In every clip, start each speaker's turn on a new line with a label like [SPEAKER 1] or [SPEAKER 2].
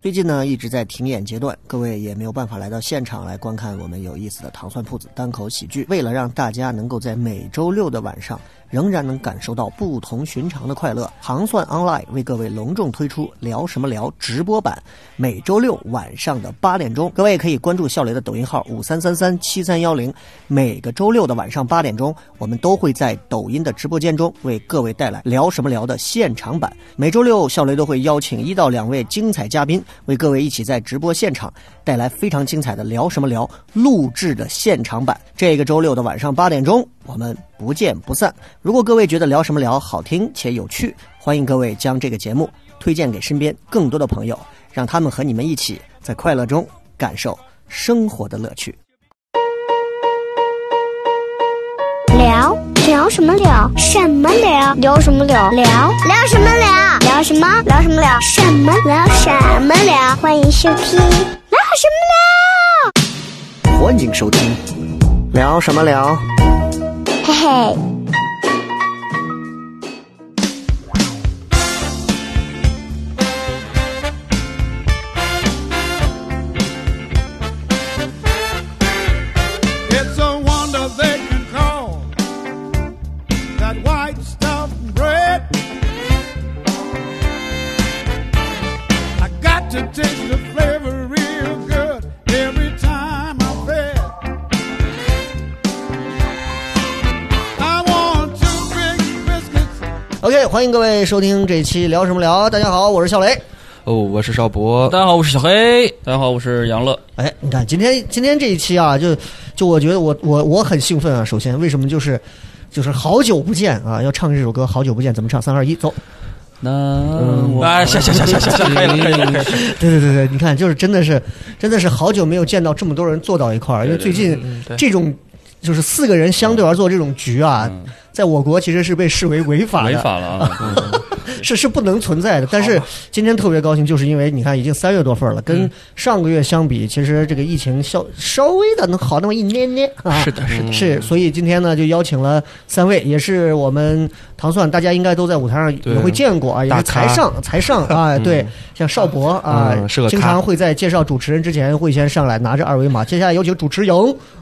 [SPEAKER 1] 最近呢一直在停演阶段，各位也没有办法来到现场来观看我们有意思的糖蒜铺子单口喜剧。为了让大家能够在每周六的晚上仍然能感受到不同寻常的快乐，糖蒜 online 为各位隆重推出“聊什么聊”直播版，每周六晚上的八点钟，各位可以关注笑雷的抖音号五三三三七三幺零，每个周六的晚上八点钟，我们都会在抖音的直播间中为各位带来“聊什么聊”的现场版。每周六笑雷都会邀请一到两位精彩嘉宾。为各位一起在直播现场带来非常精彩的“聊什么聊”录制的现场版。这个周六的晚上八点钟，我们不见不散。如果各位觉得“聊什么聊”好听且有趣，欢迎各位将这个节目推荐给身边更多的朋友，让他们和你们一起在快乐中感受生活的乐趣。
[SPEAKER 2] 聊聊什么聊？什么聊？聊什么聊？聊聊什么聊？聊什么？聊什么聊？什么聊？什么聊？欢迎收听聊什么
[SPEAKER 1] 欢迎收听“聊什么聊”。
[SPEAKER 2] 聊？嘿嘿，
[SPEAKER 3] It's a wonder they can call that white stuff bread. I got to taste the flavor real good every time I fed. I want two big biscuits.
[SPEAKER 1] OK，欢迎各位收听这期“聊什么聊”。大家好，我是笑雷。
[SPEAKER 4] 哦，我是邵博。
[SPEAKER 5] 大家好，我是小黑。大家好，我是杨乐。
[SPEAKER 1] 哎，你看今天今天这一期啊，就就我觉得我我我很兴奋啊。首先，为什么就是就是好久不见啊？要唱这首歌《好久不见》，怎么唱？三二一，走！
[SPEAKER 5] 那我哎，行行行行行行，可以了可以了可以了。
[SPEAKER 1] 对对对对，你看，就是真的是真的是好久没有见到这么多人坐到一块儿，因为最近
[SPEAKER 5] 对
[SPEAKER 1] 这种就是四个人相对而坐这种局啊，
[SPEAKER 5] 嗯
[SPEAKER 1] 在我国其实是被视为违法的，
[SPEAKER 6] 违法了啊！
[SPEAKER 1] 是是不能存在的。但是今天特别高兴，就是因为你看已经三月多份了，
[SPEAKER 4] 嗯
[SPEAKER 1] 跟上个月相比，其实这个疫情稍稍微的能好那么一捏捏啊。
[SPEAKER 5] 是的，是的，
[SPEAKER 4] 嗯
[SPEAKER 1] 是，所以今天呢，就邀请了三位，也是我们糖蒜，大家应该都在舞台上
[SPEAKER 4] 对
[SPEAKER 1] 也会见过啊，也是
[SPEAKER 4] 大
[SPEAKER 1] 才
[SPEAKER 4] 咖
[SPEAKER 1] 上才上啊，对，像邵博啊
[SPEAKER 4] 嗯是，个
[SPEAKER 1] 经
[SPEAKER 4] 咖
[SPEAKER 1] 常会在介绍主持人之前会先上来拿着二维码。接下来有请主持营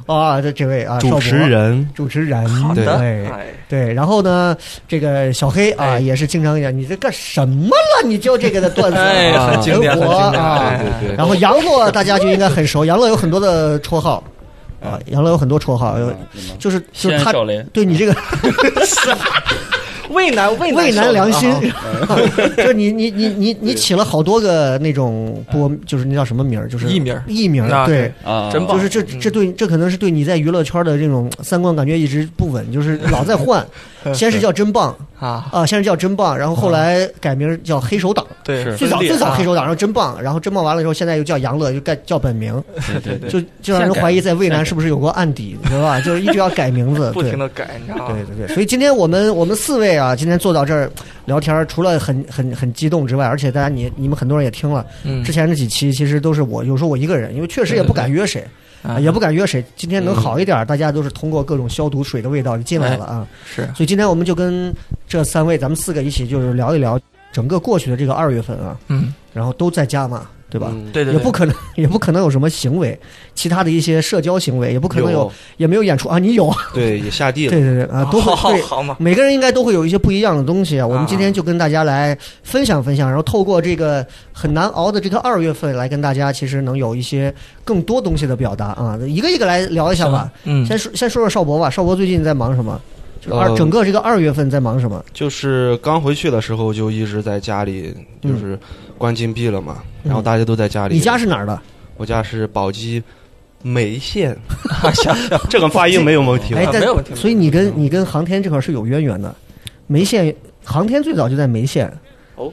[SPEAKER 1] 啊，这这位啊，邵
[SPEAKER 4] 主
[SPEAKER 1] 博
[SPEAKER 4] 持。人，
[SPEAKER 1] 主持人，
[SPEAKER 4] 好的
[SPEAKER 1] 对
[SPEAKER 5] 哎
[SPEAKER 1] 对，然后呢，这个小黑啊，也是经常讲，你这干什么了？你就这个的段子，
[SPEAKER 5] 哎
[SPEAKER 1] 啊
[SPEAKER 5] 很经典
[SPEAKER 1] 人
[SPEAKER 5] 很
[SPEAKER 1] 活
[SPEAKER 5] 经典
[SPEAKER 1] 啊，
[SPEAKER 5] 哎
[SPEAKER 4] 对对
[SPEAKER 1] 然后杨乐大家就应该很熟，杨乐有很多的绰号
[SPEAKER 5] 哎
[SPEAKER 1] 啊，杨乐有很多绰号，有
[SPEAKER 5] 嗯
[SPEAKER 1] 就是就
[SPEAKER 6] 西
[SPEAKER 1] 是
[SPEAKER 6] 安
[SPEAKER 1] 他
[SPEAKER 6] 少林
[SPEAKER 1] 对你这个
[SPEAKER 5] 渭南渭
[SPEAKER 1] 畏难良心，
[SPEAKER 5] 啊
[SPEAKER 1] 就是你你你你你起了好多个那种播，就是那叫什么名儿，就是
[SPEAKER 5] 艺名儿
[SPEAKER 1] 艺名儿
[SPEAKER 5] 啊
[SPEAKER 1] 对。
[SPEAKER 6] 啊，
[SPEAKER 5] 真棒
[SPEAKER 1] 就是这这对这可能是对你在娱乐圈的这种三观感觉一直不稳，就是老在 换，先是叫真棒
[SPEAKER 5] 啊，
[SPEAKER 1] 啊，先是叫真棒，然后后来改名叫黑手党，
[SPEAKER 5] 对，啊
[SPEAKER 6] 是
[SPEAKER 1] 最早最早黑手党，然后真棒，然后真棒完了之后，现在又叫杨乐，又改叫本名，
[SPEAKER 6] 对对对，
[SPEAKER 1] 就就让人怀疑在渭南是不是有过案底，你知道吧？就是一直要改名 字，
[SPEAKER 7] 不
[SPEAKER 1] 对
[SPEAKER 7] 停的改，你知道吗？
[SPEAKER 1] 对对对，所以今天我们我们四位啊，今天坐到这儿聊天儿，除了很很很激动之外，而且大家你你们很多人也听了，
[SPEAKER 7] 嗯
[SPEAKER 1] 之前这几期其实都是我有时候我一个人，因为确实也不敢约谁，啊也不敢约谁。今天能
[SPEAKER 7] 嗯
[SPEAKER 1] 好一点儿，大家都是通过各种消毒水的味道就进来了啊。
[SPEAKER 7] 哎是
[SPEAKER 1] 所以今天我们就跟这三位，咱们四个一起就是聊一聊整个过去的这个二月份啊，
[SPEAKER 7] 嗯，
[SPEAKER 1] 然后都在家嘛，对吧？
[SPEAKER 7] 对对，
[SPEAKER 1] 也不可能，也不可能有什么行为，其他的一些社交行为，也不可能有，
[SPEAKER 4] 有
[SPEAKER 1] 也没有演出啊。你有，
[SPEAKER 4] 对也下地了，
[SPEAKER 1] 对对对啊，都会
[SPEAKER 7] 好 好
[SPEAKER 1] 对
[SPEAKER 7] 好嘛，
[SPEAKER 1] 每个人应该都会有一些不一样的东西啊。我们今天就跟大家来分享分享，然后透过这个很难熬的这个二月份，来跟大家其实能有一些更多东西的表达啊。一个一个来聊一下吧。
[SPEAKER 7] 嗯，
[SPEAKER 1] 先说先说说邵博吧，邵博最近在忙什么？就是二
[SPEAKER 4] 呃
[SPEAKER 1] 整个这个二月份在忙什么？
[SPEAKER 4] 就是刚回去的时候就一直在家里，就是关禁闭了嘛，
[SPEAKER 1] 嗯
[SPEAKER 4] 然后大家都在家里。
[SPEAKER 1] 你家是哪儿的？
[SPEAKER 4] 我家是宝鸡 眉县，这个发音没有问题吧
[SPEAKER 1] 哎，？在
[SPEAKER 7] 没有问题
[SPEAKER 1] 所以你跟你跟航天这块是有渊源的。眉县航天最早就在眉县，
[SPEAKER 4] 哦，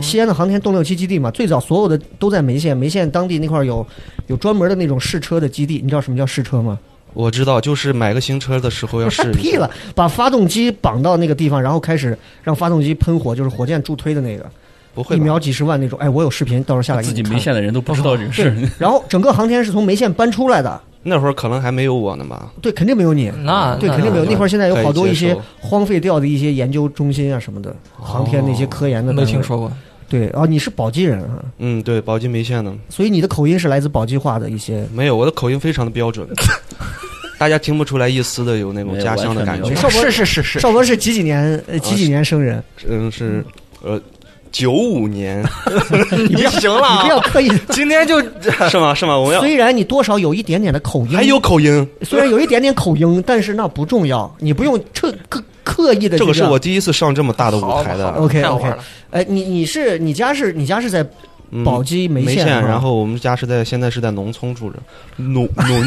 [SPEAKER 1] 西安的航天动六七基地嘛，最早所有的都在眉县，眉县当地那块儿有有专门的那种试车的基地，你知道什么叫试车吗？
[SPEAKER 4] 我知道，就是买个新车的时候要试一
[SPEAKER 1] 哎屁
[SPEAKER 4] 下
[SPEAKER 1] 了，把发动机绑到那个地方，然后开始让发动机喷火，就是火箭助推的那个，
[SPEAKER 4] 不会
[SPEAKER 1] 一
[SPEAKER 4] 吧
[SPEAKER 1] 秒几十万那种。哎，我有视频，到时候下来给
[SPEAKER 6] 自
[SPEAKER 1] 你
[SPEAKER 6] 己
[SPEAKER 1] 看
[SPEAKER 6] 眉 县的人都不知道这个事
[SPEAKER 1] 对
[SPEAKER 6] 儿，，
[SPEAKER 1] 然后整个航天是从眉县搬出来的，
[SPEAKER 4] 那会儿可能还没有我呢吧？
[SPEAKER 1] 对，肯定没有你。
[SPEAKER 7] 那
[SPEAKER 1] 对，肯定没有。
[SPEAKER 4] 啊那
[SPEAKER 1] 那会儿现在有好多一
[SPEAKER 4] 可以
[SPEAKER 1] 些
[SPEAKER 4] 接受哦
[SPEAKER 1] 荒废掉的一些研究中心啊什么的，航天那些科研的单位。
[SPEAKER 7] 过，
[SPEAKER 1] 对啊，你是宝鸡人啊，
[SPEAKER 4] 嗯，对，宝鸡眉县的，
[SPEAKER 1] 所以你的口音是来自宝鸡话的一些。
[SPEAKER 4] 没有，我的口音非常的标 准，大家听不出来一丝的有那种
[SPEAKER 5] 没有
[SPEAKER 4] 家乡的
[SPEAKER 5] 完
[SPEAKER 4] 感
[SPEAKER 5] 全没。
[SPEAKER 4] 觉
[SPEAKER 1] 邵博
[SPEAKER 8] 是是是是，
[SPEAKER 1] 邵博是几几年？呃，几几年生人？
[SPEAKER 4] 嗯，是，呃，九五 年，你不行了
[SPEAKER 1] 你不要
[SPEAKER 4] 啊，
[SPEAKER 1] 刻意。
[SPEAKER 4] 今天就是吗？是吗？我要
[SPEAKER 1] 虽然你多少有一点点的口音，
[SPEAKER 4] 还有口音，
[SPEAKER 1] 虽然有一点点口音，但是那不重要，你不用特刻刻意的。
[SPEAKER 4] 这个是我第一次上这么大的舞台
[SPEAKER 8] 好
[SPEAKER 4] 的
[SPEAKER 8] 好。
[SPEAKER 1] OK
[SPEAKER 8] 太好
[SPEAKER 1] OK
[SPEAKER 8] 玩了。
[SPEAKER 1] 哎，你你是你家是你家是在
[SPEAKER 4] 嗯
[SPEAKER 1] 宝鸡眉
[SPEAKER 4] 眉
[SPEAKER 1] 县，哈
[SPEAKER 4] 然后我们家是在现在是在农村住着，农农农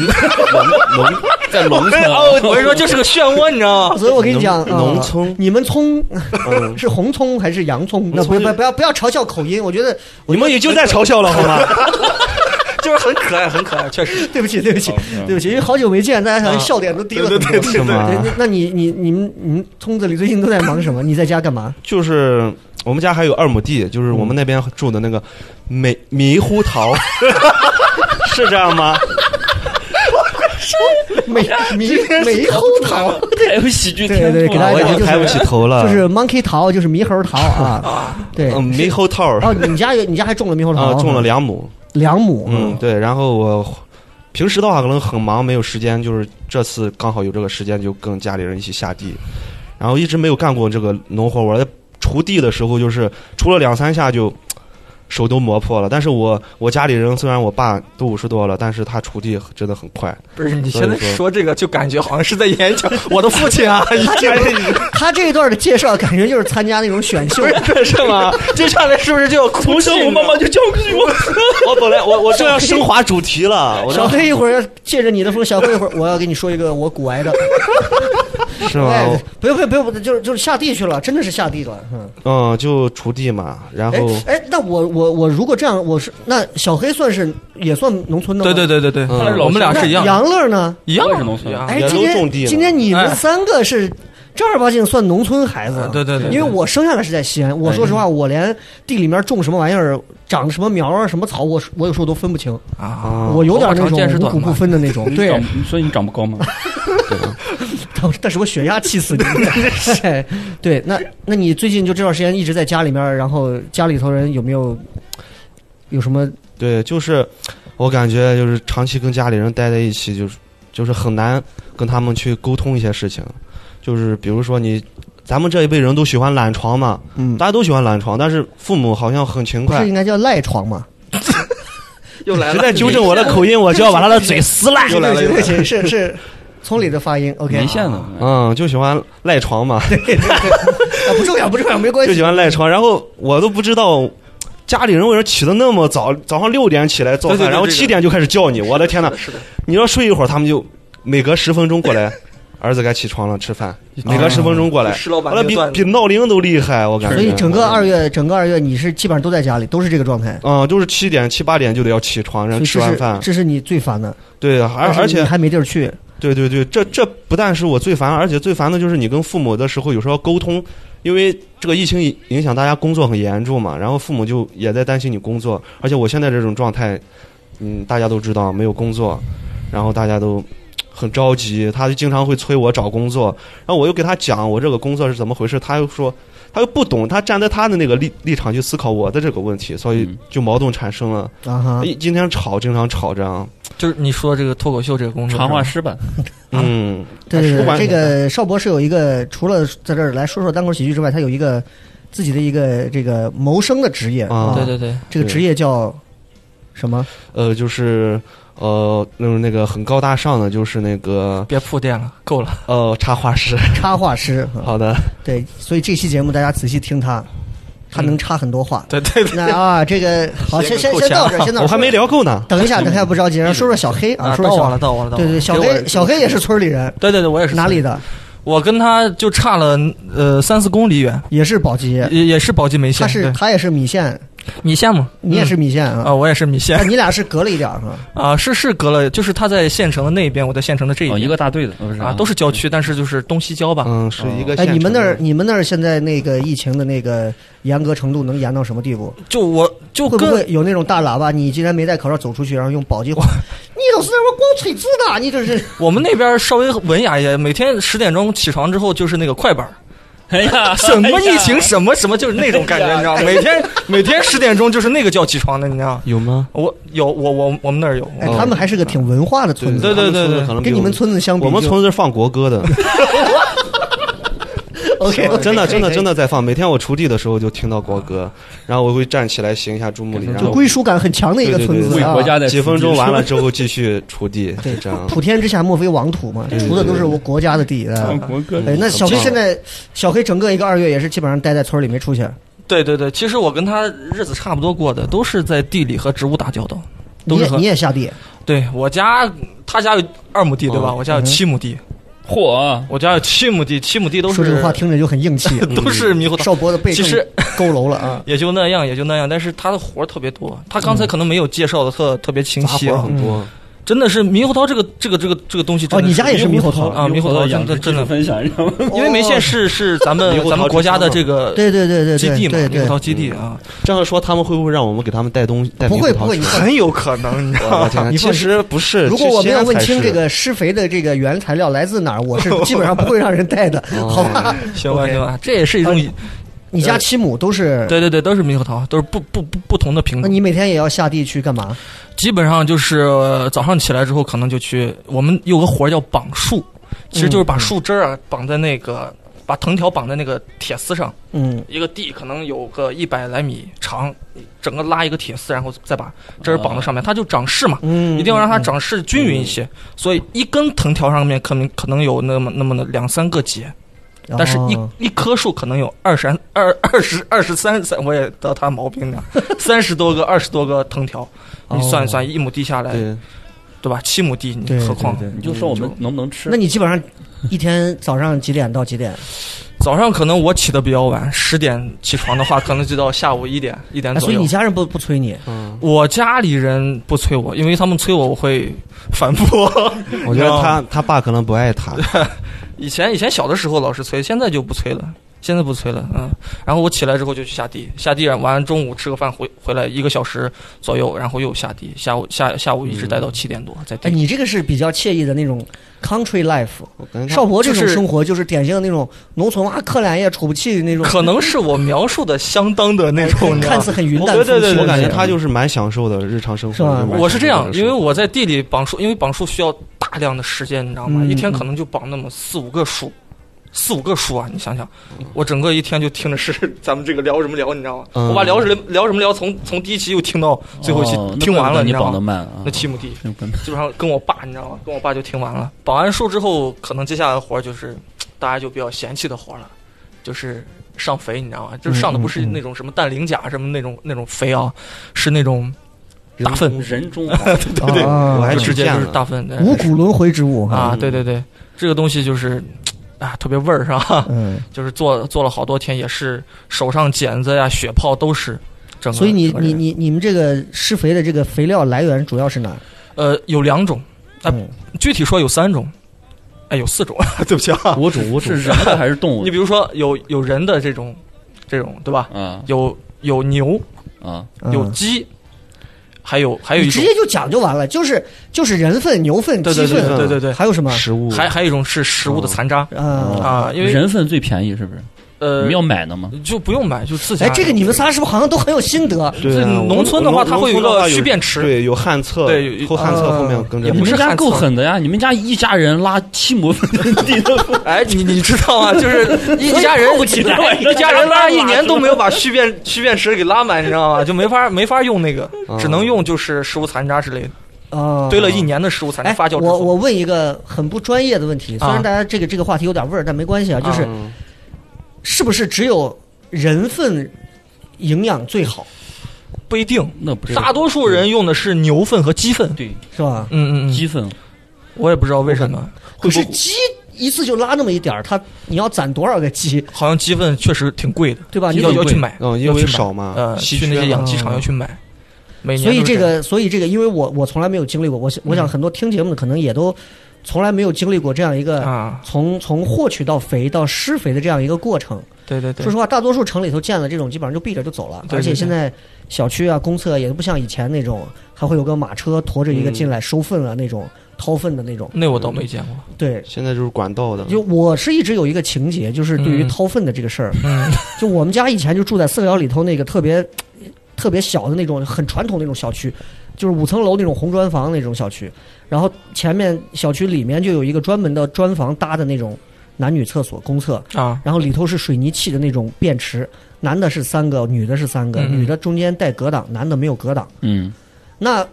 [SPEAKER 4] 农
[SPEAKER 5] 在农村，
[SPEAKER 8] 哦，我跟你说，这是个漩涡，你知道吗？
[SPEAKER 1] 所以我跟你讲，
[SPEAKER 4] 农
[SPEAKER 1] 啊
[SPEAKER 4] 农村
[SPEAKER 1] 你们葱
[SPEAKER 4] 嗯
[SPEAKER 1] 是红葱还是洋葱？那
[SPEAKER 4] 农
[SPEAKER 1] 不
[SPEAKER 4] 村
[SPEAKER 1] 不不要不要嘲笑口音，我觉得
[SPEAKER 4] 你们也就在嘲笑了好吗？
[SPEAKER 8] 就是很可爱，很可爱，确实。
[SPEAKER 1] 对不起对不
[SPEAKER 4] 哦
[SPEAKER 1] 起
[SPEAKER 5] 嗯
[SPEAKER 1] 对不起，因为好久没见，大家
[SPEAKER 4] 啊
[SPEAKER 1] 好像笑点都低了很多。对
[SPEAKER 4] 是吗？
[SPEAKER 1] 那你你你们你们村子里最近都在忙什么？你在家干 嘛？
[SPEAKER 4] 就是我们家还有二亩地，就是我们那边种的那个梅猕猴桃，是这样吗？
[SPEAKER 1] 没猕猕猴桃，
[SPEAKER 5] 还有喜剧
[SPEAKER 1] 对
[SPEAKER 5] 天
[SPEAKER 1] 对，
[SPEAKER 5] 赋
[SPEAKER 1] 给大
[SPEAKER 5] 啊，
[SPEAKER 1] 家
[SPEAKER 4] 我已
[SPEAKER 1] 讲
[SPEAKER 4] 经抬不
[SPEAKER 1] 就
[SPEAKER 4] 起
[SPEAKER 1] 是
[SPEAKER 4] 头了，
[SPEAKER 1] 就是 monkey 桃，就是猕猴桃啊，对。
[SPEAKER 4] 嗯猕猴桃
[SPEAKER 1] 哦，你家有你家还种了哦猕猴桃
[SPEAKER 4] 啊，？种了两亩，
[SPEAKER 1] 两亩，
[SPEAKER 4] 嗯，对，然后我。平时的话可能很忙，没有时间，就是这次刚好有这个时间，就跟家里人一起下地，然后一直没有干过这个农活。我在锄地的时候，就是锄了两三下就手都磨破了。但是我我家里人虽然我爸都五十多了，但是他锄地真的很快，
[SPEAKER 8] 不是，你
[SPEAKER 4] 所以
[SPEAKER 8] 现在
[SPEAKER 4] 说
[SPEAKER 8] 说这个，就感觉好像是在演讲我的父亲啊，已经
[SPEAKER 1] 他这一段的介绍，感觉就是参加那种选秀
[SPEAKER 8] 不，是是吗？这上来是不是就要哭泣
[SPEAKER 5] 从
[SPEAKER 8] 呢？
[SPEAKER 5] 小我妈妈就教育我，
[SPEAKER 4] 我本来我我 正要升华主题了，我
[SPEAKER 1] 小黑一会儿借着你的风，小黑一会儿我要跟你说一个我骨癌的，
[SPEAKER 4] 是
[SPEAKER 1] 哎
[SPEAKER 8] 哦
[SPEAKER 4] 吗？，
[SPEAKER 1] 不用不用不用，就是就是下地去了，真的是下地了。嗯，
[SPEAKER 4] 嗯，就锄地嘛，然
[SPEAKER 1] 哎
[SPEAKER 4] 后
[SPEAKER 8] 哦
[SPEAKER 1] 哎，那我我我如果这样，我是那小黑算是也算农村的吗？
[SPEAKER 8] 对对对对对，
[SPEAKER 4] 嗯
[SPEAKER 5] 我们俩是一样
[SPEAKER 1] 那
[SPEAKER 5] 的，
[SPEAKER 1] 杨乐呢？
[SPEAKER 5] 一样
[SPEAKER 8] 我也
[SPEAKER 5] 是
[SPEAKER 8] 是
[SPEAKER 5] 农
[SPEAKER 8] 农
[SPEAKER 5] 村
[SPEAKER 8] 村，
[SPEAKER 4] 哎
[SPEAKER 1] 哎，
[SPEAKER 4] 也
[SPEAKER 1] 今
[SPEAKER 4] 都种
[SPEAKER 1] 天
[SPEAKER 4] 地了
[SPEAKER 1] 今天你们
[SPEAKER 8] 哎
[SPEAKER 1] 三个是正儿八经算农村孩子，
[SPEAKER 8] 对对对对哎
[SPEAKER 1] 因为我生下来是在西安，我说实话，我连地里面种什么玩意儿、长什么苗啊、什么草，我我有时候都分不清，
[SPEAKER 8] 啊，
[SPEAKER 4] 啊，
[SPEAKER 1] 我有点
[SPEAKER 8] 头
[SPEAKER 1] 那
[SPEAKER 8] 发长见识
[SPEAKER 1] 种五
[SPEAKER 8] 短
[SPEAKER 1] 谷不
[SPEAKER 8] 嘛
[SPEAKER 1] 分的那种。对，
[SPEAKER 5] 你长，所以你长不高吗？
[SPEAKER 1] 但是我血压气死你！哎对，那那你最近就这段时间一直在家里面，然后家里头人有没有有什么？
[SPEAKER 4] 对，就是我感觉就是长期跟家里人待在一起，就是就是很难跟他们去沟通一些事情，就是比如说你。咱们这一辈人都喜欢懒床嘛，
[SPEAKER 1] 嗯，
[SPEAKER 4] 大家都喜欢懒床，但是父母好像很勤
[SPEAKER 1] 不是
[SPEAKER 4] 快
[SPEAKER 1] 应。该叫赖床吗？
[SPEAKER 8] 又来
[SPEAKER 4] 实
[SPEAKER 8] 了，
[SPEAKER 4] 在纠正我的口音，我就要把他的嘴撕烂。
[SPEAKER 1] 对不起对不起，是是村里的发音。OK，
[SPEAKER 5] 没线的，
[SPEAKER 4] 嗯，就喜欢赖床嘛。
[SPEAKER 1] 啊，不重要不重要，没关
[SPEAKER 4] 就
[SPEAKER 1] 系
[SPEAKER 4] 喜。欢赖床，然后我都不知道。家里人为什么起的那么早？早上六点起来做饭，
[SPEAKER 8] 对对对
[SPEAKER 4] 然后
[SPEAKER 8] 这个
[SPEAKER 4] 七点就开始叫你。我的天呐！
[SPEAKER 8] 是的，
[SPEAKER 4] 你要睡一会儿，他们就每隔十分钟过来，儿子该起床了，吃饭。
[SPEAKER 1] 哦
[SPEAKER 4] 每隔十分钟过来，
[SPEAKER 8] 石老板
[SPEAKER 4] 完了比
[SPEAKER 8] 那个段
[SPEAKER 4] 比
[SPEAKER 8] 子
[SPEAKER 4] 闹铃都厉害，我感觉。
[SPEAKER 1] 所以整个二月，整个二月你是基本上都在家里，都是这个状态。
[SPEAKER 4] 嗯，就是七点七八点就得要起床，然
[SPEAKER 1] 所
[SPEAKER 4] 后
[SPEAKER 1] 以
[SPEAKER 4] 吃
[SPEAKER 1] 这
[SPEAKER 4] 完
[SPEAKER 1] 是
[SPEAKER 4] 饭。
[SPEAKER 1] 这是你最烦的，
[SPEAKER 4] 对，而
[SPEAKER 1] 但是
[SPEAKER 4] 而且
[SPEAKER 1] 你还没地儿去。
[SPEAKER 4] 对对对，这这不但是我最烦，而且最烦的就是你跟父母的时候有时候要沟通，因为这个疫情影影响大家工作很严重嘛，然后父母就也在担心你工作，而且我现在这种状态，嗯，大家都知道没有工作，然后大家都很着急，他就经常会催我找工作，然后我又给他讲我这个工作是怎么回事，他又说他又不懂，他站在他的那个立立场去思考我的这个问题，所以
[SPEAKER 5] 嗯
[SPEAKER 4] 就矛盾产生了，
[SPEAKER 1] 啊
[SPEAKER 8] 哎
[SPEAKER 9] 嗯
[SPEAKER 1] 哈，
[SPEAKER 4] 一今天吵，经常吵这样，
[SPEAKER 8] 就是你说这个脱口秀这个工作，
[SPEAKER 5] 长话诗吧，
[SPEAKER 4] 嗯，
[SPEAKER 1] 对对
[SPEAKER 4] 不
[SPEAKER 1] 对，
[SPEAKER 4] 管
[SPEAKER 1] 这个邵博是有一个，除了在这儿来说说单口喜剧之外，他有一个自己的一个这个谋生的职业
[SPEAKER 4] 啊
[SPEAKER 8] 对对对，
[SPEAKER 1] 这个职业叫什么？
[SPEAKER 4] 呃，就是呃，那种那个很高大上的，就是那个
[SPEAKER 8] 别铺垫了，够了，
[SPEAKER 4] 呃，插画师。
[SPEAKER 1] 插画师。啊
[SPEAKER 4] 好的，
[SPEAKER 1] 对，所以这期节目大家仔细听他，
[SPEAKER 8] 嗯
[SPEAKER 1] 他能插很多话。
[SPEAKER 8] 对对对，
[SPEAKER 1] 那啊，这个好，先先
[SPEAKER 8] 先
[SPEAKER 1] 先到这
[SPEAKER 8] 扣钱啊
[SPEAKER 1] 儿，先到这儿。
[SPEAKER 4] 我还没。聊够呢。
[SPEAKER 1] 等一下，等一下，不着急，然后说说小黑 啊，
[SPEAKER 8] 啊，
[SPEAKER 1] 说
[SPEAKER 8] 到
[SPEAKER 1] 说
[SPEAKER 8] 我
[SPEAKER 1] 小
[SPEAKER 8] 了，。到我了，到我
[SPEAKER 1] 对
[SPEAKER 8] 了，
[SPEAKER 1] 对，小
[SPEAKER 8] 给我
[SPEAKER 1] 黑，小黑也是村里人，
[SPEAKER 8] 对对对，我也是
[SPEAKER 1] 哪里？的？
[SPEAKER 8] 我跟他就差了呃三四公里远，
[SPEAKER 1] 也是宝鸡。
[SPEAKER 8] 也也是宝鸡眉
[SPEAKER 1] 他
[SPEAKER 8] 县，
[SPEAKER 1] 是
[SPEAKER 8] 对
[SPEAKER 1] 他也是米线，
[SPEAKER 8] 米县嘛，
[SPEAKER 1] 你也是米线
[SPEAKER 8] 嗯
[SPEAKER 1] 啊，
[SPEAKER 8] 啊，我也是米县
[SPEAKER 1] 但你俩是隔了一点儿是吧？
[SPEAKER 8] 啊，是是隔了，就是他在县城的那一边，我在县城的这一
[SPEAKER 5] 哦，一
[SPEAKER 8] 边
[SPEAKER 5] 个大队的，哦不是
[SPEAKER 8] 啊，都是郊区，但是就是东西郊吧，
[SPEAKER 4] 嗯，是一个
[SPEAKER 1] 哎，
[SPEAKER 4] 县城的。
[SPEAKER 1] 你们那儿你们那儿现在那个疫情的那个严格程度能严到什么地步？
[SPEAKER 8] 就我就
[SPEAKER 1] 会不
[SPEAKER 8] 跟
[SPEAKER 1] 会有那种大喇叭？你竟然没戴口罩走出去，然后用宝鸡话，你老是在那光吹子的，你这是
[SPEAKER 4] 哦
[SPEAKER 8] 我们那边稍微文雅一些，每天十点钟起床之后就是那个快板儿，
[SPEAKER 5] 哎呀，
[SPEAKER 8] 什么
[SPEAKER 5] 哎呀哎
[SPEAKER 8] 疫情，什么什么，就是那种感觉，你知道吗？每天每天十点钟就是那个叫起床的，你知道吗？
[SPEAKER 4] 有吗？
[SPEAKER 8] 我有我我我们那儿有，
[SPEAKER 9] 哎，他们还是个挺文化的村子，
[SPEAKER 8] 对对对对
[SPEAKER 4] 可能比
[SPEAKER 9] 跟你们村子相比就，
[SPEAKER 4] 我们村子是放国 歌的，
[SPEAKER 9] OK，
[SPEAKER 4] 真的真的真的在放。每天我锄地的时候就听到国歌，然后我会站起来行一下注目礼，然
[SPEAKER 9] 就
[SPEAKER 4] 后
[SPEAKER 9] 哎归属感很强的一个
[SPEAKER 4] 对对
[SPEAKER 9] 村
[SPEAKER 4] 对
[SPEAKER 9] 子
[SPEAKER 4] 为
[SPEAKER 9] 啊。
[SPEAKER 5] 国家的
[SPEAKER 4] 几分钟完了之后继续锄地，就这样。
[SPEAKER 9] 普天之下莫非王土嘛，这
[SPEAKER 4] 对
[SPEAKER 9] 锄的都是我国家的地啊。
[SPEAKER 5] 国歌
[SPEAKER 9] 哎，那小黑现在，小黑整个一个二月也是基本上待在村里没出去，
[SPEAKER 8] 对对对，其实我跟他日子差不多过的，都是在地里和植物打交道。
[SPEAKER 9] 你
[SPEAKER 8] 都
[SPEAKER 9] 也
[SPEAKER 8] 是和
[SPEAKER 9] 你也下地，
[SPEAKER 8] 对我家，他家有二亩地对吧？
[SPEAKER 4] 嗯
[SPEAKER 8] 我家有七亩地，
[SPEAKER 5] 嚯啊！
[SPEAKER 8] 我家有七亩地，七亩地都是
[SPEAKER 9] 说这个话听着就很硬气，
[SPEAKER 8] 都
[SPEAKER 4] 嗯
[SPEAKER 8] 是猕猴桃，
[SPEAKER 9] 少博的背
[SPEAKER 8] 其
[SPEAKER 9] 更
[SPEAKER 8] 实
[SPEAKER 9] 佝偻了啊。
[SPEAKER 8] 也就那样，也就那样。但是他的活儿特别多，他刚才可能没有介绍的特特别清
[SPEAKER 4] 嗯杂
[SPEAKER 8] 晰
[SPEAKER 4] 活
[SPEAKER 8] 啊，
[SPEAKER 4] 很多，
[SPEAKER 8] 真的是猕猴桃这个这个这个这个东西真
[SPEAKER 9] 哦，
[SPEAKER 8] 的。
[SPEAKER 9] 你家也是猕猴桃哦
[SPEAKER 8] 啊猕猴桃
[SPEAKER 5] 养殖
[SPEAKER 8] 真的真的
[SPEAKER 5] 技术分享，你知道吗？
[SPEAKER 8] 因为梅县是是咱们
[SPEAKER 4] 猕猴桃
[SPEAKER 8] 咱们国家的这个
[SPEAKER 9] 对对对对
[SPEAKER 8] 基地
[SPEAKER 9] 对对
[SPEAKER 8] 嘛，猕猴
[SPEAKER 9] 对
[SPEAKER 8] 桃，基地啊，
[SPEAKER 4] 这样说他们会不会让我们给他们带东西？带
[SPEAKER 9] 不会
[SPEAKER 4] 猕
[SPEAKER 9] 不
[SPEAKER 4] 猴桃
[SPEAKER 9] 会，你
[SPEAKER 4] 出来
[SPEAKER 9] 放
[SPEAKER 8] 很有可 能，你知
[SPEAKER 4] 我
[SPEAKER 8] 道
[SPEAKER 4] 的
[SPEAKER 8] 吗？
[SPEAKER 4] 天呐，
[SPEAKER 9] 你
[SPEAKER 4] 其
[SPEAKER 9] 放心
[SPEAKER 4] 实不是。
[SPEAKER 9] 如果我没有问清
[SPEAKER 4] 呃其实西安才是
[SPEAKER 9] 这，个施肥的这个原材料来自哪儿，我是基本上不会让人带的，
[SPEAKER 4] 哦
[SPEAKER 9] 好吧？
[SPEAKER 8] 行吧
[SPEAKER 9] OK
[SPEAKER 8] 行吧，这也是一种
[SPEAKER 9] 你家七亩都是，
[SPEAKER 8] 对对对，都是猕猴桃，都是不不不不同的品
[SPEAKER 9] 那
[SPEAKER 8] 种。
[SPEAKER 9] 你每天也要下地去干嘛？
[SPEAKER 8] 基本上就是呃早上起来之后，可能就去我们有个活儿叫绑树，其实就是把树枝儿啊绑在那个。把藤条绑在那个铁丝上，
[SPEAKER 9] 嗯，
[SPEAKER 8] 一个地可能有个一百来米长，整个拉一个铁丝，然后再把枝儿绑在上面，它就长势嘛。
[SPEAKER 9] 嗯，
[SPEAKER 8] 一定要让它长势均匀一些，所以一根藤条上面可能可能有那么那么的两三个节，
[SPEAKER 9] 嗯，
[SPEAKER 8] 但是一
[SPEAKER 9] 哦
[SPEAKER 8] 一棵树可能有二三二二十二十三三，我也得他毛 病了，三十多个二十多个藤条，你算一算，一亩地下来，
[SPEAKER 4] 对，
[SPEAKER 8] 对吧？七亩地，你
[SPEAKER 9] 哦对
[SPEAKER 8] 何况
[SPEAKER 9] 对对
[SPEAKER 5] 你就说我们
[SPEAKER 8] 嗯
[SPEAKER 5] 能不能吃？
[SPEAKER 9] 那你基本上一天早上几点到几点？
[SPEAKER 8] 早上可能我起的比较晚，十点起床的话，可能就到下午一点一点
[SPEAKER 9] 哎
[SPEAKER 8] 左
[SPEAKER 9] 所以
[SPEAKER 8] 右
[SPEAKER 9] 你。家人不不催你，
[SPEAKER 4] 嗯，
[SPEAKER 8] 我家里人不催我，因为他们催我，我会 反驳。
[SPEAKER 4] 我觉得他他爸可能不爱他，
[SPEAKER 8] 以前以前小的时候老是催，现在就不催了，现在不催了，嗯。然后我起来之后就去下地，下地完中午吃个饭回回来一个小时左右，然后又下地，下午下下午一直待到七点多在地。
[SPEAKER 9] 哎，你这个是比较惬意的那种 country life。
[SPEAKER 4] 我感觉他
[SPEAKER 9] 少博这
[SPEAKER 8] 就
[SPEAKER 9] 种
[SPEAKER 8] 是
[SPEAKER 9] 生活就是典型的那种农村啊，克两夜杵不气的那种，
[SPEAKER 8] 可能是我描述的相当的那种，你知道
[SPEAKER 9] 看
[SPEAKER 8] 吗
[SPEAKER 9] 似很云
[SPEAKER 8] 我
[SPEAKER 9] 淡
[SPEAKER 8] 觉
[SPEAKER 9] 风
[SPEAKER 8] 得
[SPEAKER 9] 轻。
[SPEAKER 8] 对对对
[SPEAKER 4] 我感觉
[SPEAKER 8] 对
[SPEAKER 4] 他就是蛮享受的日常生活。
[SPEAKER 9] 是吧
[SPEAKER 4] 就蛮
[SPEAKER 8] 我是这样
[SPEAKER 4] 享，受
[SPEAKER 8] 因为我在地里绑树，因为绑树需要大量的时间，你知道吗？
[SPEAKER 9] 嗯
[SPEAKER 8] 一天可能就绑那么四五个树，四五个树啊！你想想，我整个一天就听着是咱们这个聊什么聊，你知道吗？
[SPEAKER 4] 嗯
[SPEAKER 8] 我把聊什么聊什么聊从从第一期又听到最后一期，
[SPEAKER 5] 哦
[SPEAKER 8] 听完了，
[SPEAKER 5] 那怪不得你
[SPEAKER 8] 知道
[SPEAKER 5] 绑得
[SPEAKER 8] 吗？
[SPEAKER 5] 慢啊
[SPEAKER 8] 那，七亩地
[SPEAKER 5] 那怪不得
[SPEAKER 8] 基本上跟我爸，你知道吗？跟我爸就听完了。绑完树之后，可能接下来的活儿就是大家就比较嫌弃的活儿了，就是上肥，你知道吗？就是上的
[SPEAKER 5] 嗯
[SPEAKER 8] 不是那种什么氮磷钾什么那种那种肥啊，是那种大粪。
[SPEAKER 5] 人 中
[SPEAKER 9] 对对，
[SPEAKER 4] 我还
[SPEAKER 8] 就
[SPEAKER 4] 去
[SPEAKER 8] 直接
[SPEAKER 4] 见
[SPEAKER 8] 就是
[SPEAKER 4] 了
[SPEAKER 8] 大粪对
[SPEAKER 9] 啊五谷轮回之物 哈。
[SPEAKER 8] 啊，对对
[SPEAKER 4] 嗯
[SPEAKER 8] 对，这个东西就是啊，特别味儿是吧？
[SPEAKER 9] 嗯，
[SPEAKER 8] 就是做做了好多天，也是手上茧子呀、血泡都是。整个
[SPEAKER 9] 所以你
[SPEAKER 8] 整个人
[SPEAKER 9] 你你你们这个施肥的这个肥料来源主要是哪儿？
[SPEAKER 8] 呃有两种，哎
[SPEAKER 9] 嗯
[SPEAKER 8] 具体说有三种，哎有四种，对不起啊。
[SPEAKER 5] 我主我主是人的还是动物
[SPEAKER 8] 你？比如说有有人的这种这种对吧？
[SPEAKER 5] 啊
[SPEAKER 8] 有有牛，
[SPEAKER 5] 啊，
[SPEAKER 9] 嗯
[SPEAKER 8] 有鸡，还有还有
[SPEAKER 9] 你
[SPEAKER 8] 一
[SPEAKER 9] 直
[SPEAKER 8] 种
[SPEAKER 9] 接就讲就完了，就是就是人粪、牛粪、
[SPEAKER 8] 对
[SPEAKER 9] 鸡
[SPEAKER 8] 对对
[SPEAKER 9] 粪，
[SPEAKER 8] 对对对，
[SPEAKER 9] 还有什么？
[SPEAKER 4] 食物
[SPEAKER 8] 还还有一种是食物的残渣
[SPEAKER 9] 啊，
[SPEAKER 8] 啊，因为
[SPEAKER 5] 人粪最便宜是不是？你
[SPEAKER 8] 呃
[SPEAKER 5] 们要买的吗？
[SPEAKER 8] 就不用买，就自家
[SPEAKER 9] 哎，
[SPEAKER 8] 的。
[SPEAKER 9] 这个你们仨是不是好像都很有心得？
[SPEAKER 4] 对啊
[SPEAKER 8] 这
[SPEAKER 4] 我
[SPEAKER 8] 农村的话
[SPEAKER 4] 我
[SPEAKER 8] 它会有一个
[SPEAKER 4] 农村的话
[SPEAKER 8] 蓄便池
[SPEAKER 4] 对，有旱厕，
[SPEAKER 8] 对有
[SPEAKER 4] 后旱厕
[SPEAKER 9] 啊
[SPEAKER 4] 后面跟着
[SPEAKER 8] 也
[SPEAKER 5] 你
[SPEAKER 8] 不
[SPEAKER 5] 们
[SPEAKER 8] 是
[SPEAKER 5] 家
[SPEAKER 8] 旱
[SPEAKER 5] 够
[SPEAKER 8] 厕
[SPEAKER 5] 狠的呀！你们家一家人拉七亩地 的，
[SPEAKER 8] 哎，你你知道吗？就是 一一家人
[SPEAKER 5] 不起来
[SPEAKER 8] 一家人拉一年都没有把蓄 便蓄便池给拉满，你知道吗？就没法没法用那个，只能用就是食物残渣之类的，
[SPEAKER 9] 啊，
[SPEAKER 8] 堆了一年的食物残渣
[SPEAKER 9] 哎
[SPEAKER 8] 发酵之
[SPEAKER 9] 我
[SPEAKER 8] 后，
[SPEAKER 9] 我问一个很不专业的问题，虽然
[SPEAKER 8] 啊
[SPEAKER 9] 大家这个这个话题有点味儿，但没关系啊，就是
[SPEAKER 4] 嗯
[SPEAKER 9] 是不是只有人粪营养最好，
[SPEAKER 8] 不一定。
[SPEAKER 5] 那不是
[SPEAKER 8] 大多数人用的是牛粪和鸡粪，
[SPEAKER 5] 对
[SPEAKER 9] 是吧？
[SPEAKER 8] 嗯嗯嗯，
[SPEAKER 5] 鸡粪，
[SPEAKER 8] 我也不知道为什么，
[SPEAKER 9] 可是鸡一次就拉那么一点儿，它你要攒多少个鸡，
[SPEAKER 8] 好像鸡粪确实挺贵的，
[SPEAKER 9] 对吧？你
[SPEAKER 8] 要
[SPEAKER 9] 得
[SPEAKER 8] 要去买，
[SPEAKER 4] 嗯，因
[SPEAKER 8] 要去
[SPEAKER 4] 为
[SPEAKER 8] 买
[SPEAKER 4] 少嘛，
[SPEAKER 8] 呃，
[SPEAKER 4] 稀
[SPEAKER 8] 去那
[SPEAKER 4] 缺
[SPEAKER 8] 些
[SPEAKER 4] 嘛
[SPEAKER 8] 养鸡场要去买，每年
[SPEAKER 9] 所以
[SPEAKER 8] 都是
[SPEAKER 9] 这
[SPEAKER 8] 样嗯
[SPEAKER 9] 个，所以这个，因为我我从来没有经历过，我想我想很多听节目的可能也都从来没有经历过这样一个
[SPEAKER 8] 啊，
[SPEAKER 9] 从从获取到肥到施肥的这样一个过程。
[SPEAKER 8] 对对对
[SPEAKER 9] 说，实话，大多数城里头建的这种基本上就闭着就走了，
[SPEAKER 8] 对对
[SPEAKER 9] 而且
[SPEAKER 8] 对
[SPEAKER 9] 现在小区啊、公厕也都不像以前那种，还会有个马车驮着一个
[SPEAKER 8] 嗯
[SPEAKER 9] 进来收粪啊那种掏粪的那种。
[SPEAKER 8] 那我倒没见过。
[SPEAKER 9] 对，
[SPEAKER 4] 现在就是管道的，
[SPEAKER 9] 就我是一直有一个情节，就是对于
[SPEAKER 8] 嗯
[SPEAKER 9] 掏粪的这个事儿，
[SPEAKER 8] 嗯
[SPEAKER 9] 就我们家以前就住在四合窑里头那个特别特别小的那种很传统那种小区，就是五层楼那种红砖房那种小区，然后前面小区里面就有一个专门的砖房搭的那种男女厕所公厕，
[SPEAKER 8] 啊，
[SPEAKER 9] 然后里头是水泥砌的那种便池，男的是三个，女的是三个，
[SPEAKER 8] 嗯
[SPEAKER 9] 女的中间带隔挡，男的没有隔挡。
[SPEAKER 5] 嗯
[SPEAKER 9] 那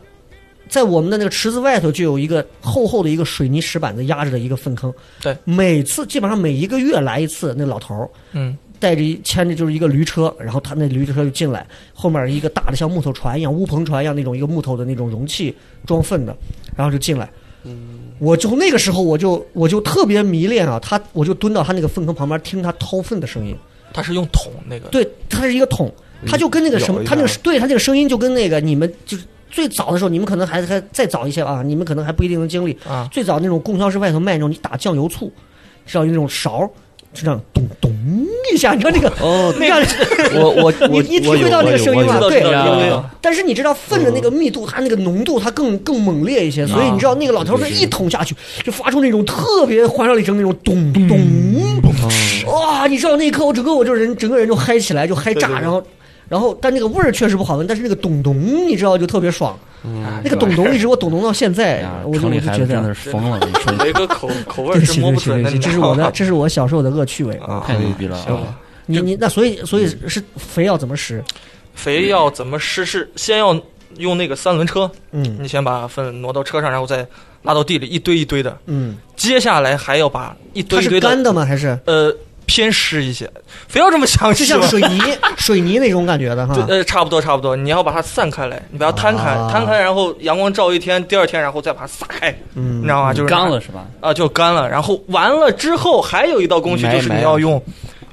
[SPEAKER 9] 在我们的那个池子外头就有一个厚厚的一个水泥石板子压着的一个粪坑。
[SPEAKER 8] 对，
[SPEAKER 9] 每次基本上每一个月来一次，那老头儿
[SPEAKER 8] 嗯
[SPEAKER 9] 带着一牵着就是一个驴车，然后他那驴车就进来，后面一个大的像木头船一样、乌篷船一样那种一个木头的那种容器装粪的，然后就进来。我就那个时候我就我就特别迷恋啊，他我就蹲到他那个粪坑旁边听他掏粪的声音，
[SPEAKER 8] 他是用桶那个，
[SPEAKER 9] 对，它是一个桶，它就跟那
[SPEAKER 1] 嗯
[SPEAKER 9] 个什么，
[SPEAKER 4] 咬一下
[SPEAKER 9] 它那个对它这个声音就跟那个你们就是最早的时候，你们可能还还再早一些啊，你们可能还不一定能经历
[SPEAKER 8] 啊
[SPEAKER 9] 最早那种供销社外头卖那种你打酱油醋，知道有那种勺，就这样咚咚一下，你知道那个
[SPEAKER 1] 哦，
[SPEAKER 9] 那样，
[SPEAKER 1] 我我我
[SPEAKER 9] 你你体
[SPEAKER 1] 我有
[SPEAKER 9] 会到
[SPEAKER 1] 我
[SPEAKER 9] 那个
[SPEAKER 1] 有
[SPEAKER 9] 声
[SPEAKER 1] 我
[SPEAKER 9] 音
[SPEAKER 1] 有
[SPEAKER 9] 吗？
[SPEAKER 8] 知道
[SPEAKER 9] 对
[SPEAKER 8] 知。道知道
[SPEAKER 5] 呀，
[SPEAKER 9] 但是你知道粪的那个密度，它那个浓度，它更更猛烈一些，所
[SPEAKER 1] 啊
[SPEAKER 9] 以你知道那个老头儿那一桶下去，就发出那种特别环绕一声那种咚
[SPEAKER 1] 嗯
[SPEAKER 9] 咚哇！你知道那一刻，我整个我就人整个人就嗨起来，就嗨炸，然后，然后，但那个味儿确实不好闻，但是那个咚咚，你知道就特别爽。
[SPEAKER 8] 啊
[SPEAKER 9] 那个咚咚一直我咚咚到现
[SPEAKER 8] 哎
[SPEAKER 9] 在
[SPEAKER 5] 呀，，
[SPEAKER 9] 我就
[SPEAKER 5] 城
[SPEAKER 9] 我
[SPEAKER 5] 里
[SPEAKER 9] 就
[SPEAKER 5] 孩
[SPEAKER 9] 觉
[SPEAKER 5] 子真的
[SPEAKER 9] 得，
[SPEAKER 5] 是疯了，我跟你说，
[SPEAKER 8] 雷哥口口味
[SPEAKER 9] 对不
[SPEAKER 8] 儿
[SPEAKER 9] 起
[SPEAKER 8] 是摸
[SPEAKER 9] 对不起对不
[SPEAKER 8] 不准的，
[SPEAKER 9] 起，
[SPEAKER 8] 你
[SPEAKER 9] 这
[SPEAKER 8] 知
[SPEAKER 9] 是
[SPEAKER 8] 道
[SPEAKER 9] 我
[SPEAKER 8] 吗
[SPEAKER 9] 的这是我小时候的恶趣味啊！
[SPEAKER 5] 太牛逼了
[SPEAKER 8] 行
[SPEAKER 5] 啊！
[SPEAKER 9] 你你那所以所以是肥要怎么使？
[SPEAKER 8] 肥要怎么施是先要用那个三轮车，
[SPEAKER 9] 嗯
[SPEAKER 8] 你先把粪挪到车上，然后再拉到地里一堆一堆的，
[SPEAKER 9] 嗯，
[SPEAKER 8] 接下来还要把一堆
[SPEAKER 9] 它
[SPEAKER 8] 一
[SPEAKER 9] 是
[SPEAKER 8] 堆
[SPEAKER 9] 干
[SPEAKER 8] 的
[SPEAKER 9] 的吗？还是
[SPEAKER 8] 呃偏湿一些，非要这么详
[SPEAKER 9] 就
[SPEAKER 8] 细
[SPEAKER 9] 像
[SPEAKER 8] 吗？
[SPEAKER 9] 水泥 水泥那种感觉的哈
[SPEAKER 8] 对，？呃，差不多差不多，你要把它散开来，你把它摊开，
[SPEAKER 9] 啊
[SPEAKER 8] 摊开，然后阳光照一天，第二天，然后再把它撒开，你
[SPEAKER 9] 嗯
[SPEAKER 8] 知，道吗？就是
[SPEAKER 5] 干了是吧？
[SPEAKER 8] 啊，就干了。然后完了之后，还有一道工序
[SPEAKER 4] 埋
[SPEAKER 8] 就是
[SPEAKER 4] 埋
[SPEAKER 8] 你要用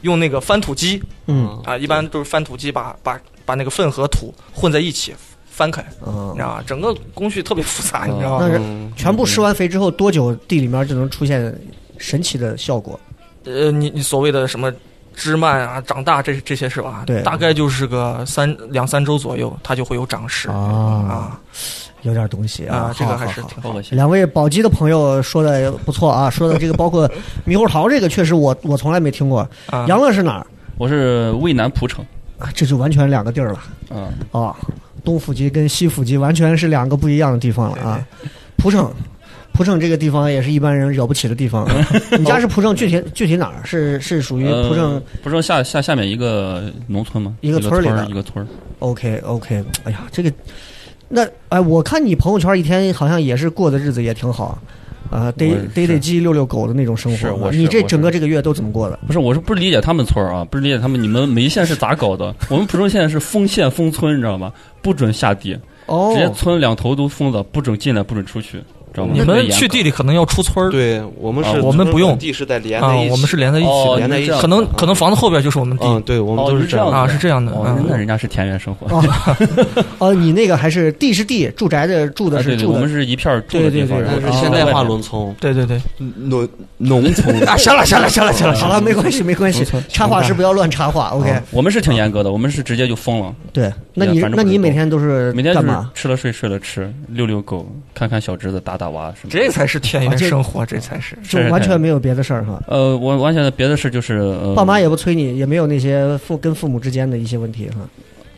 [SPEAKER 8] 用那个翻土机
[SPEAKER 9] 嗯
[SPEAKER 8] 啊，一般都是翻土机把把把那个粪和土混在一起翻开，
[SPEAKER 9] 啊
[SPEAKER 8] 你知，道吗？整个工序特别复杂，你知道
[SPEAKER 9] 那
[SPEAKER 8] 吗？
[SPEAKER 9] 是
[SPEAKER 4] 嗯
[SPEAKER 9] 全部施完肥之后多久地里面就能出现神奇的效果？
[SPEAKER 8] 呃，你你所谓的什么？枝蔓啊，长大这这些是吧？
[SPEAKER 9] 对
[SPEAKER 8] 大概就是个三两三周左右，它就会有长势
[SPEAKER 9] 啊，
[SPEAKER 8] 啊
[SPEAKER 9] 有点东西
[SPEAKER 8] 啊！这个
[SPEAKER 9] 好
[SPEAKER 8] 还
[SPEAKER 9] 好
[SPEAKER 8] 是
[SPEAKER 9] 好
[SPEAKER 8] 挺
[SPEAKER 5] 好恶心，
[SPEAKER 9] 两位宝鸡的朋友说的不错 啊，说的这个包括猕猴桃这个，确实我我从来没听过。
[SPEAKER 8] 啊。
[SPEAKER 9] 杨乐是哪儿？
[SPEAKER 5] 我是渭南蒲城，
[SPEAKER 9] 啊这就完全两个地儿了
[SPEAKER 5] 嗯，
[SPEAKER 9] 啊！东府级跟西府级完全是两个不一样的地方了啊！蒲城，蒲城这个地方也是一般人惹不起的地 方啊。你家是蒲城具体具体哪儿？是是属于蒲
[SPEAKER 5] 哦
[SPEAKER 9] 城
[SPEAKER 5] 呃蒲城下下下面一个农村吗？
[SPEAKER 9] 一
[SPEAKER 5] 一
[SPEAKER 9] 个村儿
[SPEAKER 5] 村
[SPEAKER 9] 里
[SPEAKER 5] 儿
[SPEAKER 9] 的
[SPEAKER 5] 一个村儿，
[SPEAKER 9] ？OK OK，哎呀，这个那哎，我看你朋友圈一天好像也是过的日子也挺好啊。啊，逮
[SPEAKER 5] 我是
[SPEAKER 9] 逮逮鸡、遛遛狗的那种生活
[SPEAKER 5] 是
[SPEAKER 9] 啊，
[SPEAKER 5] 我是
[SPEAKER 9] 你这
[SPEAKER 5] 我是
[SPEAKER 9] 整个这个月都怎么过的？
[SPEAKER 5] 不是，我是不理解他们村儿啊，不是理解他们你们眉县是咋搞的？我们蒲城县是封县封村，你知道吗？不准下地，
[SPEAKER 9] 哦，
[SPEAKER 5] 直接村两头都封了，不准进来，不准出去，知道吗？
[SPEAKER 8] 你
[SPEAKER 5] 特别
[SPEAKER 8] 们
[SPEAKER 5] 严
[SPEAKER 8] 去
[SPEAKER 5] 格
[SPEAKER 8] 地里可能要出村儿，
[SPEAKER 4] 对我们是
[SPEAKER 8] 啊我们不用
[SPEAKER 4] 村和地是在连
[SPEAKER 8] 啊
[SPEAKER 4] 在一起，，
[SPEAKER 8] 我们是连在一起
[SPEAKER 5] 哦
[SPEAKER 8] 的，
[SPEAKER 4] 连在一
[SPEAKER 5] 你是这样
[SPEAKER 4] 起，
[SPEAKER 8] 可能可能房子后边就是我们地
[SPEAKER 4] 嗯，对，我们
[SPEAKER 5] 哦
[SPEAKER 4] 都
[SPEAKER 5] 你
[SPEAKER 4] 是
[SPEAKER 5] 是
[SPEAKER 4] 这
[SPEAKER 5] 这样
[SPEAKER 4] 样
[SPEAKER 8] 啊，是这样的，
[SPEAKER 5] 哦，那
[SPEAKER 8] 嗯
[SPEAKER 5] 人家是田园生活。
[SPEAKER 9] 哦，哦，你那个还是地是地，住宅的住的
[SPEAKER 5] 啊，
[SPEAKER 9] 是
[SPEAKER 5] 对对，
[SPEAKER 9] 住
[SPEAKER 5] 我
[SPEAKER 9] 的
[SPEAKER 5] 们是一片儿住的
[SPEAKER 9] 对对
[SPEAKER 5] 地方，
[SPEAKER 9] 对
[SPEAKER 5] 然后
[SPEAKER 9] 对
[SPEAKER 4] 但是嗯
[SPEAKER 9] 啊
[SPEAKER 4] 现代
[SPEAKER 5] 外
[SPEAKER 4] 化
[SPEAKER 5] 面
[SPEAKER 4] 农村，
[SPEAKER 8] 对对对，
[SPEAKER 4] 农农村
[SPEAKER 8] 啊，行了行了行了行了，
[SPEAKER 9] 好了，没关系，没关系。插话师不要乱插话，OK？
[SPEAKER 5] 啊我们是挺严格的，我们是直接就封了，
[SPEAKER 9] 对，那你
[SPEAKER 5] 也反正
[SPEAKER 9] 那你
[SPEAKER 5] 不
[SPEAKER 9] 每天都是
[SPEAKER 5] 每天就
[SPEAKER 9] 干
[SPEAKER 5] 是
[SPEAKER 9] 嘛？
[SPEAKER 5] 吃了睡，睡了吃，遛遛狗，看看小侄子，打打娃什么的。
[SPEAKER 8] 这才是田园生活，啊这才是
[SPEAKER 9] 就
[SPEAKER 5] 晒晒
[SPEAKER 9] 完
[SPEAKER 5] 太
[SPEAKER 9] 全
[SPEAKER 5] 阳
[SPEAKER 9] 没有别的事儿哈。
[SPEAKER 5] 呃，我完全的别的事就是，呃、
[SPEAKER 9] 爸妈也不催你，也没有那些父跟父母之间的一些问题哈。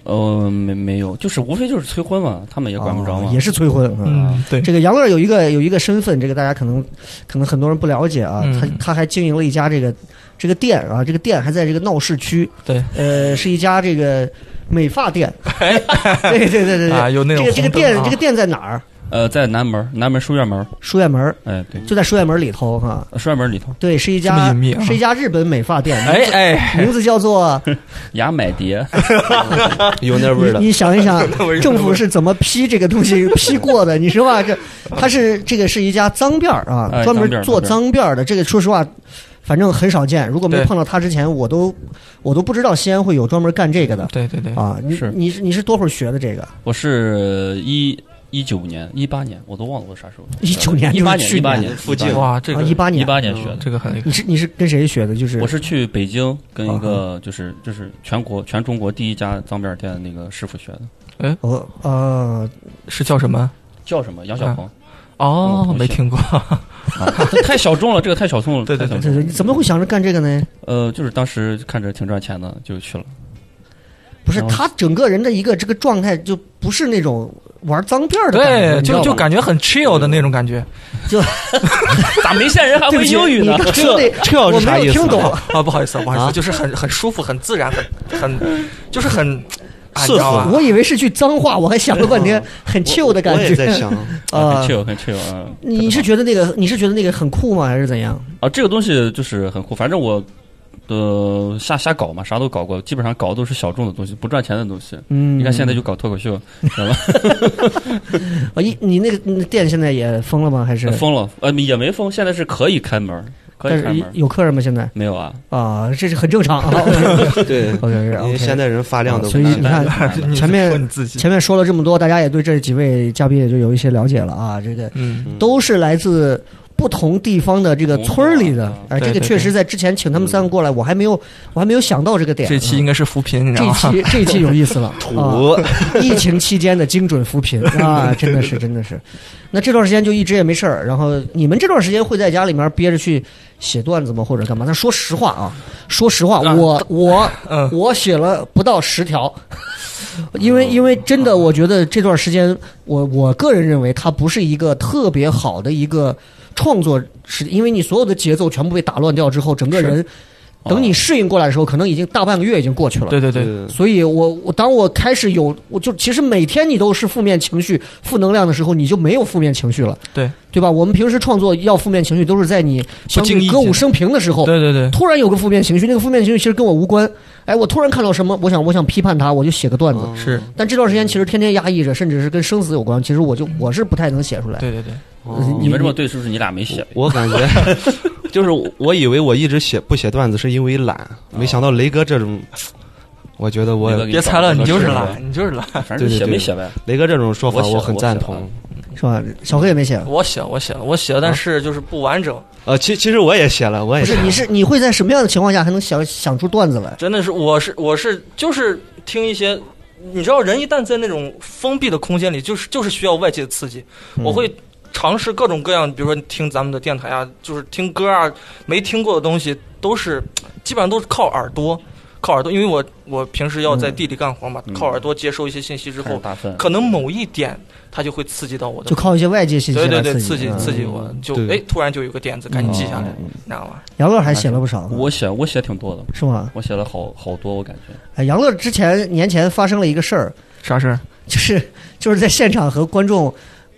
[SPEAKER 5] 呃没没有，就是无非就是催婚嘛，他们也管不着嘛。
[SPEAKER 9] 哦也是催婚。嗯
[SPEAKER 8] 嗯对
[SPEAKER 9] 这个杨乐有一个有一个身份，这个大家可能可能很多人不了解啊，
[SPEAKER 8] 嗯
[SPEAKER 9] 他他还经营了一家这个这个店啊，这个店还在这个闹市区，
[SPEAKER 8] 对，
[SPEAKER 9] 呃，是一家这个美发店，
[SPEAKER 5] 哎
[SPEAKER 9] 对对对对对，
[SPEAKER 8] 啊，有那
[SPEAKER 9] 呃这
[SPEAKER 8] 种
[SPEAKER 9] 个这个店
[SPEAKER 8] 红灯啊
[SPEAKER 9] 这个店在哪儿？
[SPEAKER 5] 呃，在南门，南门书院门，
[SPEAKER 9] 书院门儿，
[SPEAKER 5] 哎，对，呃
[SPEAKER 9] 就在书院门儿里头哈。
[SPEAKER 5] 书院门里头，
[SPEAKER 9] 对，是一
[SPEAKER 8] 这么
[SPEAKER 9] 家
[SPEAKER 8] 隐秘啊
[SPEAKER 9] 是一家日本美发店，
[SPEAKER 8] 哎哎，
[SPEAKER 9] 名字叫 做
[SPEAKER 5] 牙买碟，
[SPEAKER 4] 有那味儿
[SPEAKER 9] 你
[SPEAKER 4] 了。
[SPEAKER 9] 你想一 想
[SPEAKER 8] 味儿，
[SPEAKER 9] 政府是怎么批这个东 西批过的？你说吧，这它是这个是一家脏辫儿啊，
[SPEAKER 5] 哎
[SPEAKER 9] 专门
[SPEAKER 5] 脏辫儿
[SPEAKER 9] 做
[SPEAKER 5] 脏
[SPEAKER 9] 脏辫儿的。这个说实话，反正很少见。如果没
[SPEAKER 8] 对
[SPEAKER 9] 碰到他之前，我都我都不知道西安会有专门干这个的
[SPEAKER 8] 哎对对对，
[SPEAKER 9] 啊。你
[SPEAKER 5] 是
[SPEAKER 9] 你是你是多会儿学的这个？
[SPEAKER 5] 我是一一九年、一八年，我都忘了我啥时候。
[SPEAKER 9] 19年
[SPEAKER 5] 一
[SPEAKER 9] 就
[SPEAKER 5] 八
[SPEAKER 9] 是
[SPEAKER 5] 年，
[SPEAKER 9] 去
[SPEAKER 5] 一八
[SPEAKER 9] 年
[SPEAKER 5] 年
[SPEAKER 4] 附近
[SPEAKER 8] 哇，这
[SPEAKER 9] 啊，
[SPEAKER 8] 个
[SPEAKER 9] 一八
[SPEAKER 5] 一
[SPEAKER 9] 年，
[SPEAKER 5] 八年学的。
[SPEAKER 8] 这个很厉害
[SPEAKER 9] 你是你是跟谁学的？就是啊
[SPEAKER 5] 我是去北京跟一个就是就是全国全中国第一家脏辫儿店的那个师傅学的，
[SPEAKER 9] 我呃，
[SPEAKER 8] 是叫什么？
[SPEAKER 5] 叫什么杨小鹏，嗯
[SPEAKER 8] 哦
[SPEAKER 5] 同，
[SPEAKER 8] 没
[SPEAKER 5] 性
[SPEAKER 8] 听过，
[SPEAKER 5] 这啊 太小众了，这个太小众了，
[SPEAKER 8] 对对
[SPEAKER 5] 太小
[SPEAKER 9] 这
[SPEAKER 5] 众了
[SPEAKER 9] 这你怎么会想着干这个呢？
[SPEAKER 5] 呃，就是当时看着挺赚钱的，就去了。
[SPEAKER 9] 不是
[SPEAKER 5] 然后
[SPEAKER 9] 他整个人的一个这个状态，就不是那种玩脏辫儿的感觉，
[SPEAKER 8] 对，
[SPEAKER 9] 你知道吗
[SPEAKER 8] 就就感觉很 chill 的那种感觉
[SPEAKER 5] 咋没见人还
[SPEAKER 9] 对
[SPEAKER 5] 会
[SPEAKER 9] 不起
[SPEAKER 5] 英语呢？
[SPEAKER 9] 你 听
[SPEAKER 4] 这
[SPEAKER 9] 得
[SPEAKER 4] 这
[SPEAKER 9] 我
[SPEAKER 4] 是啥
[SPEAKER 9] 没
[SPEAKER 4] 意
[SPEAKER 9] 有
[SPEAKER 4] 思
[SPEAKER 9] 听？懂，
[SPEAKER 8] 啊！不好意思，不好意
[SPEAKER 4] 啊
[SPEAKER 8] 思，就是很很舒服，很自然，很很就 是很，啊你
[SPEAKER 4] 是
[SPEAKER 8] 知道吧？
[SPEAKER 9] 我以为是句脏话，我还想了半天，很 chill 的感
[SPEAKER 4] 我
[SPEAKER 9] 觉。
[SPEAKER 4] 也在 想，
[SPEAKER 5] 啊，
[SPEAKER 9] 啊
[SPEAKER 5] 很 chill，很 chill 啊。
[SPEAKER 9] 你是觉得那个你是觉得那个很酷吗？还是怎样？
[SPEAKER 5] 啊，这个东西就是很酷，反正我。呃，瞎瞎搞嘛，啥都搞过，基本上搞的都是小众的东西，不赚钱的东西。
[SPEAKER 9] 嗯，
[SPEAKER 5] 你看现在就搞脱口 秀，
[SPEAKER 9] 啊，一你那个那店现在也封了吗？还是
[SPEAKER 5] 呃封了，呃，也没封，现在是可以开门儿，可
[SPEAKER 9] 但
[SPEAKER 5] 以开门
[SPEAKER 9] 是
[SPEAKER 5] 儿。
[SPEAKER 9] 有客人吗？现在
[SPEAKER 5] 没有啊，
[SPEAKER 9] 啊，这是很正常啊。OK
[SPEAKER 4] 对，
[SPEAKER 9] OK
[SPEAKER 4] 因为
[SPEAKER 9] 啊 OK，
[SPEAKER 4] 现在人发量都
[SPEAKER 9] 所以你看
[SPEAKER 8] 啊你
[SPEAKER 9] 前面
[SPEAKER 8] 说你自己，
[SPEAKER 9] 前面说了这么多，大家也对这几位嘉宾也就有一些了解了啊。这个
[SPEAKER 8] 嗯，
[SPEAKER 9] 都是来自不同地方的这个村儿里的
[SPEAKER 5] 嗯，
[SPEAKER 9] 哎，
[SPEAKER 8] 啊对
[SPEAKER 9] 这个
[SPEAKER 8] 对嗯
[SPEAKER 9] 确实在之前请他们三个过来，我还没有我还没有想到这个点。啊
[SPEAKER 8] 这期应该是啊扶贫，你知道
[SPEAKER 9] 这
[SPEAKER 8] 吗？
[SPEAKER 9] 期这期有意思了，啊
[SPEAKER 4] 土
[SPEAKER 9] 疫情期间的精准扶 贫啊，真的是真的是。那这段时间就一直也没事儿，然后你们这段时间会在家里面憋着去写段子吗，或者干嘛？但说实话啊，说实话，
[SPEAKER 8] 啊
[SPEAKER 9] 我我
[SPEAKER 8] 嗯哦
[SPEAKER 9] 我写了不到十条，因为因为真的，我觉得这段时间，我我个人认为它不是一个特别好的一个创作时，因为你所有的节奏全部被打乱掉之后，整个人等你适应过来的时候，可能已经大半个月已经过去了。
[SPEAKER 8] 对对
[SPEAKER 4] 对
[SPEAKER 8] 对，
[SPEAKER 9] 所以我我当我开始有，我就其实每天你都是负面情绪、负能量的时候，你就没有负面情绪了，
[SPEAKER 8] 对
[SPEAKER 9] 对吧？我们平时创作要负面情绪，都是在你相
[SPEAKER 8] 经
[SPEAKER 9] 对
[SPEAKER 8] 意间
[SPEAKER 9] 歌舞升平的时候，
[SPEAKER 8] 对对对，
[SPEAKER 9] 突然有个负面情绪，那个负面情绪其实跟我无关。哎，我突然看到什么，我想我想批判他，我就写个段子。
[SPEAKER 8] 是，
[SPEAKER 9] 但这段时间其实天天压抑着，甚至是跟生死有关，其实我就我是不太能写出来。
[SPEAKER 8] 对对对，
[SPEAKER 9] 嗯
[SPEAKER 5] 你们这么对是不是你俩没写？
[SPEAKER 4] 我感觉就是我以为我一直写不写段子是因为懒，没想到雷哥这种，我觉得我
[SPEAKER 5] 雷哥
[SPEAKER 8] 别猜了，你就是
[SPEAKER 5] 了，
[SPEAKER 8] 懒，你就是懒。
[SPEAKER 5] 反正你写没写呗？
[SPEAKER 4] 雷哥这种说法
[SPEAKER 5] 我写
[SPEAKER 4] 很赞
[SPEAKER 5] 我写
[SPEAKER 4] 同。
[SPEAKER 8] 嗯
[SPEAKER 9] 是吧？小黑也没写，
[SPEAKER 8] 我写我写了我写了，
[SPEAKER 9] 啊
[SPEAKER 8] 但是就是不完整，
[SPEAKER 4] 呃，其其实我也写了，我也
[SPEAKER 9] 不
[SPEAKER 4] 写
[SPEAKER 9] 是
[SPEAKER 4] 了
[SPEAKER 9] 你是你会在什么样的情况下还能想想出段子来？
[SPEAKER 8] 真的是我是我是就是听一些。你知道，人一旦在那种封闭的空间里，就是就是需要外界的刺激。我会尝试各种各样，比如说听咱们的电台啊，就是听歌啊，没听过的东西都是基本上都是靠耳朵，靠耳朵，因为我我平时要在地里干活嘛，
[SPEAKER 5] 嗯
[SPEAKER 8] 靠耳朵接收一些信息之
[SPEAKER 5] 开始
[SPEAKER 8] 后，
[SPEAKER 5] 大粪，
[SPEAKER 8] 可能某一点它就会刺激到我的
[SPEAKER 9] 就，靠一些外界信息
[SPEAKER 8] 对对
[SPEAKER 9] 来
[SPEAKER 8] 对，刺
[SPEAKER 9] 激
[SPEAKER 8] 激
[SPEAKER 9] 嗯
[SPEAKER 8] 刺激我，就
[SPEAKER 4] 对
[SPEAKER 8] 哎突然就有个点子，赶紧记下来，你知道吗？
[SPEAKER 9] 杨乐还写了不少呢，
[SPEAKER 5] 我写我写挺多的，
[SPEAKER 9] 是吗？
[SPEAKER 5] 我写了好好多，我感觉。
[SPEAKER 9] 哎，杨乐之前年前发生了一个事儿，
[SPEAKER 8] 啥事儿？
[SPEAKER 9] 就是就是在现场和观众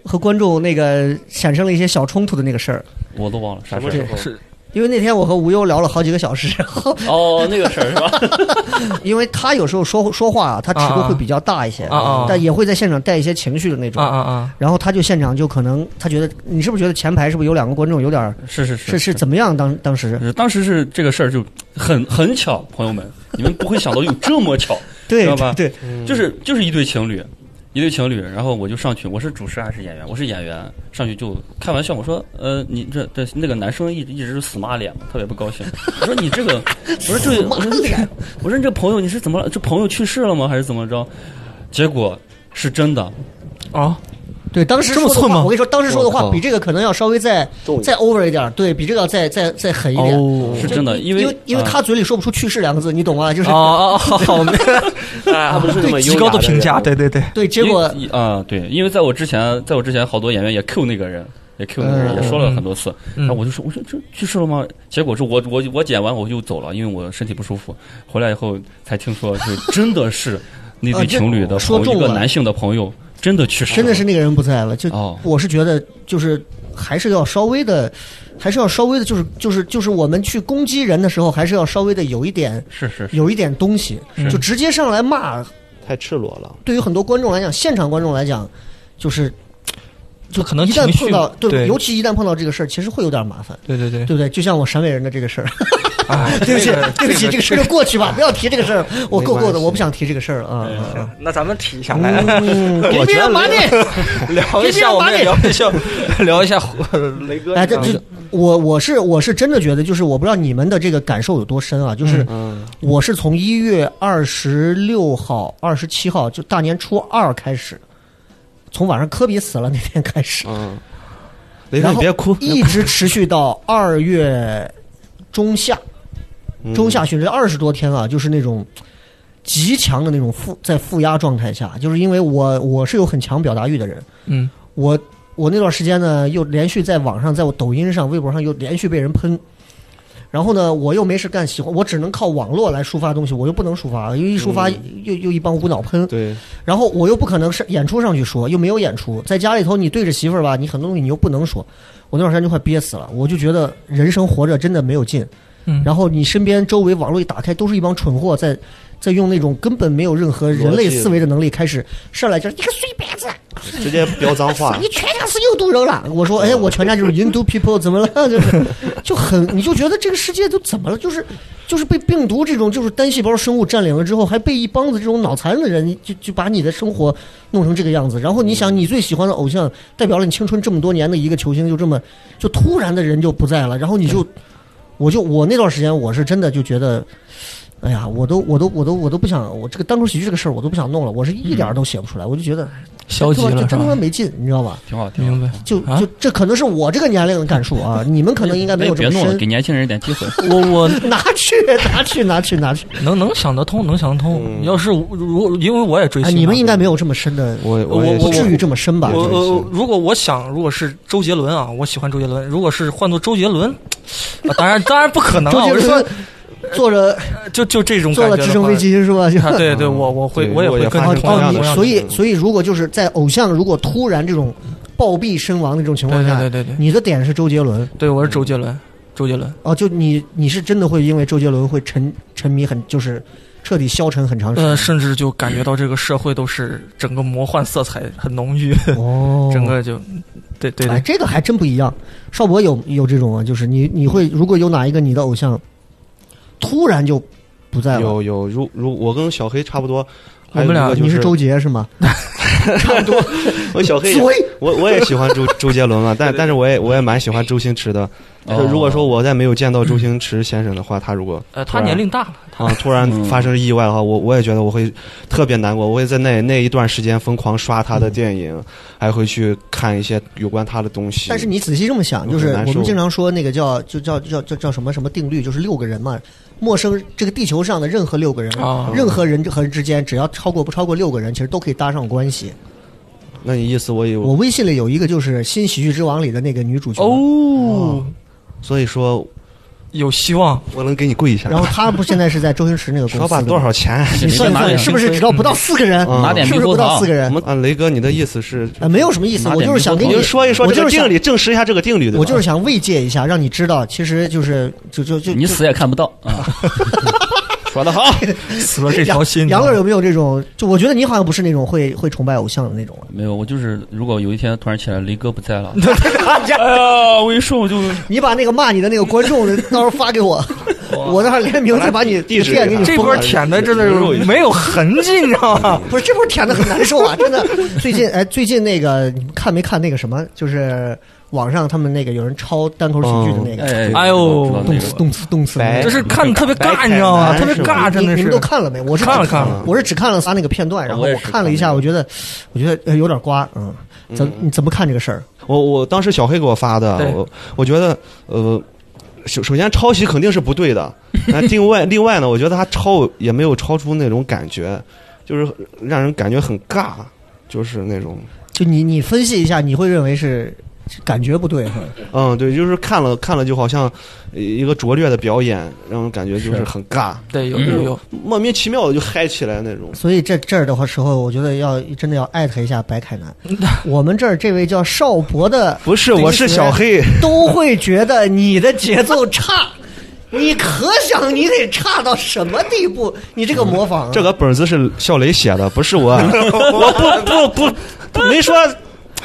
[SPEAKER 9] 和观众那个产生了一些小冲突的那个事儿。
[SPEAKER 5] 我都忘了啥
[SPEAKER 4] 什
[SPEAKER 5] 事
[SPEAKER 4] 么时
[SPEAKER 5] 儿。
[SPEAKER 4] 候
[SPEAKER 8] 是
[SPEAKER 9] 因为那天我和吴优聊了好几个小时，然 后
[SPEAKER 5] 哦，那个事儿是吧？
[SPEAKER 9] 因为他有时候说说话啊，他尺度会比较大一些，
[SPEAKER 8] 啊啊啊
[SPEAKER 9] 但也会在现场带一些情绪的那种。
[SPEAKER 8] 啊啊啊！
[SPEAKER 9] 然后他就现场就可能他觉得你是不是觉得前排是不是有两个观众有点儿
[SPEAKER 5] 是是
[SPEAKER 9] 是
[SPEAKER 5] 是
[SPEAKER 9] 是怎么样当当时
[SPEAKER 5] 是，当时是这个事儿就很很巧，朋友们，你们不会想到有这么巧，
[SPEAKER 9] 对
[SPEAKER 5] 知道吧
[SPEAKER 9] 对
[SPEAKER 5] 就是就是一对情侣，一对情侣，然后我就上去，我是主持还是演员？我是演员，上去就开玩笑，我说，呃，你这这那个男生一直一直是死骂脸嘛，特别不高兴。我说你这个，我说这，我说这，我说你这朋友你是怎么了？这朋友去世了吗？还是怎么着？结果是真的，
[SPEAKER 8] 哦，
[SPEAKER 9] 对当时说的
[SPEAKER 8] 这么寸
[SPEAKER 9] 话，
[SPEAKER 8] 吗
[SPEAKER 9] 我跟你说当时说的
[SPEAKER 4] 我
[SPEAKER 9] 话
[SPEAKER 4] 靠
[SPEAKER 9] 比这个可能要稍微再再 over 一点嗯儿，对比这个要再再再狠一点。
[SPEAKER 8] 哦
[SPEAKER 5] 是真的，
[SPEAKER 9] 因
[SPEAKER 5] 为
[SPEAKER 9] 因为他嘴里说不出“去世”两个字，你懂啊吗？就是
[SPEAKER 8] 哦哦哦，他
[SPEAKER 4] 不是那么
[SPEAKER 8] 极
[SPEAKER 4] 优
[SPEAKER 8] 高
[SPEAKER 4] 雅
[SPEAKER 8] 的
[SPEAKER 4] 的
[SPEAKER 8] 评价，
[SPEAKER 4] 人
[SPEAKER 8] 对对对，
[SPEAKER 9] 对，结果
[SPEAKER 5] 因为啊，对，因为在我之前，在我之前好多演员也 Q 那个人。也 Q 那个人
[SPEAKER 9] 嗯
[SPEAKER 5] 也说了很多次，
[SPEAKER 8] 嗯
[SPEAKER 5] 然后我就说，我说这去世了吗？结果是我我我剪完我就走了，因为我身体不舒服。回来以后才听说，就 真的是那对情侣的
[SPEAKER 9] 啊说
[SPEAKER 5] 朋友，一
[SPEAKER 9] 中
[SPEAKER 5] 个
[SPEAKER 9] 了
[SPEAKER 5] 男性的朋友真的去世了，
[SPEAKER 9] 真的是那个人不在了，就
[SPEAKER 5] 哦
[SPEAKER 9] 我是觉得就是还是要稍微的，还是要稍微的，就是就是就是我们去攻击人的时候，还是要稍微的有一点
[SPEAKER 5] 是是是
[SPEAKER 9] 有一点东西，就直接上来骂，
[SPEAKER 4] 太赤裸了。
[SPEAKER 9] 对于很多观众来讲，现场观众来讲，就是
[SPEAKER 8] 就可能
[SPEAKER 9] 一旦
[SPEAKER 8] 情绪
[SPEAKER 9] 碰到
[SPEAKER 8] 对，
[SPEAKER 9] 尤其一旦碰到这个事儿，其实会有点麻烦。
[SPEAKER 8] 对对对
[SPEAKER 9] 对不对？就像我陕北人的这个事儿，
[SPEAKER 8] 哎
[SPEAKER 9] 对不起
[SPEAKER 8] 这个，
[SPEAKER 9] 对不起，这个事儿就过去吧，不要提这个事儿。我够
[SPEAKER 4] 没关系
[SPEAKER 9] 够的，我不想提这个事儿啊。啊啊
[SPEAKER 8] 那咱们提一下来，我
[SPEAKER 9] 给别
[SPEAKER 8] 觉
[SPEAKER 9] 人
[SPEAKER 8] 得
[SPEAKER 9] 麻
[SPEAKER 8] 聊
[SPEAKER 9] 痹。
[SPEAKER 8] 聊一下，我们也聊一下，聊一下呃雷哥。
[SPEAKER 9] 哎，这这，我我是我是真的觉得，就是我不知道你们的这个感受有多深啊。就是我是从一月二十六号、二十七号，就大年初二开始，从晚上科比死了那天开始，
[SPEAKER 4] 嗯，雷哥
[SPEAKER 9] 然
[SPEAKER 4] 你
[SPEAKER 9] 后
[SPEAKER 4] 别哭，
[SPEAKER 9] 一直持续到二月中下。
[SPEAKER 4] 嗯
[SPEAKER 9] 中下旬这二十多天啊，就是那种极强的那种负在负压状态下，就是因为我我是有很强表达欲的人，
[SPEAKER 8] 嗯，
[SPEAKER 9] 我我那段时间呢又连续在网上，在我抖音上、微博上又连续被人喷，然后呢我又没事干，喜欢我只能靠网络来抒发东西，我又不能抒发，因为一抒发、又又一帮无脑喷，
[SPEAKER 4] 对，
[SPEAKER 9] 然后我又不可能是演出上去说，又没有演出，在家里头你对着媳妇儿吧，你很多东西你又不能说，我那段时间就快憋死了，我就觉得人生活着真的没有劲。
[SPEAKER 8] 嗯
[SPEAKER 9] 然后你身边周围网络一打开，都是一帮蠢货在在用那种根本没有任何人类思维的能力开始上来就是你个碎崽子，
[SPEAKER 4] 直接飙脏
[SPEAKER 8] 啊
[SPEAKER 4] 话
[SPEAKER 9] 你，全家是印度人了。我
[SPEAKER 8] 哦
[SPEAKER 9] 说哎，我全家就是印度 people，怎么了？ 就是就很你就觉得这个世界都怎么了？就是就是被病毒这种就是单细胞生物占领了之后，还被一帮子这种脑残的人就就把你的生活弄成这个样子。然后你
[SPEAKER 8] 嗯
[SPEAKER 9] 想，你最喜欢的偶像代表了你青春这么多年的一个球星，就这么就突然的人就不在了，然后你就。我就我那段时间，我是真的就觉得，哎呀，我都我都我都我都不想，我这个单口喜剧这个事儿我都不想弄了，我是一点儿都写不出来，我就觉得
[SPEAKER 8] 嗯消极
[SPEAKER 9] 这他妈
[SPEAKER 8] 了
[SPEAKER 9] 这
[SPEAKER 8] 是
[SPEAKER 9] 真他妈
[SPEAKER 8] 吧？
[SPEAKER 9] 没劲，你知道吧？
[SPEAKER 5] 挺好，挺好。
[SPEAKER 8] 明白。
[SPEAKER 9] 就
[SPEAKER 8] 啊
[SPEAKER 9] 就这可能是我这个年龄的感触啊，你们可能应该没有这
[SPEAKER 5] 哎
[SPEAKER 8] 哎
[SPEAKER 5] 别
[SPEAKER 9] 么
[SPEAKER 5] 弄了，给
[SPEAKER 9] 深。
[SPEAKER 5] 年轻人一点机 会。
[SPEAKER 8] 我我
[SPEAKER 9] 拿去拿去拿去拿去！
[SPEAKER 8] 能能想得通，能想得通。
[SPEAKER 4] 嗯
[SPEAKER 8] 要是我如因为我也追
[SPEAKER 9] 哎，
[SPEAKER 8] 星嘛，
[SPEAKER 9] 你们应该没有这么深的，
[SPEAKER 4] 我
[SPEAKER 8] 啊我
[SPEAKER 4] 也
[SPEAKER 8] 我
[SPEAKER 9] 不
[SPEAKER 4] 是
[SPEAKER 9] 至于这么深吧？
[SPEAKER 8] 我
[SPEAKER 4] 追
[SPEAKER 8] 我
[SPEAKER 4] 星
[SPEAKER 8] 如果我想，如果是周杰伦啊，我喜欢周杰伦。如果是换做周杰伦，啊当然当然不可能
[SPEAKER 9] 周
[SPEAKER 8] 啊！
[SPEAKER 9] 杰
[SPEAKER 8] 我是
[SPEAKER 9] 伦
[SPEAKER 8] 说，呃
[SPEAKER 9] 坐着
[SPEAKER 8] 就就这种
[SPEAKER 9] 坐
[SPEAKER 8] 感
[SPEAKER 9] 了
[SPEAKER 8] 觉的
[SPEAKER 9] 直升
[SPEAKER 8] 话
[SPEAKER 9] 飞机是吧？就
[SPEAKER 8] 啊，对对，我我会
[SPEAKER 4] 对
[SPEAKER 8] 我也
[SPEAKER 4] 我
[SPEAKER 8] 会
[SPEAKER 4] 也
[SPEAKER 8] 跟
[SPEAKER 4] 发
[SPEAKER 8] 他
[SPEAKER 4] 现
[SPEAKER 8] 同
[SPEAKER 4] 同样
[SPEAKER 8] 样的嗯
[SPEAKER 4] 的
[SPEAKER 9] 你
[SPEAKER 4] 事，
[SPEAKER 9] 所以所以如果就是在偶像如果突然这种暴毙身亡的这种情
[SPEAKER 8] 对
[SPEAKER 9] 况
[SPEAKER 8] 对
[SPEAKER 9] 下，
[SPEAKER 8] 对对对，
[SPEAKER 9] 你的点是周杰伦
[SPEAKER 8] 对我是周杰伦，周杰伦。
[SPEAKER 9] 哦，就你你是真的会因为周杰伦会沉沉迷很，就是彻底消沉很长时
[SPEAKER 8] 呃，
[SPEAKER 9] 间。
[SPEAKER 8] 甚至就感觉到这个社会都是整个魔幻色彩很浓郁，
[SPEAKER 9] 哦，
[SPEAKER 8] 呃整个就，对对
[SPEAKER 9] 哎，
[SPEAKER 8] 对，
[SPEAKER 9] 这个还真不一样。邵博有有这种啊，就是你你会如果有哪一个你的偶像突然就不在了，
[SPEAKER 4] 有有，如如我跟小黑差不多，还
[SPEAKER 8] 我们
[SPEAKER 4] 有一
[SPEAKER 8] 俩
[SPEAKER 4] 个就
[SPEAKER 9] 你是周杰是 吗？
[SPEAKER 4] 我小黑也，
[SPEAKER 9] 所以
[SPEAKER 4] 我我也喜欢周周杰伦嘛，啊但但是我也我也蛮喜欢周星驰的。就
[SPEAKER 5] 哦
[SPEAKER 4] 如果说我在没有见到周星驰先生的话，他如果
[SPEAKER 8] 呃，他年龄大了，
[SPEAKER 4] 啊突然
[SPEAKER 5] 嗯
[SPEAKER 4] 发生意外的话，我我也觉得我会特别难过，我会在那那一段时间疯狂刷他的电影，还会去看一些有关他的东西。
[SPEAKER 9] 但是你仔细这么想，
[SPEAKER 4] 我
[SPEAKER 9] 就是
[SPEAKER 4] 很难
[SPEAKER 9] 我们
[SPEAKER 4] 受
[SPEAKER 9] 经常说那个叫就叫叫叫叫什么什么定律，就是六个人嘛。陌生这个地球上的任何六个人，
[SPEAKER 8] 啊
[SPEAKER 9] 任何人和人之间，只要超过不超过六个人，其实都可以搭上关系。
[SPEAKER 4] 那你意思我有，
[SPEAKER 9] 我微信里有一个就是《新喜剧之王》里的那个女主角，
[SPEAKER 8] 哦，
[SPEAKER 4] 所以说
[SPEAKER 8] 有希望，
[SPEAKER 4] 我能给你跪一下。
[SPEAKER 9] 然后她不现在是在周星驰那个公司
[SPEAKER 4] 少把
[SPEAKER 9] 的
[SPEAKER 4] 多
[SPEAKER 9] 吗
[SPEAKER 4] 少 钱？
[SPEAKER 9] 你算一
[SPEAKER 5] 拿
[SPEAKER 9] 算，
[SPEAKER 5] 点嗯
[SPEAKER 9] 是不是
[SPEAKER 8] 冰
[SPEAKER 9] 只
[SPEAKER 8] 灰
[SPEAKER 9] 要不到四个人？
[SPEAKER 4] 嗯拿
[SPEAKER 5] 点
[SPEAKER 9] 是不是
[SPEAKER 5] 猕猴
[SPEAKER 9] 不到
[SPEAKER 5] 桃
[SPEAKER 9] 四个
[SPEAKER 4] 我
[SPEAKER 9] 人？
[SPEAKER 4] 们啊，雷哥，你的意思是，
[SPEAKER 9] 呃，没有什么意思，
[SPEAKER 5] 拿
[SPEAKER 9] 我
[SPEAKER 5] 点
[SPEAKER 9] 就是想给
[SPEAKER 5] 冰
[SPEAKER 4] 你
[SPEAKER 5] 灰
[SPEAKER 9] 你
[SPEAKER 4] 就说一说
[SPEAKER 9] 我
[SPEAKER 4] 这
[SPEAKER 9] 就
[SPEAKER 4] 个
[SPEAKER 9] 是想
[SPEAKER 4] 定理，证实一下这个定律，对吧？
[SPEAKER 9] 我就是想慰藉一下，让你知道，其实就是就就就
[SPEAKER 5] 你死也看不到啊！说得好，
[SPEAKER 8] 死了这条心。
[SPEAKER 9] 杨乐有没有这种？就我觉得你好像不是那种会会崇拜偶像的那种了。
[SPEAKER 5] 没有，我就是如果有一天突然起来雷哥不在了，哎呀，我一说我就
[SPEAKER 9] 你把那个骂你的那个观众的，到时候发 给我，我那儿连名再把你
[SPEAKER 4] 地址
[SPEAKER 9] 店给你
[SPEAKER 8] 这
[SPEAKER 9] 封
[SPEAKER 8] 波
[SPEAKER 9] 了。
[SPEAKER 8] 舔的真的是没有痕迹，你知道吗？
[SPEAKER 9] 不是这波舔的很难受啊！真的，最近哎，最近那个你们看没看那个什么？就是网上他们那个有人抄单口喜剧的那个，
[SPEAKER 5] 哎
[SPEAKER 8] 哎呦
[SPEAKER 5] 知道
[SPEAKER 9] 动
[SPEAKER 5] 那
[SPEAKER 9] 词
[SPEAKER 5] 个
[SPEAKER 9] 动词动词，
[SPEAKER 4] 白
[SPEAKER 8] 就是看的特别
[SPEAKER 4] 白
[SPEAKER 8] 尬，
[SPEAKER 4] 凯
[SPEAKER 8] 你知道吗？
[SPEAKER 4] 南
[SPEAKER 8] 特别
[SPEAKER 4] 是吧
[SPEAKER 8] 尬，真的
[SPEAKER 9] 你你
[SPEAKER 8] 是
[SPEAKER 9] 们都。看了没？我是
[SPEAKER 8] 看了看了
[SPEAKER 9] 我是只看了仨那个片段，然后
[SPEAKER 5] 我也
[SPEAKER 9] 我
[SPEAKER 5] 是
[SPEAKER 9] 看了一下，
[SPEAKER 5] 看了
[SPEAKER 9] 我觉得我觉得呃有点瓜，嗯，怎你怎么看这个事儿？
[SPEAKER 4] 我我当时小黑给我发的
[SPEAKER 8] 对，
[SPEAKER 4] 我我觉得呃，首首先抄袭肯定是不对 的，那另外另外呢，我觉得他抄也没有抄出那种感觉，就是让人感觉很尬，就是那种
[SPEAKER 9] 就你你分析一下，你会认为是感觉不对，是吧
[SPEAKER 4] 嗯，对，就是看了看了就好像一个拙劣的表演，让人感觉就是
[SPEAKER 5] 是
[SPEAKER 4] 很尬，嗯
[SPEAKER 8] 对，有有有，
[SPEAKER 4] 莫名其妙的就嗨起来那种。
[SPEAKER 9] 所以这这儿的话时候，我觉得要真的要艾特一下白凯 南。我们这儿这位叫邵博的，
[SPEAKER 4] 不是，
[SPEAKER 9] 对
[SPEAKER 4] 我是小黑，
[SPEAKER 9] 都会觉得你的节奏差，你可想你得差到什么地步？你这个模仿、
[SPEAKER 4] 这个本子是笑雷写的，不是我，我不不不不没说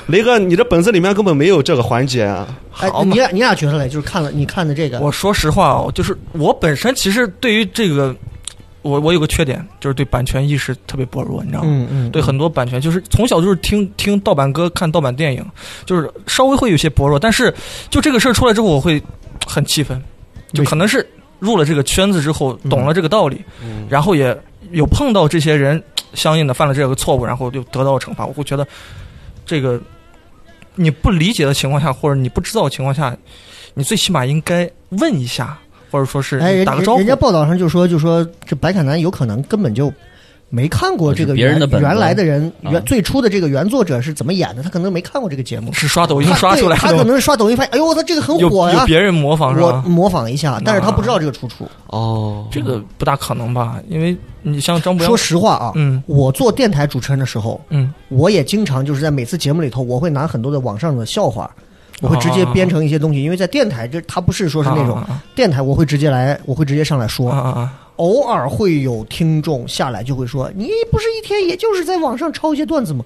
[SPEAKER 4] 雷哥，你这本子里面根本没有这个环节啊！
[SPEAKER 9] 哎
[SPEAKER 8] 好，嘛
[SPEAKER 9] 你俩你俩觉得嘞？就是看了你看的这个，
[SPEAKER 8] 我说实话哦，就是我本身其实对于这个，我我有个缺点，就是对版权意识特别薄弱，你知道吗？
[SPEAKER 9] 嗯嗯，
[SPEAKER 8] 对很多版权，就是从小就是听听盗版歌、看盗版电影，就是稍微会有些薄弱。但是就这个事儿出来之后，我会很气愤，就可能是入了这个圈子之后，
[SPEAKER 9] 嗯
[SPEAKER 8] 懂了这个道理，
[SPEAKER 4] 嗯
[SPEAKER 8] 然后也有碰到这些人相应的犯了这个错误，然后就得到了惩罚。我会觉得这个你不理解的情况下，或者你不知道的情况下，你最起码应该问一下，或者说是
[SPEAKER 9] 哎，人
[SPEAKER 8] 打个招呼。
[SPEAKER 9] 人家报道上就说，就说这白凯南有可能根本就没看
[SPEAKER 8] 哦
[SPEAKER 9] 过这个
[SPEAKER 5] 是别人
[SPEAKER 9] 原
[SPEAKER 5] 的本子
[SPEAKER 9] 原来的人
[SPEAKER 5] 啊
[SPEAKER 9] 原最初的这个原作者是怎么演的，他可能没看过这个节目，
[SPEAKER 8] 是刷抖音
[SPEAKER 9] 他
[SPEAKER 8] 刷出来
[SPEAKER 9] 对他可
[SPEAKER 8] 的吗，
[SPEAKER 9] 能是刷抖音发现，哎呦，我操，这个很
[SPEAKER 8] 有
[SPEAKER 9] 火
[SPEAKER 8] 有
[SPEAKER 9] 呀，
[SPEAKER 8] 别人模仿是
[SPEAKER 9] 我
[SPEAKER 8] 吧？
[SPEAKER 9] 模仿一下，但是他不知道这个出处。
[SPEAKER 4] 哦，
[SPEAKER 8] 这个不大可能吧？因为你像张博
[SPEAKER 9] 说
[SPEAKER 8] 洋，
[SPEAKER 9] 实话啊，
[SPEAKER 8] 嗯
[SPEAKER 9] 我做电台主持人的时候，
[SPEAKER 8] 嗯，
[SPEAKER 9] 我也经常就是在每次节目里头，我会拿很多的网上的笑话。我会直接
[SPEAKER 8] 啊
[SPEAKER 9] 编成一些东西，因为在电台，这他不是说是那种
[SPEAKER 8] 啊
[SPEAKER 9] 电台，我会直接来，我会直接上来说
[SPEAKER 8] 啊。啊
[SPEAKER 9] 偶尔会有听众下来就会说：“你不是一天也就是在网上抄一些段子吗？”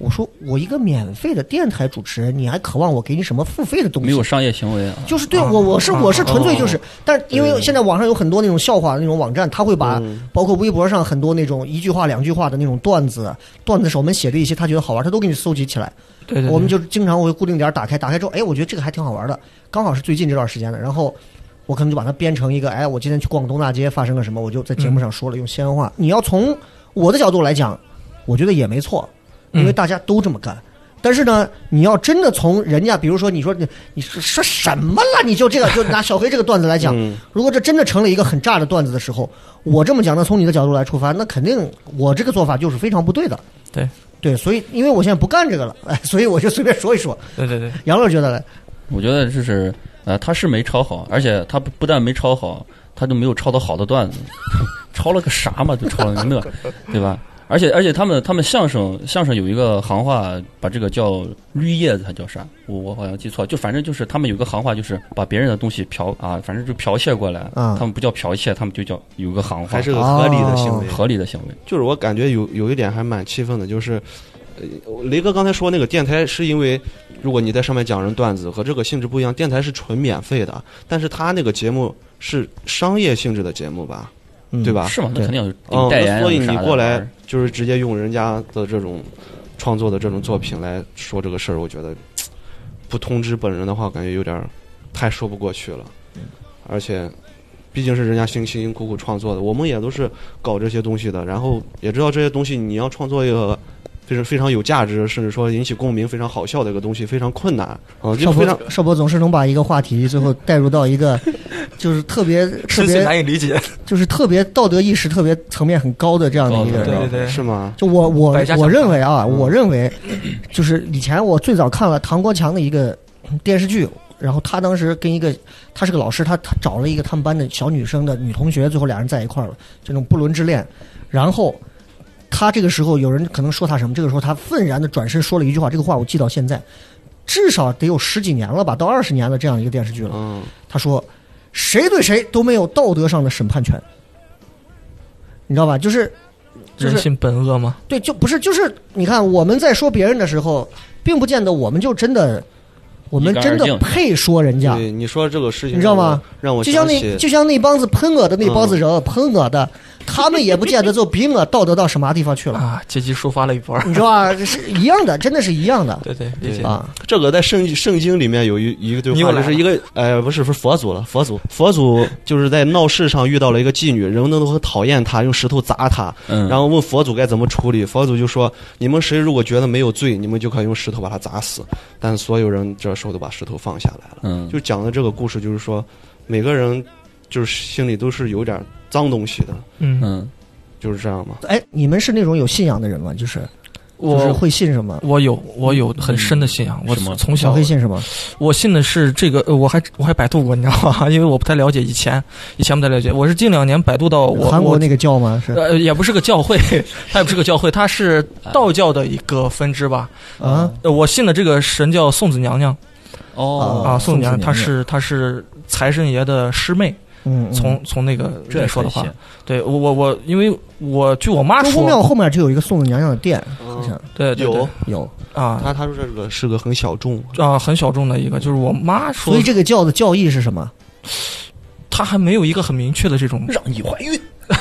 [SPEAKER 9] 我说：“我一个免费的电台主持人，你还渴望我给你什么付费的东
[SPEAKER 5] 没有
[SPEAKER 9] 西？”
[SPEAKER 5] 商业行为啊。
[SPEAKER 9] 就是对
[SPEAKER 8] 啊
[SPEAKER 9] 我，我是
[SPEAKER 8] 啊
[SPEAKER 9] 我是纯粹就是
[SPEAKER 4] 哦，
[SPEAKER 9] 但是因为现在网上有很多那种笑话的那种网站，他会把
[SPEAKER 4] 嗯
[SPEAKER 9] 包括微博上很多那种一句话两句话的那种段子，段子手们写的一些他觉得好玩，他都给你搜集起来。
[SPEAKER 8] 啊，对对对，
[SPEAKER 9] 我们就经常会固定点儿打开，打开之后，哎，我觉得这个还挺好玩的，刚好是最近这段时间的，然后我可能就把它编成一个，哎，我今天去逛东大街发生了什么，我就在节目上说了，用西安
[SPEAKER 8] 嗯
[SPEAKER 9] 话。你要从我的角度来讲，我觉得也没错，因为
[SPEAKER 8] 嗯
[SPEAKER 9] 大家都这么干。但是呢，你要真的从人家，比如说你说你你说说什么了，你就这个就拿小黑这个段子来讲，
[SPEAKER 4] 嗯
[SPEAKER 9] 如果这真的成了一个很炸的段子的时候，我这么讲，那从你的角度来出发，那肯定我这个做法就是非常不对的。
[SPEAKER 8] 对
[SPEAKER 9] 对，所以因为我现在不干这个了， 哎，所以我就随便说一说。
[SPEAKER 8] 对对对，
[SPEAKER 9] 杨乐觉得嘞，
[SPEAKER 5] 我觉得就是呃，他是没抄好，而且他不不但没抄好，他就没有抄到好的段子， 抄了个啥嘛？就抄了个那， 对吧？而且而且他们他们相声相声有一个行话，把这个叫绿叶子，还叫啥？我我好像记错了，就反正就是他们有个行话，就是把别人的东西剽啊，反正就剽窃过来。
[SPEAKER 9] 嗯
[SPEAKER 5] 他们不叫剽窃，他们就叫有个行话，
[SPEAKER 4] 啊还是个合理的行为。
[SPEAKER 5] 哦合理的行为。
[SPEAKER 4] 就是我感觉有有一点还蛮气愤的，就是，呃，雷哥刚才说那个电台是因为，如果你在上面讲人段子和这个性质不一样，电台是纯免费的，但是他那个节目是商业性质的节目吧，
[SPEAKER 9] 嗯
[SPEAKER 4] 啊对吧？
[SPEAKER 5] 是吗？那
[SPEAKER 9] 对
[SPEAKER 5] 肯定有
[SPEAKER 4] 嗯，
[SPEAKER 5] 有代言
[SPEAKER 4] 那
[SPEAKER 5] 啊
[SPEAKER 4] 所以
[SPEAKER 5] 啥
[SPEAKER 4] 你
[SPEAKER 5] 的
[SPEAKER 4] 过来就是直接用人家的这种创作的这种作品来说这个事儿，我觉得嘖不通知本人的话，感觉有点儿太说不过去了。而且，毕竟是人家辛辛辛苦苦创作的，我们也都是搞这些东西的，然后也知道这些东西你要创作一个。非常非常有价值，甚至说引起共鸣、非常好笑的一个东西，非常困难啊！就
[SPEAKER 9] 少
[SPEAKER 4] 非常
[SPEAKER 9] 博少博总是能把一个话题最后带入到一个就是特别特
[SPEAKER 8] 深信
[SPEAKER 9] 别
[SPEAKER 8] 难以理解，
[SPEAKER 9] 就是特别道德意识特别层面很高的这样的一
[SPEAKER 5] 高
[SPEAKER 9] 个人
[SPEAKER 8] 对
[SPEAKER 5] 的。
[SPEAKER 8] 对对，
[SPEAKER 4] 是吗？
[SPEAKER 9] 就我我
[SPEAKER 8] 百家讲
[SPEAKER 9] 我
[SPEAKER 8] 坛
[SPEAKER 9] 认为啊，我认为就是以前我最早看了唐国强的一个电视剧，然后他当时跟一个他是个老师，他他找了一个他们班的小女生的女同学，最后俩人在一块儿了，这种不伦之恋。然后他这个时候有人可能说他什么，这个时候他愤然的转身说了一句话，这个话我记到现在，至少得有十几年了吧，到二十年了这样一个电视剧了。
[SPEAKER 4] 嗯，
[SPEAKER 9] 他说，谁对谁都没有道德上的审判权，你知道吧？就是就是
[SPEAKER 8] 人性本恶嘛，
[SPEAKER 9] 对，就不是就是你看我们在说别人的时候，并不见得我们就真的，我们真的配说人家。
[SPEAKER 4] 对，你说这个事情，
[SPEAKER 9] 你知道吗？
[SPEAKER 4] 让我
[SPEAKER 9] 就像
[SPEAKER 4] 想
[SPEAKER 9] 那
[SPEAKER 4] 起，嗯
[SPEAKER 9] 就像那帮子喷我的那帮子人，喷我的，他们也不见得就比我道德到什么地 方去了，
[SPEAKER 8] 啊，阶级抒发了一波儿，
[SPEAKER 9] 你知道吧？这是一样的，真的是一样的
[SPEAKER 8] 对对，理解。
[SPEAKER 9] 啊。
[SPEAKER 4] 这个在圣圣经里面有一一个对
[SPEAKER 8] 你又
[SPEAKER 4] 话，
[SPEAKER 8] 来
[SPEAKER 4] 就
[SPEAKER 8] 了
[SPEAKER 4] 是一个呃，不是不是佛祖了，佛祖佛祖就是在闹市上遇到了一个妓女，人们都很讨厌她，用石头砸她，
[SPEAKER 5] 嗯，
[SPEAKER 4] 然后问佛祖该怎么处理。佛祖就说：你们谁如果觉得没有罪，你们就可以用石头把她砸死。但所有人这时候都把石头放下来了。
[SPEAKER 5] 嗯，
[SPEAKER 4] 就讲的这个故事，就是说每个人就是心里都是有点脏东西的，
[SPEAKER 8] 嗯，
[SPEAKER 5] 嗯，
[SPEAKER 4] 就是这样嘛。
[SPEAKER 9] 哎，你们是那种有信仰的人吗？就是就是
[SPEAKER 8] 我
[SPEAKER 9] 会信什么？
[SPEAKER 8] 我有我有很深的信仰，我
[SPEAKER 5] 什么
[SPEAKER 8] 从
[SPEAKER 9] 小
[SPEAKER 8] 小
[SPEAKER 9] 黑信什么？
[SPEAKER 8] 我信的是这个，呃我还我还百度过，你知道吗？ 因为我不太了解以前以前不太了解，我是近两年百度到我
[SPEAKER 9] 韩国
[SPEAKER 8] 我
[SPEAKER 9] 那个教吗？是啊
[SPEAKER 8] 呃，也不是个教会，它也不是个教会，它是道教的一个分支吧。
[SPEAKER 9] 啊，
[SPEAKER 8] 呃，我信的这个神叫送子娘娘
[SPEAKER 5] 哦
[SPEAKER 9] 哦
[SPEAKER 8] 啊，
[SPEAKER 9] 宋
[SPEAKER 8] 宋子娘
[SPEAKER 9] 子娘娘
[SPEAKER 8] 她是她是财神爷的师妹，
[SPEAKER 9] 嗯，
[SPEAKER 8] 从从那个
[SPEAKER 5] 这也
[SPEAKER 8] 人说的话
[SPEAKER 5] 可以写，
[SPEAKER 8] 对我我我，因为我据我妈
[SPEAKER 9] 中公庙
[SPEAKER 8] 说，
[SPEAKER 9] 后面就有一个送子娘娘的店，好像
[SPEAKER 4] 嗯，
[SPEAKER 8] 对对对
[SPEAKER 4] 有
[SPEAKER 9] 有，
[SPEAKER 8] 啊
[SPEAKER 4] 他他说这个是个很小众，
[SPEAKER 8] 啊，很小众的一个，就是我妈说
[SPEAKER 9] 所以，这个教的教义是什么？
[SPEAKER 8] 她还没有一个很明确的这种，
[SPEAKER 5] 让你怀孕，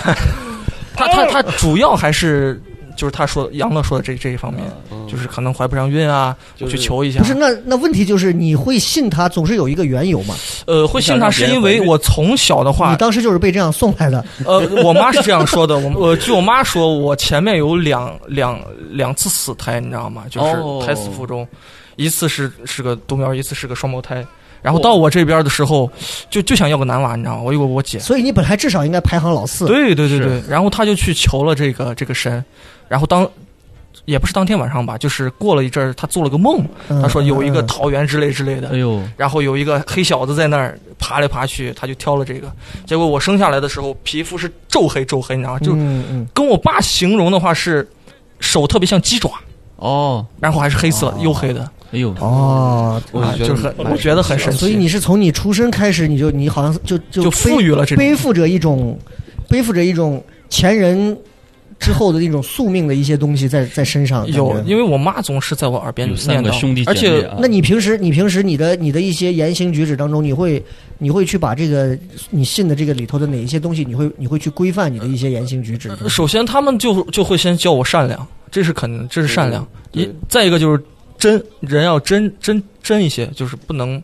[SPEAKER 8] 她她她主要还是就是她说杨乐说的这这一方面，就是可能怀不上孕啊，
[SPEAKER 4] 就是
[SPEAKER 8] 去求一下，
[SPEAKER 9] 不嗯是，那那问题就是你会信他，总是有一个缘由嘛。
[SPEAKER 8] 呃，会信她是因为我从小的话
[SPEAKER 9] 你，当时就是被这样送 来的，
[SPEAKER 8] 呃，我妈是这样说的，我我据我妈说，我前面有两两两次死胎，你知道吗？
[SPEAKER 9] 哦
[SPEAKER 8] 就是胎死腹中，一次是是个独苗，一次是个双胞胎。然后到我这边的时候，就就想要个男娃，你知道吗？我有个我姐，
[SPEAKER 9] 所以你本来至少应该排行老 四。
[SPEAKER 8] 对对对对，然后她就去求了这个这个神，然后当。也不是当天晚上吧，就是过了一阵儿，她做了个梦，
[SPEAKER 9] 嗯，
[SPEAKER 8] 她说有一个
[SPEAKER 9] 嗯
[SPEAKER 8] 桃园之类之类的
[SPEAKER 1] 哎，呦，
[SPEAKER 8] 然后有一个黑小子在那儿爬来爬去，他就挑了这个。结果我生下来的时候，皮肤是皱黑皱黑，你知道吗？就
[SPEAKER 9] 嗯嗯
[SPEAKER 8] 跟我爸形容的话是，手特别像鸡爪，
[SPEAKER 1] 哦，
[SPEAKER 8] 然后还是黑色、黝黑的，
[SPEAKER 1] 哎呦，
[SPEAKER 9] 哦，
[SPEAKER 4] 我
[SPEAKER 8] 啊，
[SPEAKER 4] 觉
[SPEAKER 8] 就是
[SPEAKER 4] 得
[SPEAKER 8] 很，
[SPEAKER 4] 蛮
[SPEAKER 8] 我觉得很神奇。
[SPEAKER 9] 所以你是从你出生开始，你就你好像就就
[SPEAKER 8] 就
[SPEAKER 9] 背
[SPEAKER 8] 赋予了这种
[SPEAKER 9] 背负着一种背负着一种前人之后的一种宿命的一些东西在在身上。
[SPEAKER 8] 有，
[SPEAKER 9] 感觉
[SPEAKER 8] 因为我妈总是在我耳边
[SPEAKER 5] 有
[SPEAKER 8] 念
[SPEAKER 5] 三个
[SPEAKER 8] 叨
[SPEAKER 5] 兄弟
[SPEAKER 8] 而
[SPEAKER 5] 姐妹
[SPEAKER 8] 且
[SPEAKER 5] 啊，
[SPEAKER 9] 那你平时你平时你的你的一些言行举止当中，你会你会去把这个你信的这个里头的哪一些东西，你会你会去规范你的一些言行举止吗。
[SPEAKER 8] 首先他们就就会先教我善良，这是肯定，这是善良。
[SPEAKER 4] 对
[SPEAKER 8] 一再一个就是真人要真真真一些，就是不能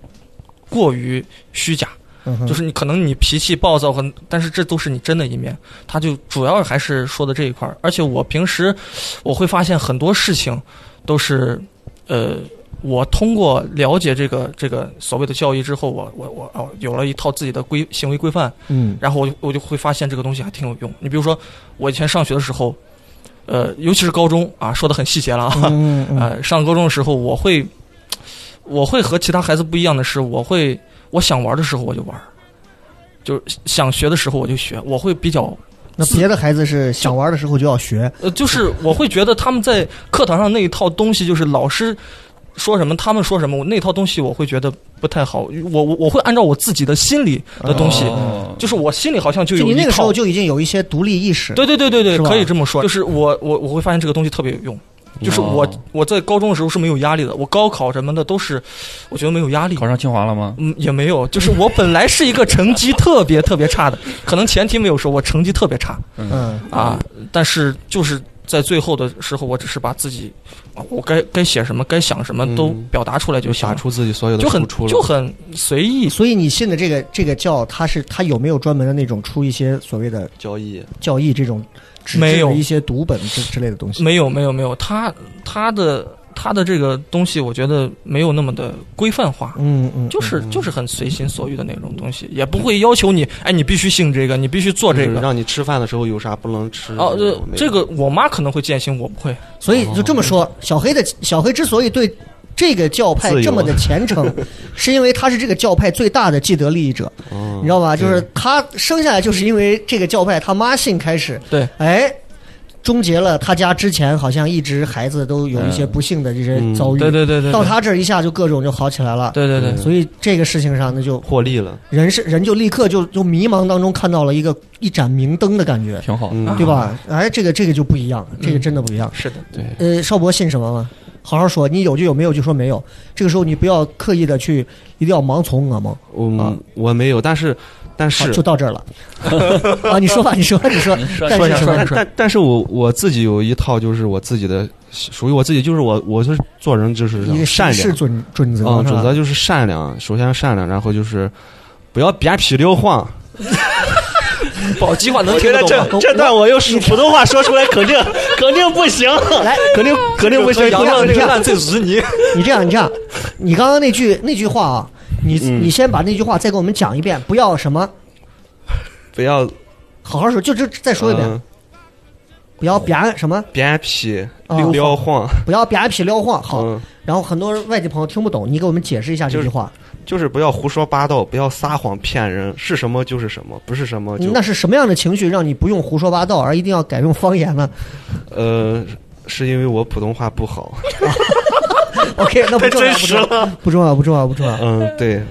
[SPEAKER 8] 过于虚假。
[SPEAKER 9] 嗯哼
[SPEAKER 8] 就是你可能你脾气暴躁很，但是这都是你真的一面。他就主要还是说的这一块儿，而且我平时我会发现很多事情都是，呃，我通过了解这个这个所谓的教育之后，我我我哦有了一套自己的规行为规范，
[SPEAKER 9] 嗯
[SPEAKER 8] 然后我就我就会发现这个东西还挺有用。你比如说我以前上学的时候，呃，尤其是高中啊，说的很细节了啊，
[SPEAKER 9] 嗯嗯
[SPEAKER 8] 呃，上高中的时候，我会，我会和其他孩子不一样的是，我会，我想玩的时候我就玩，就是想学的时候我就学，我会比较，
[SPEAKER 9] 那别的孩子是想玩的时候就要学，
[SPEAKER 8] 呃，就是我会觉得他们在课堂上那一套东西，就是老师说什么，他们说什么，我那套东西我会觉得不太好，我我我会按照我自己的心理的东西，
[SPEAKER 5] 哦
[SPEAKER 8] 就是我心里好像就
[SPEAKER 9] 就
[SPEAKER 8] 有
[SPEAKER 9] 你
[SPEAKER 8] 一
[SPEAKER 9] 那个时
[SPEAKER 8] 套
[SPEAKER 9] 候，就已经有一些独立意识。
[SPEAKER 8] 对对对对对，
[SPEAKER 9] 是吧
[SPEAKER 8] 可以这么说，就是我我我会发现这个东西特别有用。就是我
[SPEAKER 5] 哦，
[SPEAKER 8] 我在高中的时候是没有压力的，我高考什么的都是，我觉得没有压力。
[SPEAKER 5] 考上清华了吗？
[SPEAKER 8] 嗯，也没有，就是我本来是一个成绩特别特别差的，可能前提没有说我成绩特别差
[SPEAKER 9] 嗯，
[SPEAKER 8] 啊，但是就是在最后的时候，我只是把自己，啊我该该写什么，该想什么都
[SPEAKER 4] 嗯
[SPEAKER 8] 表达出来就
[SPEAKER 4] 就打
[SPEAKER 8] 行了，
[SPEAKER 4] 出自己所有的
[SPEAKER 8] 就很
[SPEAKER 4] 付出了，
[SPEAKER 8] 就很随意。
[SPEAKER 9] 所以你信的这个这个教，它是它有没有专门的那种出一些所谓的
[SPEAKER 4] 交易。
[SPEAKER 9] 教义这种纸质
[SPEAKER 8] 没有
[SPEAKER 9] 的一些读本之之类的东西？
[SPEAKER 8] 没有没有没有，他他的他的这个东西，我觉得没有那么的规范化。
[SPEAKER 9] 嗯嗯，
[SPEAKER 8] 就是就是很随心所欲的那种东西，也不会要求你，哎，你必须信这个，你必须做这
[SPEAKER 4] 就是
[SPEAKER 8] 个。
[SPEAKER 4] 让你吃饭的时候有啥不能吃
[SPEAKER 8] 哦，
[SPEAKER 4] 没
[SPEAKER 8] 呃
[SPEAKER 4] 有
[SPEAKER 8] 这个我妈可能会践行，我不会。
[SPEAKER 9] 所
[SPEAKER 4] 哦
[SPEAKER 9] 以就这么说，小黑的小黑之所以对这个教派
[SPEAKER 4] 自由啊
[SPEAKER 9] 这么的虔诚， 是因为他是这个教派最大的既得利益者，
[SPEAKER 4] 嗯
[SPEAKER 9] 你知道吧？就是他生下来就是因为这个教派他妈信开始，
[SPEAKER 8] 对，
[SPEAKER 9] 哎。终结了他家之前好像一直孩子都有一些不幸的这些
[SPEAKER 4] 嗯
[SPEAKER 9] 遭遇，
[SPEAKER 8] 对对对对，
[SPEAKER 9] 到嗯他这儿一下就各种就好起来了，
[SPEAKER 8] 对对对，
[SPEAKER 9] 所以这个事情上那就
[SPEAKER 4] 获利了，
[SPEAKER 9] 人是人就立刻就就迷茫当中看到了一个一盏明灯的感觉，
[SPEAKER 5] 挺好，
[SPEAKER 4] 嗯
[SPEAKER 8] 啊
[SPEAKER 9] 对吧？哎，这个这个就不一样，这个真的不一样。
[SPEAKER 8] 是的，
[SPEAKER 4] 对，
[SPEAKER 9] 呃，邵博信什么吗？好好说，你有就有，没有就说没有。这个时候你不要刻意的去，一定要盲从我吗？啊
[SPEAKER 4] 嗯，我没有，但是但
[SPEAKER 9] 好，
[SPEAKER 4] 是
[SPEAKER 9] 就到这儿了。 啊，你说吧，你说，你说，
[SPEAKER 5] 说
[SPEAKER 9] 但
[SPEAKER 8] 说一下
[SPEAKER 9] 是什
[SPEAKER 8] 说一
[SPEAKER 9] 么
[SPEAKER 8] 下
[SPEAKER 4] 但？但但是我我自己有一套，就是我自己的，属于我自己，就是我我是做人就是
[SPEAKER 9] 一个
[SPEAKER 4] 善
[SPEAKER 9] 是
[SPEAKER 4] 良，
[SPEAKER 9] 准准则，
[SPEAKER 4] 嗯，
[SPEAKER 9] 是吧
[SPEAKER 4] 准则就是善良，首先善良，然后就是不要扁皮溜晃。
[SPEAKER 8] 宝鸡话能听得懂吗？
[SPEAKER 9] 这段
[SPEAKER 4] 我用普通话说出来，肯定肯定不行，
[SPEAKER 9] 来，
[SPEAKER 4] 肯定肯定不
[SPEAKER 9] 行
[SPEAKER 8] 杨
[SPEAKER 9] 洋
[SPEAKER 8] 洋
[SPEAKER 9] 这
[SPEAKER 8] 这
[SPEAKER 9] 个
[SPEAKER 8] 个
[SPEAKER 9] 烂
[SPEAKER 8] 烂醉日泥，
[SPEAKER 9] 你这样，你这样，你刚刚那句那句话啊，你
[SPEAKER 4] 嗯
[SPEAKER 9] 你先把那句话再给我们讲一遍，不要什么，
[SPEAKER 4] 不要
[SPEAKER 9] 好好说，就就再说一遍，
[SPEAKER 4] 嗯
[SPEAKER 9] 不要扁什么，
[SPEAKER 4] 扁皮
[SPEAKER 9] 啊
[SPEAKER 4] 溜晃，
[SPEAKER 9] 不要扁皮撩晃。好，
[SPEAKER 4] 嗯，
[SPEAKER 9] 然后很多人外地朋友听不懂，你给我们解释一下这句话，
[SPEAKER 4] 就是不要胡说八道，不要撒谎骗人，是什么就是什么，不是什么就
[SPEAKER 9] 那是什么样的情绪让你不用胡说八道，而一定要改用方 言呢
[SPEAKER 4] 呃，是因为我普通话不好。
[SPEAKER 9] ？OK，那不重要，不重要，不重要，不重要，不重要。
[SPEAKER 4] 嗯，对，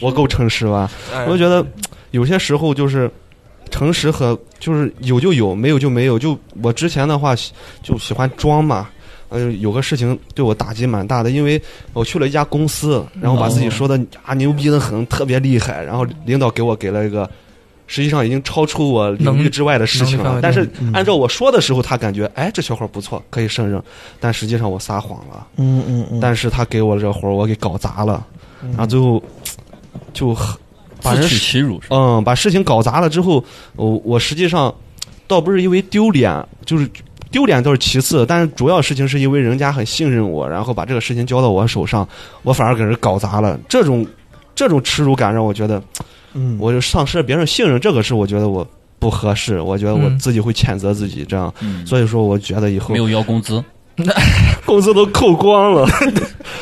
[SPEAKER 4] 我够诚实吧？我就觉得有些时候就是诚实和就是有就有，没有就没有。就我之前的话，喜就喜欢装嘛。呃，有个事情对我打击蛮大的，因为我去了一家公司，然后把
[SPEAKER 8] 哦
[SPEAKER 4] 自己说的啊牛逼的很，特别厉害，然后领导给我给了一个，实际上已经超出我领域之外的事情
[SPEAKER 8] 能力范
[SPEAKER 4] 了
[SPEAKER 8] 围。嗯
[SPEAKER 4] 但是按照我说的时候，他感觉哎这小伙不错，可以胜任，但实际上我撒谎了。
[SPEAKER 9] 嗯嗯嗯，
[SPEAKER 4] 但是他给我这活儿，我给搞砸了，然后最后就很把人
[SPEAKER 5] 嗯自取其辱是吧？
[SPEAKER 4] 嗯把事情搞砸了之后，我我实际上倒不是因为丢脸，就是丢脸倒是其次，但是主要事情是因为人家很信任我，然后把这个事情交到我手上，我反而给人搞砸了，这种这种耻辱感让我觉得
[SPEAKER 9] 嗯
[SPEAKER 4] 我就丧失了别人信任，这个是我觉得我不合适，我觉得我
[SPEAKER 8] 嗯
[SPEAKER 4] 自己会谴责自己这样，
[SPEAKER 1] 嗯
[SPEAKER 4] 所以说我觉得以后
[SPEAKER 5] 没有要工资，
[SPEAKER 4] 工资都扣光了。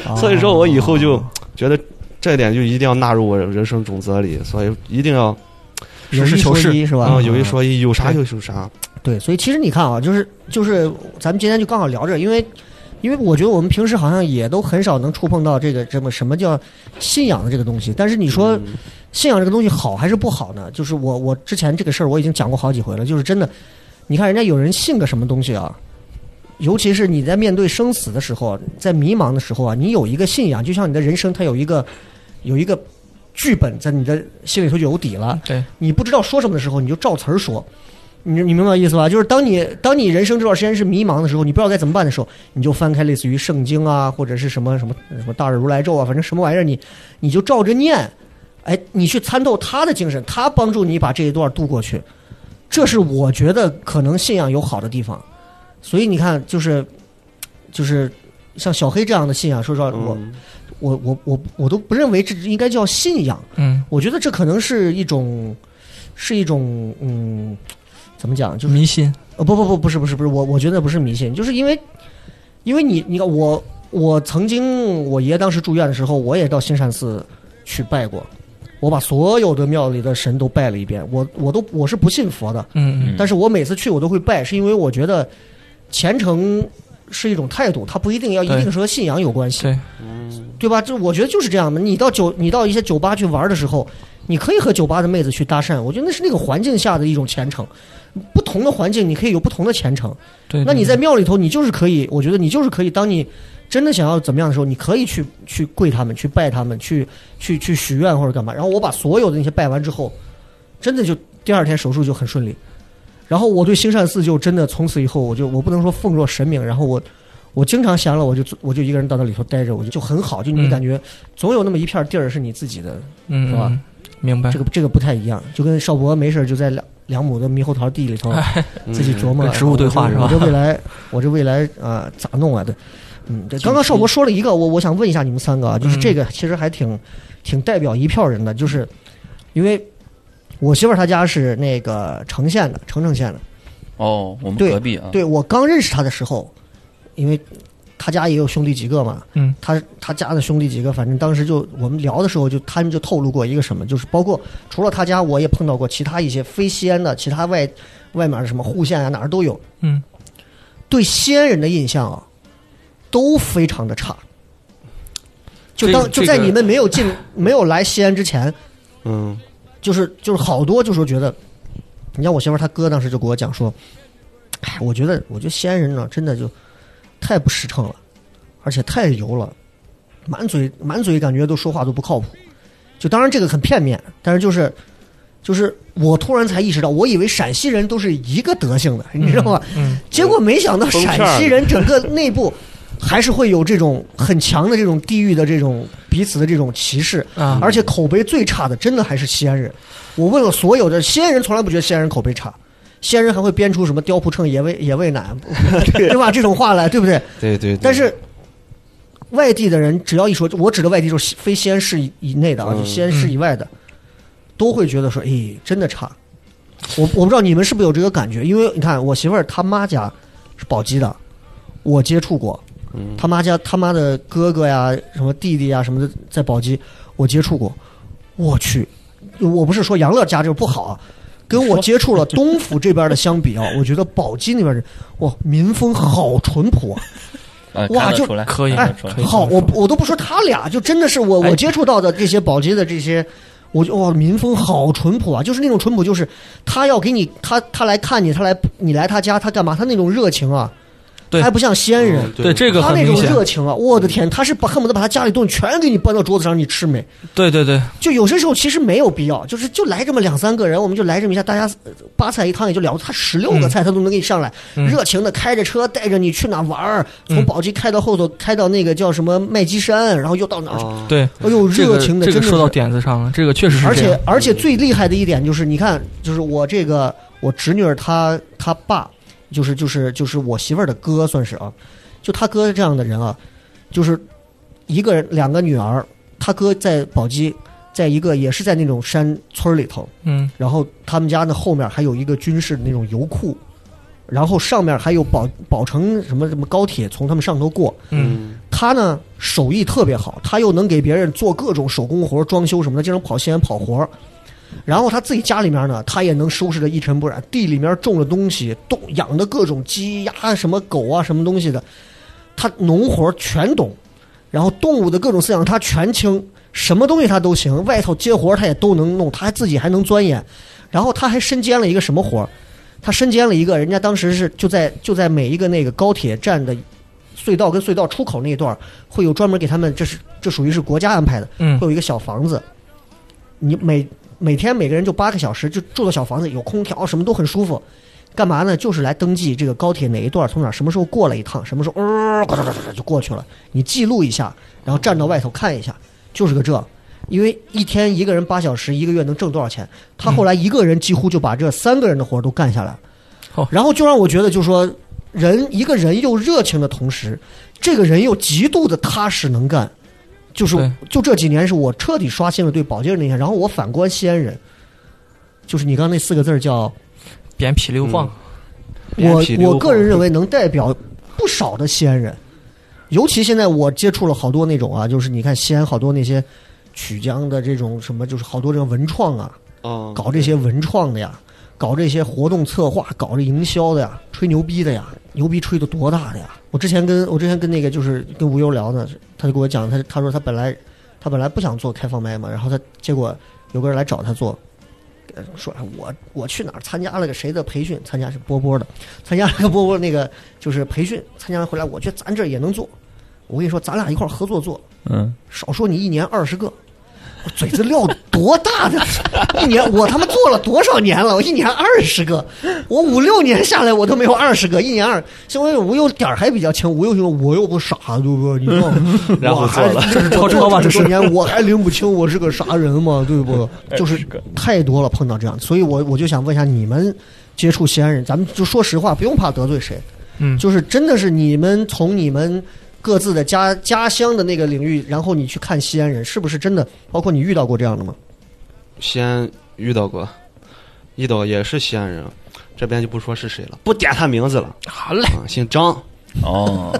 [SPEAKER 9] 哦
[SPEAKER 4] 所以说我以后就觉得这一点就一定要纳入我人生准则里，所以一定要
[SPEAKER 9] 有
[SPEAKER 4] 实事
[SPEAKER 9] 一
[SPEAKER 4] 求
[SPEAKER 9] 说
[SPEAKER 4] 是
[SPEAKER 9] 一是吧？嗯
[SPEAKER 4] 啊有一说一，有啥就有啥。
[SPEAKER 9] 对，所以其实你看啊，就是就是咱们今天就刚好聊这，因为因为我觉得我们平时好像也都很少能触碰到这个这么什么叫信仰的这个东西。但是你
[SPEAKER 4] 嗯
[SPEAKER 9] 说信仰这个东西好还是不好呢？就是我我之前这个事儿我已经讲过好几回了，就是真的，你看人家有人信个什么东西啊。尤其是你在面对生死的时候，在迷茫的时候啊，你有一个信仰，就像你的人生，它有一个有一个剧本在你的心里头就有底了。
[SPEAKER 8] 对，
[SPEAKER 9] 你不知道说什么的时候，你就照词儿说。你你明白我意思吧？就是当你当你人生这段时间是迷茫的时候，你不知道该怎么办的时候，你就翻开类似于圣经啊，或者是什么什么什么大日如来咒啊，反正什么玩意儿，你你就照着念，哎，你去参透他的精神，他帮助你把这一段度过去。这是我觉得可能信仰有好的地方，所以你看，就是就是像小黑这样的信仰，说实话，我
[SPEAKER 4] 嗯，
[SPEAKER 9] 我我我我都不认为这应该叫信仰。
[SPEAKER 8] 嗯，
[SPEAKER 9] 我觉得这可能是一种，是一种嗯，怎么讲？就是
[SPEAKER 8] 迷信，
[SPEAKER 9] 呃不不不不是不是不是我我觉得不是迷信，就是因为因为你你看我我曾经我爷当时住院的时候，我也到新善寺去拜过，我把所有的庙里的神都拜了一遍，我我都我是不信佛的，
[SPEAKER 8] 嗯
[SPEAKER 9] 但是我每次去我都会拜，是因为我觉得虔诚是一种态度，它不一定要一
[SPEAKER 8] 对
[SPEAKER 9] 定是和信仰有关系，
[SPEAKER 8] 对
[SPEAKER 9] 对吧？就我觉得就是这样的。你到酒，你到一些酒吧去玩的时候，你可以和酒吧的妹子去搭讪，我觉得那是那个环境下的一种虔诚。不同的环境，你可以有不同的虔诚。
[SPEAKER 8] 对，
[SPEAKER 9] 那你在庙里头，你就是可以，我觉得你就是可以，当你真的想要怎么样的时候，你可以去去跪他们，去拜他们，去去去许愿或者干嘛。然后我把所有的那些拜完之后，真的就第二天手术就很顺利。然后我对兴善寺就真的从此以后，我就我不能说奉若神明，然后我我经常闲了，我就我就一个人到那里头待着，我就就很好，就你
[SPEAKER 8] 嗯
[SPEAKER 9] 感觉总有那么一片地儿是你自己的，
[SPEAKER 8] 嗯
[SPEAKER 9] 是吧
[SPEAKER 8] 嗯明白
[SPEAKER 9] 这个这个不太一样，就跟邵博没事儿就在两两亩的猕猴桃地里头。
[SPEAKER 8] 哎
[SPEAKER 9] 自己琢磨
[SPEAKER 8] 嗯跟植物对话
[SPEAKER 9] 我这
[SPEAKER 8] 是吧
[SPEAKER 9] 我这未来，我这未来啊、咋弄啊？对，嗯，对。刚刚邵博说了一个，我我想问一下你们三个啊，就是
[SPEAKER 8] 嗯
[SPEAKER 9] 这个其实还挺挺代表一票人的，就是因为我媳妇儿她家是那个成县的，澄城县的。
[SPEAKER 5] 哦，我们
[SPEAKER 9] 对
[SPEAKER 5] 隔壁啊，
[SPEAKER 9] 对我刚认识她的时候，因为她家也有兄弟几个嘛，
[SPEAKER 8] 嗯，
[SPEAKER 9] 她她家的兄弟几个，反正当时就我们聊的时候就，他们就透露过一个什么，就是包括除了她家，我也碰到过其他一些非西安的，其他外外面的什么户县啊，哪儿都有。
[SPEAKER 8] 嗯，
[SPEAKER 9] 对西安人的印象啊，都非常的差。就当
[SPEAKER 8] 这个
[SPEAKER 9] 就在
[SPEAKER 8] 这个
[SPEAKER 9] 你们没有进、没有来西安之前，
[SPEAKER 4] 嗯，
[SPEAKER 9] 就是就是好多就说觉得，你像我媳妇儿她哥当时就给我讲说，哎，我觉得我觉得西安人呢真的就太不实诚了，而且太油了，满嘴满嘴感觉都说话都不靠谱。就当然这个很片面，但是就是就是我突然才意识到，我以为陕西人都是一个德行的，你知道吗？
[SPEAKER 8] 嗯
[SPEAKER 9] 结果没想到陕西人整个内部还是会有这种很强的这种地域的这种彼此的这种歧视。
[SPEAKER 8] 啊，
[SPEAKER 9] 而且口碑最差的，真的还是西安人。我问了所有的西安人，从来不觉得西安人口碑差，西安人还会编出什么“雕铺秤，野味野味奶”， 对吧？这种话来，对不对？
[SPEAKER 4] 对对。对
[SPEAKER 9] 但是外地的人，只要一说，我指的外地就是非西安市以内的啊，
[SPEAKER 4] 嗯
[SPEAKER 9] 就西安市以外的，都会觉得说，哎，真的差。我我不知道你们是不是有这个感觉，因为你看我媳妇儿她妈家是宝鸡的，我接触过，
[SPEAKER 4] 嗯
[SPEAKER 9] 他妈家他妈的哥哥呀、什么弟弟呀什么的，在宝鸡我接触过，我去，我不是说杨乐家这个不好啊。跟我接触了东府这边的相比啊，我觉得宝鸡那边人哇，民风好淳朴啊，
[SPEAKER 5] 哎
[SPEAKER 9] 哇
[SPEAKER 5] 看得
[SPEAKER 9] 就
[SPEAKER 5] 出来，
[SPEAKER 8] 可以
[SPEAKER 5] 看
[SPEAKER 9] 哎
[SPEAKER 5] 得出来，
[SPEAKER 8] 可以
[SPEAKER 9] 好，
[SPEAKER 8] 这么
[SPEAKER 9] 我我都不说他俩，就真的是我
[SPEAKER 8] 哎
[SPEAKER 9] 我接触到的这些宝鸡的这些，我就哇，民风好淳朴啊，就是那种淳朴，就是他要给你，他他来看你，他来你来他家，他干嘛？他那种热情啊，
[SPEAKER 1] 对嗯
[SPEAKER 9] 还不像西安人。
[SPEAKER 1] 对这个
[SPEAKER 9] 他
[SPEAKER 1] 很
[SPEAKER 9] 那
[SPEAKER 1] 明
[SPEAKER 9] 种
[SPEAKER 1] 显，
[SPEAKER 9] 热情啊，我的天，他是把恨不得把他家里东西全给你搬到桌子上，让你吃没？
[SPEAKER 1] 对对对，
[SPEAKER 9] 就有些时候其实没有必要，就是就来这么两三个人，我们就来这么一下，大家呃八菜一汤也就了。他十六
[SPEAKER 8] 嗯
[SPEAKER 9] 个菜他都能给你上来，热情的开着车带着你去哪玩儿，从
[SPEAKER 8] 嗯
[SPEAKER 9] 宝鸡开到后头，开到那个叫什么麦积山，然后又到哪儿去？
[SPEAKER 4] 啊
[SPEAKER 1] 对，
[SPEAKER 9] 哎呦，
[SPEAKER 8] 哦这
[SPEAKER 9] 热
[SPEAKER 8] 个
[SPEAKER 9] 情的，
[SPEAKER 8] 这个
[SPEAKER 9] 真的
[SPEAKER 8] 说到
[SPEAKER 9] 是
[SPEAKER 8] 点子上了，这个确实是
[SPEAKER 9] 而
[SPEAKER 8] 这样
[SPEAKER 9] 且而且最厉害的一点就是，你看，就是我这个我侄女儿她她爸，就是就是就是我媳妇儿的哥，算是啊，就他哥这样的人啊，就是一个人两个女儿，他哥在宝鸡，在一个也是在那种山村儿里头，
[SPEAKER 8] 嗯
[SPEAKER 9] 然后他们家那后面还有一个军事的那种油库，然后上面还有宝宝城什么什么高铁从他们上头过，
[SPEAKER 8] 嗯，
[SPEAKER 9] 他呢手艺特别好，他又能给别人做各种手工活、装修什么的，经常跑西安跑活儿。然后他自己家里面呢，他也能收拾的一尘不染，地里面种的东西，动养的各种鸡鸭、什么狗啊、什么东西的，他农活全懂，然后动物的各种饲养他全清，什么东西他都行，外头接活儿他也都能弄，他还自己还能钻研，然后他还身兼了一个什么活儿？他身兼了一个，人家当时是就在就在每一个那个高铁站的隧道跟隧道出口那一段儿会有专门给他们，这是这属于是国家安排的，
[SPEAKER 8] 嗯
[SPEAKER 9] 会有一个小房子，你每每天每个人就八个小时就住到小房子，有空调，什么都很舒服。干嘛呢？就是来登记这个高铁哪一段从哪儿什么时候过了一趟，什么时候呃呱嗒呱嗒就过去了，你记录一下，然后站到外头看一下，就是个这。因为一天一个人八小时，一个月能挣多少钱？他
[SPEAKER 8] 嗯
[SPEAKER 9] 后来一个人几乎就把这三个人的活儿都干下来了。
[SPEAKER 8] 好
[SPEAKER 9] 然后就让我觉得，就说人一个人又热情的同时，这个人又极度的踏实能干，就是
[SPEAKER 8] 对
[SPEAKER 9] 就这几年是我彻底刷新了对保洁人的印象。然后我反观西安人，就是你刚刚那四个字儿叫
[SPEAKER 8] 扁劈溜晃，
[SPEAKER 4] 别
[SPEAKER 9] 我
[SPEAKER 4] 皮溜
[SPEAKER 9] 我个人
[SPEAKER 4] 晃
[SPEAKER 9] 认为能代表不少的西安人，尤其现在我接触了好多那种啊，就是你看西安好多那些曲江的这种什么，就是好多这种文创啊，
[SPEAKER 4] 啊
[SPEAKER 9] 搞这些文创的呀，搞这些活动策划，搞这营销的呀，吹牛逼的呀，牛逼吹的多大的呀？我之前跟我之前跟那个就是跟吴优聊呢，他就跟我讲，他他说他本来他本来不想做开放麦嘛，然后他结果有个人来找他做。呃说哎我我去哪儿参加了个谁的培训？参加是波波的，参加了个波波那个就是培训，参加完回来，我觉得咱这儿也能做。我跟你说，咱俩一块儿合作做，
[SPEAKER 1] 嗯，
[SPEAKER 9] 少说你一年二十个，我嘴子撂多大的？一年我他妈做了多少年了？我一年二十个，我五六年下来我都没有二十个，一年二。因为吴又点儿还比较轻，吴又说我又不傻，对不对？你看，
[SPEAKER 4] 然后
[SPEAKER 9] 我还
[SPEAKER 4] 做了
[SPEAKER 9] 这是
[SPEAKER 8] 超超吧
[SPEAKER 9] 这么
[SPEAKER 8] 这是
[SPEAKER 9] 多年我还拎不清我是个啥人嘛，对不？就是太多了，碰到这样，所以我我就想问一下你们接触西安人，咱们就说实话，不用怕得罪谁，
[SPEAKER 8] 嗯
[SPEAKER 9] 就是真的是你们从你们各自的家家乡的那个领域，然后你去看西安人，是不是真的？包括你遇到过这样的吗？
[SPEAKER 4] 西安遇到过，遇到也是西安人，这边就不说是谁了，不点他名字了。
[SPEAKER 8] 好嘞，
[SPEAKER 4] 啊，姓张，
[SPEAKER 1] 哦，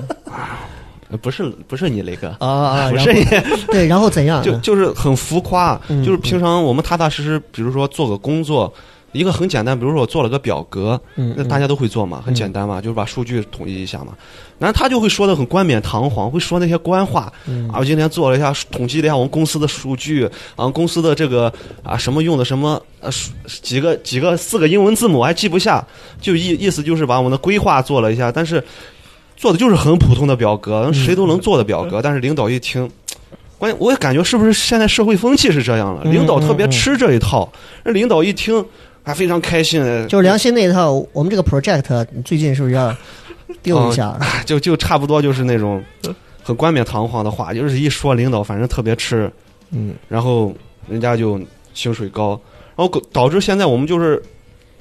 [SPEAKER 4] 呃不是不是你雷哥，
[SPEAKER 9] 啊啊，
[SPEAKER 4] 不
[SPEAKER 9] 然
[SPEAKER 4] 是
[SPEAKER 9] 后
[SPEAKER 4] 你，
[SPEAKER 9] 对，然后怎样？
[SPEAKER 4] 就就是很浮夸，
[SPEAKER 9] 嗯
[SPEAKER 4] 就是平常我们踏踏实实，比如说做个工作。一个很简单，比如说我做了个表格，
[SPEAKER 9] 嗯，
[SPEAKER 4] 那大
[SPEAKER 9] 家
[SPEAKER 4] 家都会做嘛，很简单嘛，就是把数据统一一下嘛。然后他就会说的很冠冕堂皇，会说那些官话
[SPEAKER 9] 嗯
[SPEAKER 4] 啊。我今天做了一下，统计了一下我们公司的数据啊，公司的这个啊什么用的什么呃、数几个几个四个英文字母我还记不下，就意意思就是把我们的规划做了一下，但是做的就是很普通的表
[SPEAKER 9] 嗯
[SPEAKER 4] 格，谁都能做的表格。但是领导一听，关键我也感觉是不是现在社会风气是这样了，
[SPEAKER 9] 嗯
[SPEAKER 4] 领导特
[SPEAKER 9] 嗯
[SPEAKER 4] 别
[SPEAKER 9] 嗯
[SPEAKER 4] 吃这一套。那领导一听还非常开心，
[SPEAKER 9] 就是良心那一套，我们这个 project 你最近是不是要定一 下？
[SPEAKER 4] 就就差不多就是那种很冠冕堂皇的话，就是一说领导反正特别吃，
[SPEAKER 9] 嗯，
[SPEAKER 4] 然后人家就薪水高，然后导致现在我们就是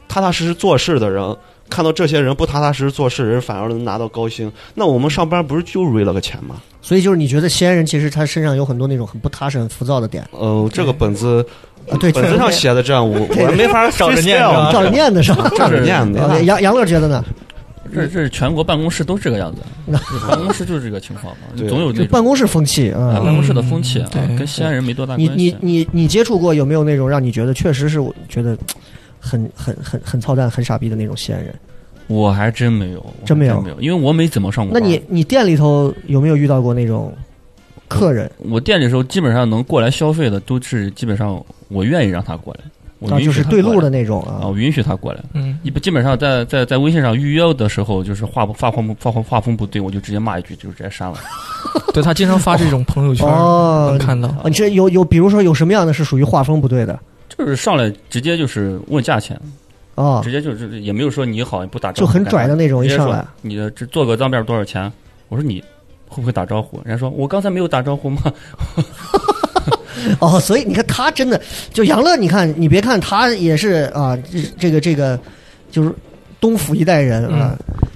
[SPEAKER 4] 踏踏实实做事的人，看到这些人不踏踏实实做事人反而能拿到高薪，那我们上班不是就为了个钱吗？
[SPEAKER 9] 所以就是你觉得西安人其实他身上有很多那种很不踏实、很浮躁的点
[SPEAKER 4] 呃，这个本子
[SPEAKER 9] 啊，对，
[SPEAKER 4] 本子上写的这样，我我没法
[SPEAKER 8] 照着念
[SPEAKER 4] freestyle
[SPEAKER 8] 是吧
[SPEAKER 9] 照着念的是吧？
[SPEAKER 4] 照着念的。
[SPEAKER 9] OK，杨杨乐觉得呢？
[SPEAKER 5] 这这是全国办公室都这个样子，办公室就是这个情况嘛，
[SPEAKER 4] 对
[SPEAKER 5] 总有这
[SPEAKER 9] 就
[SPEAKER 5] 种
[SPEAKER 9] 办公室风气
[SPEAKER 5] 啊
[SPEAKER 9] 啊。
[SPEAKER 5] 办公室的风气啊，
[SPEAKER 8] 对
[SPEAKER 5] 跟西安人没多大关
[SPEAKER 9] 你
[SPEAKER 5] 系。啊
[SPEAKER 9] 你你你接触过有没有那种让你觉得确实是我觉得很很很很操蛋、很傻逼的那种西安人？
[SPEAKER 5] 我还真没有，我还
[SPEAKER 9] 真没有
[SPEAKER 5] 没有，因为我没怎么上过
[SPEAKER 9] 那
[SPEAKER 5] 班。
[SPEAKER 9] 你你店里头有没有遇到过那种客人
[SPEAKER 5] 我店里时候基本上能过来消费的都是基本上我愿意让他过来，我
[SPEAKER 9] 啊，
[SPEAKER 5] 允许
[SPEAKER 9] 就是
[SPEAKER 5] 他
[SPEAKER 9] 对
[SPEAKER 5] 过
[SPEAKER 9] 路
[SPEAKER 5] 来
[SPEAKER 9] 的那种
[SPEAKER 5] 啊，
[SPEAKER 9] 啊，
[SPEAKER 5] 我允许他过来。
[SPEAKER 8] 嗯，
[SPEAKER 5] 一般基本上在在在微信上预约的时候，就是画不画风不画风画风不对，我就直接骂一句，就直接删了。
[SPEAKER 8] 对他经常发这种朋友圈，
[SPEAKER 9] 哦
[SPEAKER 8] 能看到。
[SPEAKER 9] 啊，你这有有，比如说有什么样的是属于画风不对的
[SPEAKER 5] 就是上来直接就是问价钱，
[SPEAKER 9] 啊
[SPEAKER 5] 直？接就是也没有说你好，也不打招
[SPEAKER 9] 就
[SPEAKER 5] 呼，
[SPEAKER 9] 很拽的那种，
[SPEAKER 5] 直
[SPEAKER 9] 一
[SPEAKER 5] 接
[SPEAKER 9] 上
[SPEAKER 5] 说
[SPEAKER 9] 来
[SPEAKER 5] 你的这做个脏辫多少钱？我说你会不会打招呼？人家说我刚才没有打招呼吗？
[SPEAKER 9] 哦，所以你看他真的，就杨乐，你看你别看他也是啊，这这个这个就是东府一代人啊，
[SPEAKER 5] 嗯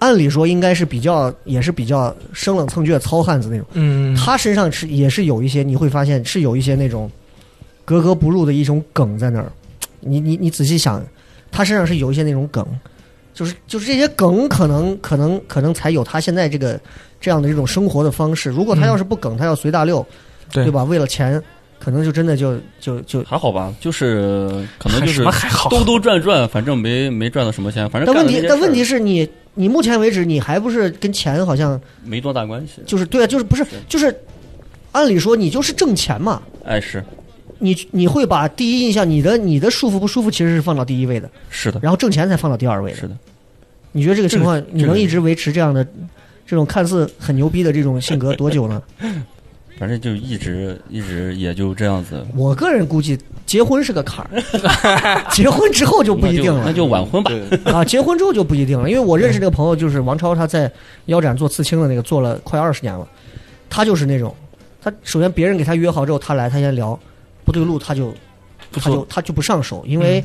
[SPEAKER 9] 按理说应该是比较也是比较生冷蹭倔、糙汉子那种，
[SPEAKER 8] 嗯，
[SPEAKER 9] 他身上是也是有一些，你会发现是有一些那种格格不入的一种梗在那儿。你你你仔细想，他身上是有一些那种梗，就是就是这些梗可能可能可能才有他现在这个这样的一种生活的方式。如果他要是不梗，他要随大溜，
[SPEAKER 8] 对
[SPEAKER 9] 对吧？为了钱，可能就真的就就就。
[SPEAKER 5] 还好吧，就是可能就
[SPEAKER 8] 什
[SPEAKER 5] 是
[SPEAKER 8] 么还好？
[SPEAKER 5] 兜兜转转，反正没没赚到什么钱，反正
[SPEAKER 9] 但
[SPEAKER 5] 干
[SPEAKER 9] 问
[SPEAKER 5] 了
[SPEAKER 9] 题
[SPEAKER 5] 这些
[SPEAKER 9] 但问
[SPEAKER 5] 事儿
[SPEAKER 9] 题是你你目前为止你还不是跟钱好像
[SPEAKER 5] 没多大关系。
[SPEAKER 9] 就是对啊，就是不是就是，按理说你就是挣钱嘛，
[SPEAKER 5] 哎，是
[SPEAKER 9] 你你会把第一印象，你的你的舒服不舒服，其实是放到第一位的，
[SPEAKER 5] 是的，
[SPEAKER 9] 然后挣钱才放到第二位的。
[SPEAKER 5] 是的，
[SPEAKER 9] 你觉得这个情况
[SPEAKER 5] 这，个
[SPEAKER 9] 你能一直维持这样的这种看似很牛逼的这种性格多久呢？
[SPEAKER 5] 反正就一直一直也就这样子。
[SPEAKER 9] 我个人估计，结婚是个坎儿， 结婚之后就不 一
[SPEAKER 5] 那
[SPEAKER 9] 定
[SPEAKER 5] 就那
[SPEAKER 9] 了
[SPEAKER 5] 就晚婚吧。
[SPEAKER 9] 啊，结婚之后就不一定了。因为我认识那个朋友，就是王超，他在腰斩做刺青的那个，做了快二十年了，他就是那种，他首先别人给他约好之后，他来，他先聊，不对路他就
[SPEAKER 8] 不嗯
[SPEAKER 9] 他就
[SPEAKER 8] 错，
[SPEAKER 9] 他就不上手，因为、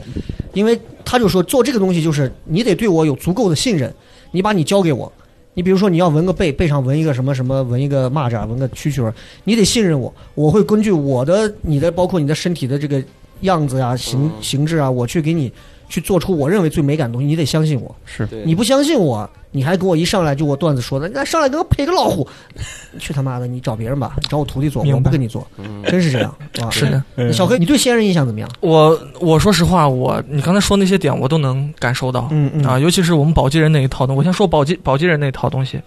[SPEAKER 9] 因为他就说做这个东西就是你得对我有足够的信任，你把你交给我，你比如说你要纹个背，背上纹一个什么什么，纹一个蚂蚱，纹个蛐蛐儿，你得信任我，我会根据我的你的包括你的身体的这个样子呀、形形制啊，我去给你去做出我认为最美感的东西，你得相信我。
[SPEAKER 5] 是
[SPEAKER 9] 你不相信我，你还给我一上来就我段子说的，那上来给我配个老虎， 去他妈的，你找别人吧，你找我徒弟做，
[SPEAKER 8] 明
[SPEAKER 9] 我不
[SPEAKER 8] 白
[SPEAKER 9] 跟你做，真是这样啊。
[SPEAKER 8] 是的。
[SPEAKER 9] 那小黑，你对西安人印象怎么样？
[SPEAKER 8] 我我说实话，我你刚才说那些点我都能感受到，
[SPEAKER 9] 嗯嗯
[SPEAKER 8] 啊，尤其是我们宝鸡人那一套东西。我先说宝鸡宝鸡人那一套东西。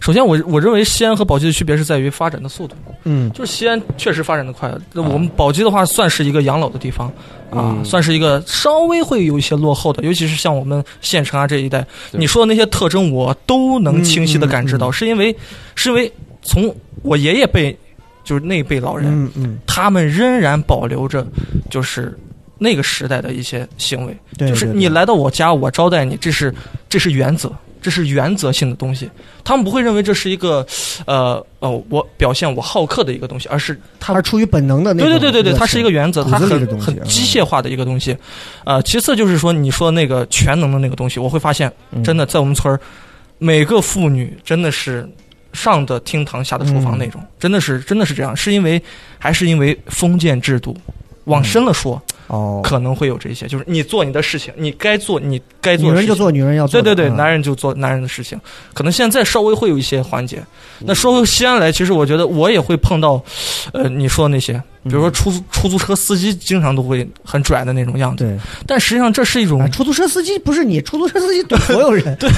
[SPEAKER 8] 首先我，我认为西安和宝鸡的区别是在于发展的速度，
[SPEAKER 9] 嗯啊
[SPEAKER 8] 就是西安确实发展的快。那我们宝鸡的话，算是一个养老的地方啊，
[SPEAKER 4] 嗯
[SPEAKER 8] 算是一个稍微会有一些落后的，尤其是像我们县城啊这一带，
[SPEAKER 4] 对
[SPEAKER 8] 你说的那些特征我都能清晰的感知到，
[SPEAKER 9] 嗯嗯嗯
[SPEAKER 8] 是因为是因为从我爷爷辈就是那一辈老人，
[SPEAKER 9] 嗯嗯，
[SPEAKER 8] 他们仍然保留着就是那个时代的一些行为，
[SPEAKER 9] 对，
[SPEAKER 8] 就是
[SPEAKER 9] 对
[SPEAKER 8] 你
[SPEAKER 9] 对
[SPEAKER 8] 来到我家，我招待你，这是这是原则，这是原则性的东西。他们不会认为这是一个，呃呃，我表现我好客的一个东西，而是
[SPEAKER 9] 他是出于本能的那
[SPEAKER 8] 对
[SPEAKER 9] 种
[SPEAKER 8] 对对对对，
[SPEAKER 9] 热
[SPEAKER 8] 它
[SPEAKER 9] 情
[SPEAKER 8] 是一个原则，
[SPEAKER 9] 骨
[SPEAKER 8] 它
[SPEAKER 9] 子里
[SPEAKER 8] 很
[SPEAKER 9] 的东西
[SPEAKER 8] 很
[SPEAKER 9] 嗯
[SPEAKER 8] 机械化的一个东西。呃，其次就是说，你说那个全能的那个东西，我会发现，
[SPEAKER 9] 嗯
[SPEAKER 8] 真的在我们村儿，每个妇女真的是上的厅堂，下的厨
[SPEAKER 9] 嗯
[SPEAKER 8] 房那种，真的是真的是这样，是因为还是因为封建制度。往深了说，
[SPEAKER 9] 嗯哦，
[SPEAKER 8] 可能会有这些，就是你做你的事情，你该做你该做
[SPEAKER 9] 女
[SPEAKER 8] 的事
[SPEAKER 9] 人
[SPEAKER 8] 情，
[SPEAKER 9] 就做女人要做的，
[SPEAKER 8] 对对对，
[SPEAKER 9] 嗯
[SPEAKER 8] 男人就做男人的事情，可能现在稍微会有一些缓解。
[SPEAKER 9] 嗯
[SPEAKER 8] 那说回西安来，其实我觉得我也会碰到，呃，你说的那些，
[SPEAKER 9] 嗯
[SPEAKER 8] 比如说出租出租车司机经常都会很拽的那种样子，
[SPEAKER 9] 对，
[SPEAKER 8] 但实际上这是一
[SPEAKER 9] 哎
[SPEAKER 8] 种，
[SPEAKER 9] 出租车司机不是你，出租车司机对所有人
[SPEAKER 8] 对，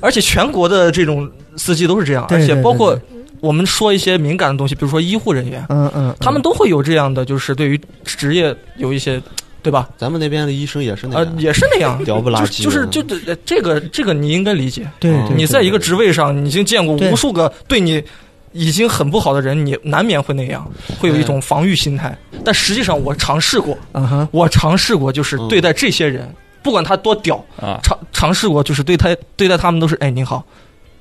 [SPEAKER 8] 而且全国的这种司机都是这样，
[SPEAKER 9] 对
[SPEAKER 8] 而且
[SPEAKER 9] 对
[SPEAKER 8] 包
[SPEAKER 9] 对
[SPEAKER 8] 括我们说一些敏感的东西，比如说医护人员，
[SPEAKER 9] 嗯嗯，
[SPEAKER 8] 他们都会有这样的，就是对于职业有一些，对吧？
[SPEAKER 4] 咱们那边的医生也是那
[SPEAKER 8] 呃
[SPEAKER 4] 样，，
[SPEAKER 8] 也是那 样。
[SPEAKER 4] 屌不拉几
[SPEAKER 8] 就
[SPEAKER 4] 的，
[SPEAKER 8] 是就是就这个这个你应该理解，
[SPEAKER 9] 对
[SPEAKER 4] 嗯
[SPEAKER 9] 对，
[SPEAKER 8] 你
[SPEAKER 9] 对
[SPEAKER 8] 在一个职位上，你已经见过
[SPEAKER 9] 对
[SPEAKER 8] 无数个对你已经很不好的人，你难免会那样，会有一种防御心态。但实际上，我尝试过，
[SPEAKER 9] 啊哈，
[SPEAKER 8] 我尝试过，就是
[SPEAKER 4] 嗯
[SPEAKER 8] 对待这些人，不管他多屌，
[SPEAKER 5] 啊，
[SPEAKER 8] 尝尝试过，就是对他对待他们都是，哎，您好，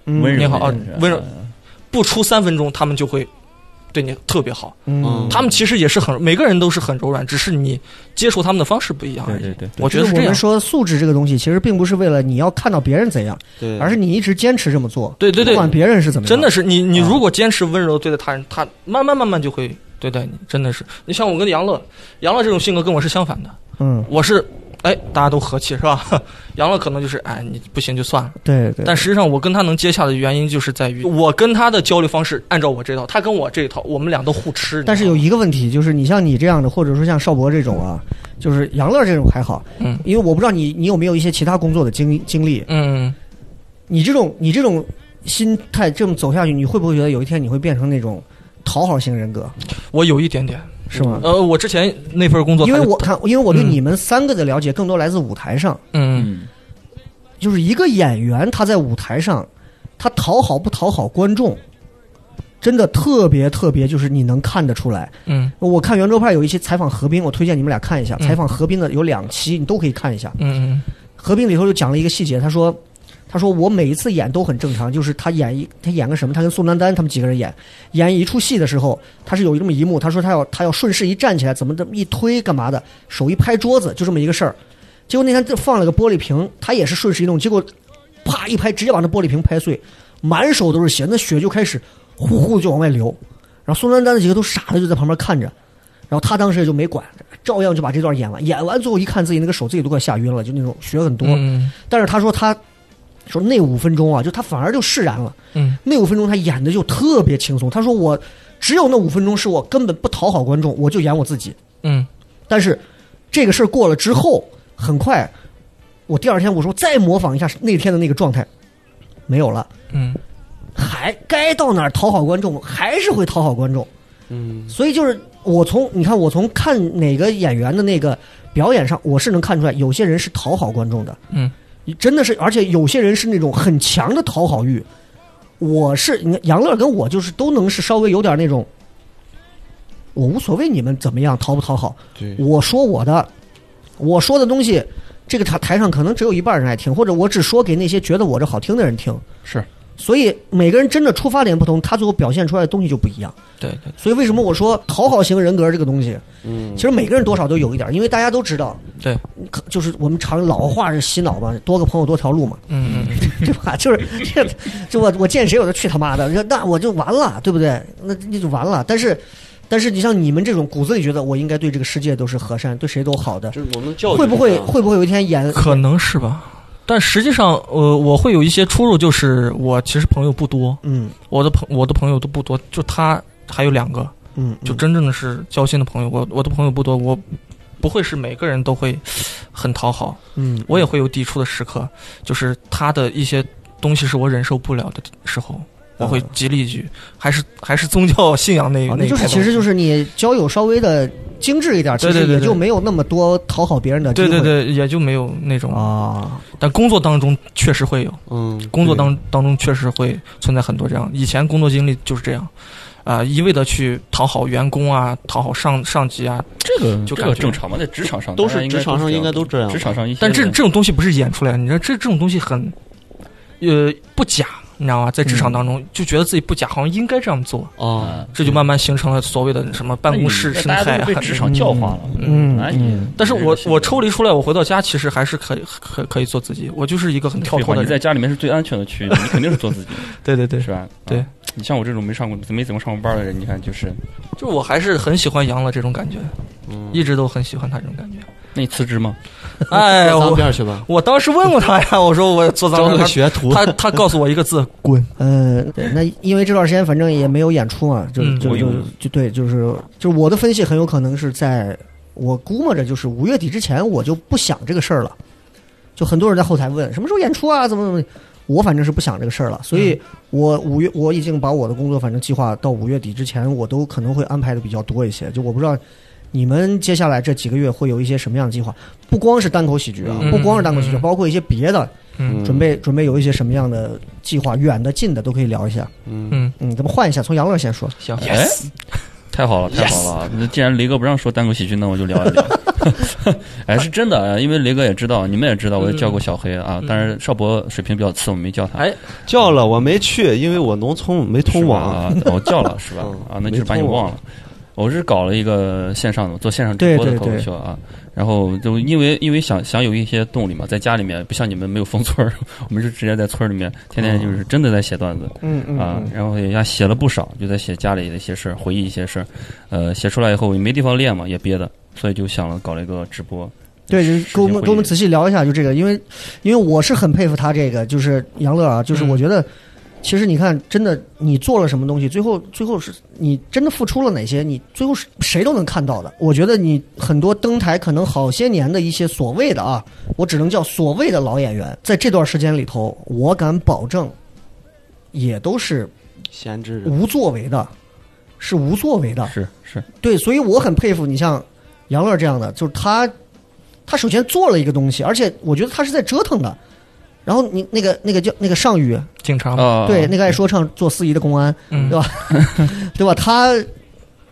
[SPEAKER 9] 嗯
[SPEAKER 5] 温柔
[SPEAKER 8] 你好啊
[SPEAKER 5] 真是
[SPEAKER 8] 温柔
[SPEAKER 5] 啊
[SPEAKER 8] 不出三分钟，他们就会对你特别好。
[SPEAKER 9] 嗯
[SPEAKER 4] 嗯，
[SPEAKER 8] 他们其实也是很，每个人都是很柔软，只是你接触他们的方式不一样而
[SPEAKER 5] 对
[SPEAKER 8] 已。
[SPEAKER 5] 对对，
[SPEAKER 8] 我觉
[SPEAKER 9] 就
[SPEAKER 8] 得
[SPEAKER 9] 是
[SPEAKER 8] 是
[SPEAKER 9] 我
[SPEAKER 8] 这
[SPEAKER 9] 们
[SPEAKER 8] 样。
[SPEAKER 9] 说素质这个东西，其实并不是为了你要看到别人怎样，
[SPEAKER 4] 对，
[SPEAKER 9] 而是你一直坚持这么做，
[SPEAKER 8] 对对
[SPEAKER 9] 不
[SPEAKER 8] 对，
[SPEAKER 9] 管别人是怎么样，
[SPEAKER 8] 嗯真的是你，你
[SPEAKER 9] 啊
[SPEAKER 8] 如果坚持温柔对待他人，他慢慢慢慢就会对待你。真的是，你像我跟杨乐，杨乐这种性格跟我是相反的，
[SPEAKER 9] 嗯，
[SPEAKER 8] 我是，哎，大家都和气是吧？ 杨乐可能就是，哎，你不行就算了。
[SPEAKER 9] 对对，
[SPEAKER 8] 但
[SPEAKER 9] 是
[SPEAKER 8] 实际上，我跟他能接洽的原因就是在于，我跟他的交流方式按照我这一套，他跟我这一套，我们俩都互吃。
[SPEAKER 9] 但是有
[SPEAKER 8] 一，
[SPEAKER 9] 一个问题，就是你像你这样的，或者说像邵博这种啊，就是杨乐这种还好，
[SPEAKER 8] 嗯
[SPEAKER 9] 因为我不知道你你有没有一些其他工作的经经历，
[SPEAKER 8] 嗯，
[SPEAKER 9] 你这种你这种心态这么走下去，你会不会觉得有一天你会变成那种讨好型人格，
[SPEAKER 8] 我有一点点，
[SPEAKER 9] 是吗？
[SPEAKER 8] 呃，我之前那份工作
[SPEAKER 9] 因
[SPEAKER 8] 还
[SPEAKER 9] 为
[SPEAKER 8] 是，
[SPEAKER 9] 我看，因为我对
[SPEAKER 8] 嗯
[SPEAKER 9] 你们三个的了解更多来自舞台上，
[SPEAKER 8] 嗯，
[SPEAKER 1] 嗯，
[SPEAKER 9] 就是一个演员他在舞台上，他讨好不讨好观众，真的特别特别，就是你能看得出来。
[SPEAKER 8] 嗯
[SPEAKER 9] 我看圆桌派有一期采访何冰，我推荐你们俩看一下。
[SPEAKER 8] 嗯
[SPEAKER 9] 采访何冰的有两期，你都可以看一下。
[SPEAKER 8] 嗯
[SPEAKER 9] 何冰里头就讲了一个细节，他说：“他说我每一次演都很正常，就是他演一他演个什么，他跟宋丹丹他们几个人演演一出戏的时候，他是有这么一幕，他说他要他要顺势一站起来，怎么这么一推干嘛的，手一拍桌子，就这么一个事儿。结果那天就放了个玻璃瓶，他也是顺势一动，结果啪一拍，直接把那玻璃瓶拍碎，满手都是血，那血就开始呼呼就往外流。然后宋丹丹的几个都傻的就在旁边看着，然后他当时也就没管，照样就把这段演完。演完最后一看自己那个手自己都快吓晕了，就那种血很多。
[SPEAKER 8] 嗯
[SPEAKER 9] 但是他说他说那五分钟啊，就他反而就释然了。
[SPEAKER 8] 嗯，
[SPEAKER 9] 那五分钟他演的就特别轻松。他说我只有那五分钟是我根本不讨好观众，我就演我自己。
[SPEAKER 8] 嗯
[SPEAKER 9] 但是这个事儿过了之后，很快我第二天我说再模仿一下那天的那个状态，没有了。
[SPEAKER 8] 嗯
[SPEAKER 9] 还该到哪儿讨好观众，还是会讨好观众。嗯，所以就是我从你看，我从看哪个演员的那个表演上，我是能看出来，有些人是讨好观众的，
[SPEAKER 8] 嗯
[SPEAKER 9] 真的是，而且有些人是那种很强的讨好欲。我是你看杨乐跟我就是都能是稍微有点那种，我无所谓你们怎么样讨不讨好，
[SPEAKER 4] 对
[SPEAKER 9] 我说我的，我说的东西，这个台台上可能只有一半人爱听，或者我只说给那些觉得我这好听的人听。
[SPEAKER 5] 是，
[SPEAKER 9] 所以每个人真的出发点不同，他最后表现出来的东西就不一样。
[SPEAKER 8] 对对，
[SPEAKER 9] 所以为什么我说讨好型人格这个东西，
[SPEAKER 4] 嗯
[SPEAKER 9] 其实每个人多少都有一点儿，因为大家都知道，
[SPEAKER 8] 对，
[SPEAKER 9] 可就是我们常老话是洗脑嘛，多个朋友多条 路嘛，
[SPEAKER 8] 嗯嗯
[SPEAKER 9] 对吧？就是 这，就我我见谁我就去他妈的，那那我就完了，对不对？那那就完了。但是，但是你像你们这种骨子里觉得我应该对这个世界都是和善，对谁都好的，
[SPEAKER 4] 就是我们教育
[SPEAKER 9] 会不
[SPEAKER 4] 是
[SPEAKER 9] 会
[SPEAKER 4] 这样
[SPEAKER 9] 会不会有一天演
[SPEAKER 8] 可能是吧。但实际上，呃，我会有一些出入，就是我其实朋友不多，
[SPEAKER 9] 嗯
[SPEAKER 8] 我的朋我的朋友都不多，就他还有两个，
[SPEAKER 9] 嗯
[SPEAKER 8] 就真正的是交心的朋友。我我的朋友不多，我不会是每个人都会很讨好，
[SPEAKER 9] 嗯
[SPEAKER 8] 我也会有抵触的时刻，就是他的一些东西是我忍受不了的时候，我会极力去，还是还是宗教信仰那
[SPEAKER 9] 嗯啊，
[SPEAKER 8] 嗯
[SPEAKER 9] 那
[SPEAKER 8] 那一
[SPEAKER 9] 就是
[SPEAKER 8] 派
[SPEAKER 9] 其实就是你交友稍微的精致一点，其
[SPEAKER 8] 对
[SPEAKER 9] 实
[SPEAKER 8] 对对
[SPEAKER 9] 也
[SPEAKER 8] 对
[SPEAKER 9] 就没有那么多讨好别人的机
[SPEAKER 8] 对
[SPEAKER 9] 会。
[SPEAKER 8] 对对，也就没有那种，
[SPEAKER 9] 啊，
[SPEAKER 8] 但工作当中确实会有，
[SPEAKER 4] 嗯
[SPEAKER 8] 工作
[SPEAKER 4] 对
[SPEAKER 8] 当当中确实会存在很多这样，以前工作经历就是这样。啊、一味的去讨好员工啊，讨好上上级啊，
[SPEAKER 5] 这个
[SPEAKER 8] 就
[SPEAKER 5] 这
[SPEAKER 8] 感
[SPEAKER 5] 个
[SPEAKER 8] 觉
[SPEAKER 5] 正常嘛，在职场上
[SPEAKER 4] 都
[SPEAKER 5] 大家
[SPEAKER 4] 是
[SPEAKER 5] 应该
[SPEAKER 4] 职场上
[SPEAKER 5] 这
[SPEAKER 4] 应该都这样
[SPEAKER 5] 职场上一些，
[SPEAKER 8] 但这这种东西不是演出来的，你知道这这种东西很，呃，不假，你知道吗？在职
[SPEAKER 5] 嗯
[SPEAKER 8] 场当中、就觉得自己不假，好像应该这样做，
[SPEAKER 4] 啊
[SPEAKER 5] 啊，
[SPEAKER 8] 这就慢慢形成了所谓的什么办公室
[SPEAKER 5] 那
[SPEAKER 8] 生态
[SPEAKER 5] 大家
[SPEAKER 8] 啊
[SPEAKER 5] 都。被职场教化了。
[SPEAKER 9] 嗯
[SPEAKER 5] 哎
[SPEAKER 9] 嗯
[SPEAKER 8] 但是我
[SPEAKER 5] 这个
[SPEAKER 8] 我抽离出来，我回到家其实还是可以可可以做自己，我就是一个很跳
[SPEAKER 5] 废
[SPEAKER 8] 脱
[SPEAKER 5] 话，
[SPEAKER 8] 的
[SPEAKER 5] 你在
[SPEAKER 8] 人。
[SPEAKER 5] 家里面是最安全的区域，你肯定是做自己，
[SPEAKER 8] 对对对，
[SPEAKER 5] 是吧？
[SPEAKER 8] 对
[SPEAKER 5] 啊，你像我这种没上过、没怎么上过班的人，你看就是，
[SPEAKER 8] 就我还是很喜欢杨乐这种感觉，
[SPEAKER 5] 嗯
[SPEAKER 8] 一直都很喜欢他这种感觉。
[SPEAKER 5] 那你辞职吗？
[SPEAKER 8] 哎，
[SPEAKER 4] 到
[SPEAKER 8] 我
[SPEAKER 4] 边儿去吧，
[SPEAKER 8] 我当时问过他呀，我说我做脏
[SPEAKER 4] 招
[SPEAKER 8] 事
[SPEAKER 4] 那
[SPEAKER 8] 儿
[SPEAKER 4] 个学徒，
[SPEAKER 8] 他他他告诉我一个字，滚。
[SPEAKER 9] 呃，对，那因为这段时间反正也没有演出嘛，就
[SPEAKER 8] 嗯
[SPEAKER 9] 就
[SPEAKER 5] 我
[SPEAKER 9] 就
[SPEAKER 5] 有
[SPEAKER 9] 就对，就是就是我的分析很有可能是在我估摸着就是五月底之前我就不想这个事儿了，就很多人在后台问什么时候演出啊，怎么怎么，我反正是不想这个事儿了，所以我五月我已经把我的工作反正计划到五月底之前，我都可能会安排的比较多一些，就我不知道。你们接下来这几个月会有一些什么样的计划？不光是单口喜剧啊，
[SPEAKER 4] 嗯
[SPEAKER 9] 不光是单口喜剧，
[SPEAKER 8] 嗯
[SPEAKER 9] 包括一些别的，
[SPEAKER 8] 嗯
[SPEAKER 9] 准备准备有一些什么样的计划，远的近的都可以聊一下。
[SPEAKER 4] 嗯
[SPEAKER 8] 嗯，
[SPEAKER 9] 嗯，咱们换一下，从杨乐先说。
[SPEAKER 8] 行，
[SPEAKER 5] 哎，太好了，太好了！那既然雷哥不让说单口喜剧，那我就聊一聊。 哎，是真的，因为雷哥也知道，你们也知道，我也叫过小黑啊，但是邵博水平比较次，我没叫他。
[SPEAKER 8] 哎，
[SPEAKER 4] 叫了我没去，因为我农村没通网。
[SPEAKER 5] 啊，我叫了 是吧
[SPEAKER 4] 嗯？
[SPEAKER 5] 啊，那就是把你忘了。我是搞了一个线上的，做线上直播的
[SPEAKER 9] 对对
[SPEAKER 5] 脱口秀啊，然后就因为因为想想有一些动力嘛，在家里面不像你们没有封村儿， 我们是直接在村儿里面天天就是真的在写段子，
[SPEAKER 9] 嗯
[SPEAKER 5] 啊，然后也写了不少，就在写家里的一些事儿，回忆一些事儿，呃，写出来以后也没地方练嘛，也憋的，所以就想了搞了一个直播。
[SPEAKER 9] 对，就是
[SPEAKER 5] 时
[SPEAKER 9] 跟我
[SPEAKER 5] 间
[SPEAKER 9] 们
[SPEAKER 5] 会
[SPEAKER 9] 跟我们仔细聊一下，就这个，因为因为我是很佩服他这个，就是杨乐啊，就是
[SPEAKER 8] 嗯
[SPEAKER 9] 我觉得，其实你看，真的你做了什么东西，最后最后是你真的付出了哪些，你最后是谁都能看到的。我觉得你很多登台可能好些年的一些所谓的啊，我只能叫所谓的老演员，在这段时间里头，我敢保证，也都是
[SPEAKER 4] 闲置着，
[SPEAKER 9] 无作为的，是无作为的。
[SPEAKER 5] 是是，
[SPEAKER 9] 对，所以我很佩服你像杨乐这样的，就是他，他首先做了一个东西，而且我觉得他是在折腾的。然后你那个那个叫那个尚宇，
[SPEAKER 8] 警察嘛，
[SPEAKER 5] 啊，
[SPEAKER 9] 对，那个爱说唱做司仪的公安，
[SPEAKER 8] 嗯
[SPEAKER 9] 对 吧？对吧？他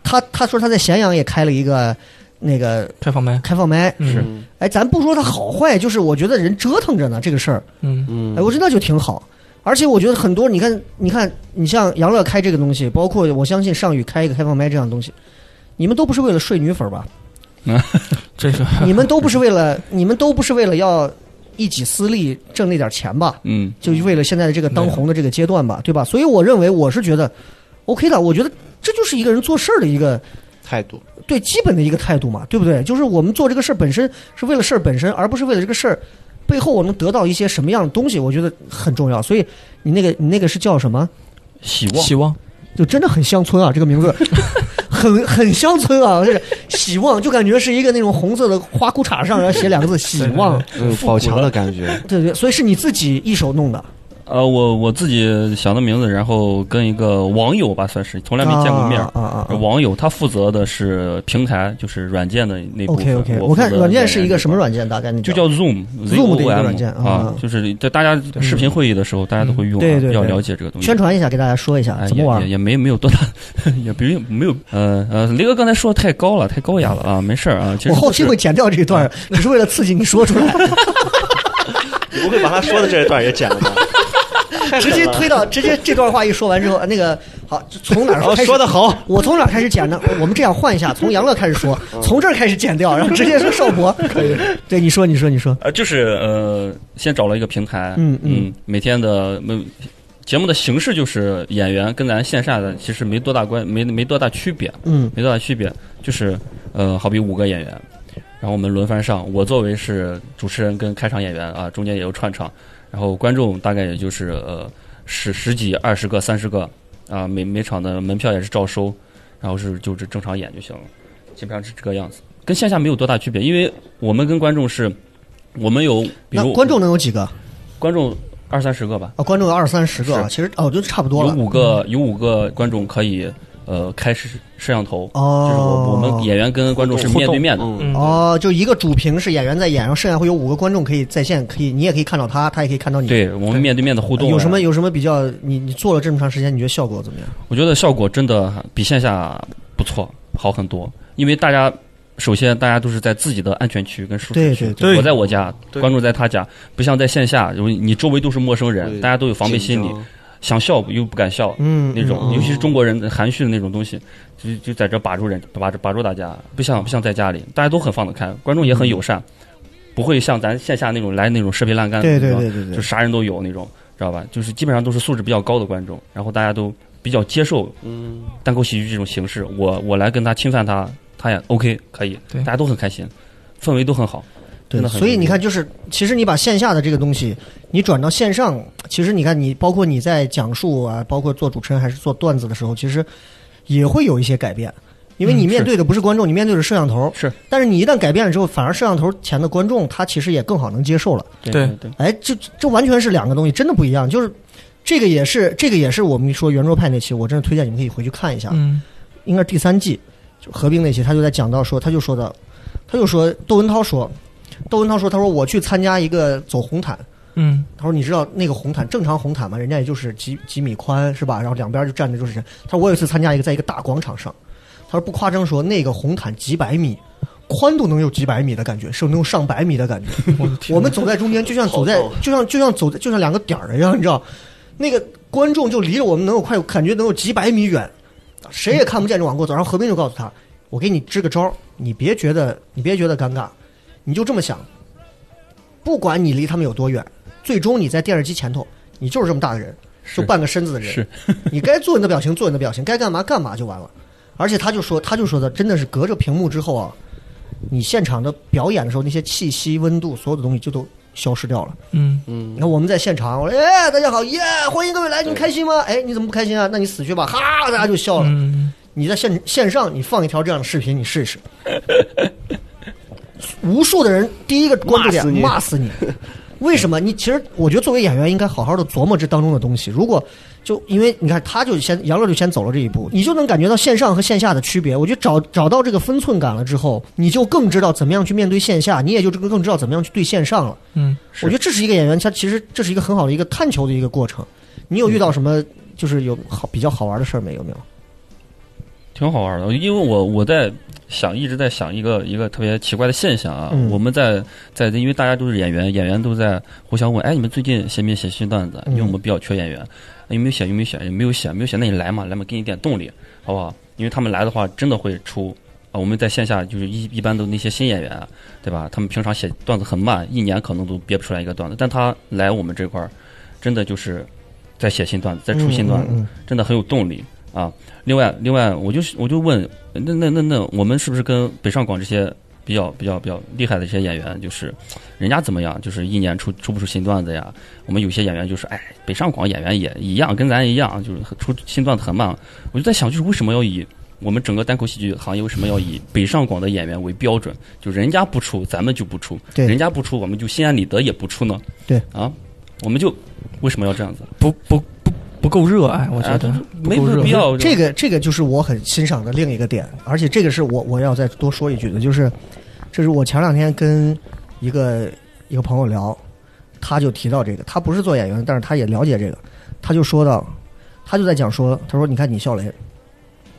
[SPEAKER 9] 他他说他在咸阳也开了一个那个
[SPEAKER 8] 开放麦，
[SPEAKER 9] 开放麦，
[SPEAKER 8] 是，
[SPEAKER 9] 哎，咱不说他好坏，就是我觉得人折腾着呢这个事儿，
[SPEAKER 8] 嗯
[SPEAKER 4] 嗯
[SPEAKER 9] 哎，我觉得那就挺好。而且我觉得很多，你看，你看，你像杨乐开这个东西，包括我相信尚宇开一个开放麦这样的东西，你们都不是为了睡女粉吧？
[SPEAKER 8] 这是
[SPEAKER 9] 你们都不是为了，你们都不是为了要一己私利挣那点钱吧？
[SPEAKER 5] 嗯，
[SPEAKER 9] 就为了现在的这个当红的这个阶段吧，对吧？所以我认为我是觉得 OK 的，我觉得这就是一个人做事儿的一个
[SPEAKER 4] 态度，
[SPEAKER 9] 对基本的一个态度嘛，对不对？就是我们做这个事儿本身是为了事儿本身，而不是为了这个事儿背后我能得到一些什么样的东西，我觉得很重要。所以你那个你那个是叫什么？
[SPEAKER 5] 希望
[SPEAKER 8] 希望，
[SPEAKER 9] 就真的很乡村啊，这个名字 很很乡村啊，就是希望，就感觉是一个那种红色的花裤衩上，然后写两个字希 望，
[SPEAKER 4] 嗯，宝强的感觉，
[SPEAKER 9] 对对，所以是你自己一手弄的，
[SPEAKER 5] 呃，我我自己想的名字，然后跟一个网友吧，算是从来没见过面儿
[SPEAKER 9] 啊。啊啊啊啊
[SPEAKER 5] 网友他负责的是平台，就是软件的那部分。
[SPEAKER 9] OK OK，
[SPEAKER 5] 我
[SPEAKER 9] 我看
[SPEAKER 5] 负责
[SPEAKER 9] 软件是一个什么
[SPEAKER 5] 软件这块儿？
[SPEAKER 9] 软件？大概你
[SPEAKER 5] 就
[SPEAKER 9] 知道
[SPEAKER 5] 叫 Zoom
[SPEAKER 9] Zoom 的一个
[SPEAKER 5] ZOOM
[SPEAKER 9] 软件
[SPEAKER 5] 啊
[SPEAKER 9] 啊，
[SPEAKER 5] 就是在大家视频会议的时候，大家都会用啊，
[SPEAKER 9] 对对对
[SPEAKER 5] 要了解这个东西。
[SPEAKER 9] 宣传一下，给大家说一下
[SPEAKER 5] 哎
[SPEAKER 9] 怎么
[SPEAKER 5] 也
[SPEAKER 9] 玩
[SPEAKER 5] 也。也没没有多大， 也不用没有呃呃，雷哥刚才说的太高了，太高雅了啊，没事儿啊。其实
[SPEAKER 9] 我后
[SPEAKER 5] 就
[SPEAKER 9] 期
[SPEAKER 5] 是啊
[SPEAKER 9] 会剪掉这 一段，只是为了刺激你说出来，
[SPEAKER 4] 你不会把他说的这一段也剪了 吧？
[SPEAKER 9] 直接推到直接这段话一说完之后，那个好，从哪儿
[SPEAKER 4] 哦，
[SPEAKER 9] 开始？
[SPEAKER 4] 说的好，
[SPEAKER 9] 我从哪儿开始剪呢？我们这样换一下，从杨乐开始说，
[SPEAKER 5] 嗯
[SPEAKER 9] 从这儿开始剪掉，然后直接说邵博。可以，对你说，你说，你说，
[SPEAKER 5] 呃，就是呃，先找了一个平台，
[SPEAKER 9] 嗯嗯
[SPEAKER 5] 每天的嗯节目的形式就是演员跟咱线下的其实没多大关，没没多大区别，
[SPEAKER 9] 嗯
[SPEAKER 5] 没多大区别，就是呃，好比五个演员，然后我们轮番上，我作为是主持人跟开场演员啊，中间也有串场，然后观众大概也就是呃十十几、二十个、三十个啊，每每场的门票也是照收，然后是就是正常演就行了，基本上是这个样子，跟线下没有多大区别，因为我们跟观众是，我们有比
[SPEAKER 9] 那
[SPEAKER 5] 如
[SPEAKER 9] 观众能有几个啊？
[SPEAKER 5] 观众二三十个吧，
[SPEAKER 9] 观众有二三十个啊，其实哦，我觉得差不多
[SPEAKER 5] 有
[SPEAKER 9] 了。
[SPEAKER 5] 五个有五个观众可以呃开摄摄像头。就是我我
[SPEAKER 9] 哦，
[SPEAKER 5] 们演员跟观众是面对面的，
[SPEAKER 4] 嗯，
[SPEAKER 8] 嗯，
[SPEAKER 9] 哦，就一个主屏是演员在演，然后剩下会有五个观众可以在线，可以你也可以看到他，他也可以看到你。
[SPEAKER 5] 对我们面对面的互动啊
[SPEAKER 9] 有什么？有什么比较？你你做了这么长时间，你觉得效果怎么样？
[SPEAKER 5] 我觉得效果真的比线下不错，好很多。因为大家首先大家都是在自己的安全区跟舒适
[SPEAKER 9] 对
[SPEAKER 5] 区，
[SPEAKER 9] 对
[SPEAKER 8] 对
[SPEAKER 5] 我在我家，
[SPEAKER 8] 对
[SPEAKER 5] 观众在他家，不像在线下，因为你周围都是陌生人，大家都有防备心理
[SPEAKER 4] 紧，张，
[SPEAKER 5] 想笑又不敢笑。
[SPEAKER 9] 嗯，
[SPEAKER 5] 那种，
[SPEAKER 9] 嗯
[SPEAKER 5] 尤其是中国人含蓄的那种东西，就就在这把住人，把住把住大家，不像不像在家里，大家都很放得开，观众也
[SPEAKER 9] 嗯
[SPEAKER 5] 很友善，不会像咱线下那种来那种设备烂干的
[SPEAKER 9] 嗯对
[SPEAKER 5] 那种，
[SPEAKER 9] 对对对对
[SPEAKER 5] 就，啥人都有那种，知道吧？就是基本上都是素质比较高的观众，然后大家都比较接受
[SPEAKER 4] 嗯，
[SPEAKER 5] 单口喜剧这种形式。我我来跟他侵犯他，他也 OK 可以，
[SPEAKER 8] 对
[SPEAKER 5] 大家都很开心，氛围都很好，
[SPEAKER 9] 对
[SPEAKER 5] 真的很。
[SPEAKER 9] 所以你看，，就是其实你把线下的这个东西，你转到线上，其实你看你包括你在讲述啊，包括做主持人还是做段子的时候，其实也会有一些改变，因为你
[SPEAKER 5] 嗯
[SPEAKER 9] 面
[SPEAKER 5] 是
[SPEAKER 9] 对的不是观众，你面对的是摄像头。
[SPEAKER 5] 是，
[SPEAKER 9] 但是你一旦改变了之后，反而摄像头前的观众他其实也更好能接受了。
[SPEAKER 5] 对
[SPEAKER 8] 对
[SPEAKER 5] 对，
[SPEAKER 9] 哎，这这完全是两个东西，真的不一样。就是这个也是这个也是我们说圆桌派那期，我真的推荐你们可以回去看一下。
[SPEAKER 8] 嗯，
[SPEAKER 9] 应该是第三季，就合并那期，他就在讲到说，他就说的，他就说窦文涛说，窦文涛说，他说我去参加一个走红毯，
[SPEAKER 8] 嗯，
[SPEAKER 9] 他说你知道那个红毯正常红毯嘛，人家也就是几几米宽是吧？然后两边就站着就是人。他说我有一次参加一个在一个大广场上，他说不夸张说那个红毯几百米。宽度能有几百米的感觉，是能有上百米的感觉。
[SPEAKER 8] 我的天，
[SPEAKER 9] 我们走在中间，就像走在
[SPEAKER 4] 好，
[SPEAKER 9] 就像就像走在，就像两个点儿一样，你知道，那个观众就离着我们能有快，感觉能有几百米远，谁也看不见就往过走。然后何冰就告诉他：“我给你支个招儿，你别觉得你别觉得尴尬，你就这么想，不管你离他们有多远，最终你在电视机前头，你就是这么大的人，
[SPEAKER 5] 是
[SPEAKER 9] 就半个身子的人，
[SPEAKER 5] 是
[SPEAKER 9] 你该做你的表情做你的表情，该干嘛干嘛就完了。”而且他就说，他就说的真的是隔着屏幕之后啊，你现场的表演的时候，那些气息、温度，所有的东西就都消失掉了。
[SPEAKER 8] 嗯，
[SPEAKER 9] 你看我们在现场，我说哎，大家好，耶，欢迎各位来，你们开心吗？哎，你怎么不开心啊？那你死去吧，哈，大家就笑了。
[SPEAKER 8] 嗯，
[SPEAKER 9] 你在线线上，你放一条这样的视频，你试试。无数的人，第一个关注点
[SPEAKER 4] 骂死你
[SPEAKER 9] 骂死你，为什么？你其实我觉得作为演员应该好好的琢磨这当中的东西。如果就因为你看，他就先杨乐就先走了这一步，你就能感觉到线上和线下的区别。我觉得找找到这个分寸感了之后，你就更知道怎么样去面对线下，你也就这个更知道怎么样去对线上了。
[SPEAKER 8] 嗯，
[SPEAKER 9] 我觉得这是一个演员，他其实这是一个很好的一个探求的一个过程。你有遇到什么就是有好比较好玩的事儿没有？没有？
[SPEAKER 5] 挺好玩的，因为我我在想，一直在想一个一个特别奇怪的现象啊。
[SPEAKER 9] 嗯
[SPEAKER 5] 我们在在因为大家都是演员，演员都在互相问，哎，你们最近写没写新段子？
[SPEAKER 9] 嗯
[SPEAKER 5] 因为我们比较缺演员，有没有写？有没有写？有没有写？没有写，那你来嘛，来嘛，给你点动力，好不好？因为他们来的话，真的会出啊。我们在线下就是一一般都那些新演员啊，对吧？他们平常写段子很慢，一年可能都憋不出来一个段子，但他来我们这块儿，真的就是在写新段子，在出新段子。
[SPEAKER 9] 嗯嗯
[SPEAKER 5] 真的很有动力啊。另外，另外，我就是我就问，那那那那，我们是不是跟北上广这些比较比较比较厉害的这些演员，就是人家怎么样，就是一年出出不出新段子呀？我们有些演员就是，哎，北上广演员也一样，跟咱一样，就是出新段子很慢。我就在想，就是为什么要以我们整个单口喜剧行业为什么要以北上广的演员为标准？就人家不出，咱们就不出；
[SPEAKER 9] 对
[SPEAKER 5] 人家不出，我们就心安理得也不出呢？
[SPEAKER 9] 对
[SPEAKER 5] 啊，我们就为什么要这样子？
[SPEAKER 8] 不不不不够热爱，我
[SPEAKER 5] 我
[SPEAKER 8] 觉得
[SPEAKER 5] 哎没
[SPEAKER 8] 不够热
[SPEAKER 5] 必要。
[SPEAKER 9] 这个这个就是我很欣赏的另一个点，而且这个是我我要再多说一句的，就是这是我前两天跟一个一个朋友聊，他就提到这个，他不是做演员，但是他也了解这个，他就说到，他就在讲说，他说你看你笑雷，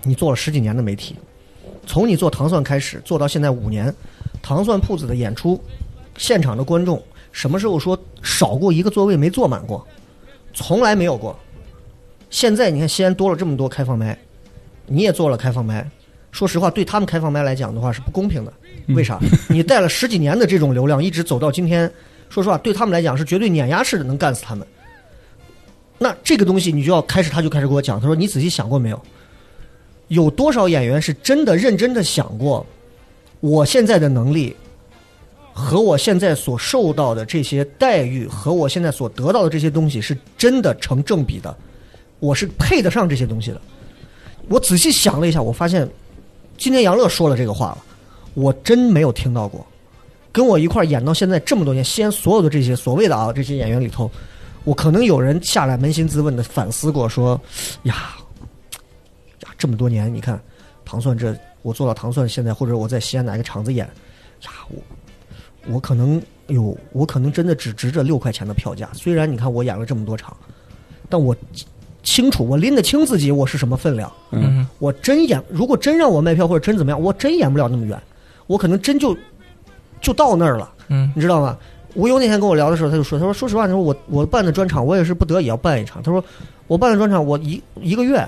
[SPEAKER 9] 你做了十几年的媒体，从你做糖蒜开始做到现在五年，糖蒜铺子的演出，现场的观众什么时候说少过一个座位没坐满过，从来没有过。现在你看西安多了这么多开放麦，你也做了开放麦。说实话，对他们开放麦来讲的话是不公平的。为啥？你带了十几年的这种流量，一直走到今天，说实话，对他们来讲是绝对碾压式的，能干死他们。那这个东西你就要开始，他就开始给我讲，他说：“你仔细想过没有？有多少演员是真的认真的想过，我现在的能力和我现在所受到的这些待遇和我现在所得到的这些东西是真的成正比的？我是配得上这些东西的。我仔细想了一下，我发现今天杨乐说了这个话了，我真没有听到过。跟我一块儿演到现在这么多年，西安所有的这些所谓的啊这些演员里头，我可能有人下来扪心自问的反思过，说呀呀这么多年，你看糖蒜这我做到糖蒜现在，或者我在西安哪个厂子演，呀我我可能有我可能真的只值这六块钱的票价，虽然你看我演了这么多场，但我清楚我拎得清自己我是什么分量。
[SPEAKER 8] 嗯，
[SPEAKER 9] 我真演，如果真让我卖票或者真怎么样，我真演不了那么远，我可能真就就到那儿了，
[SPEAKER 8] 嗯
[SPEAKER 9] 你知道吗？吴优那天跟我聊的时候，他就说，他说说实话，他说我我办的专场，我也是不得已要办一场。他说我办的专场，我一一个月，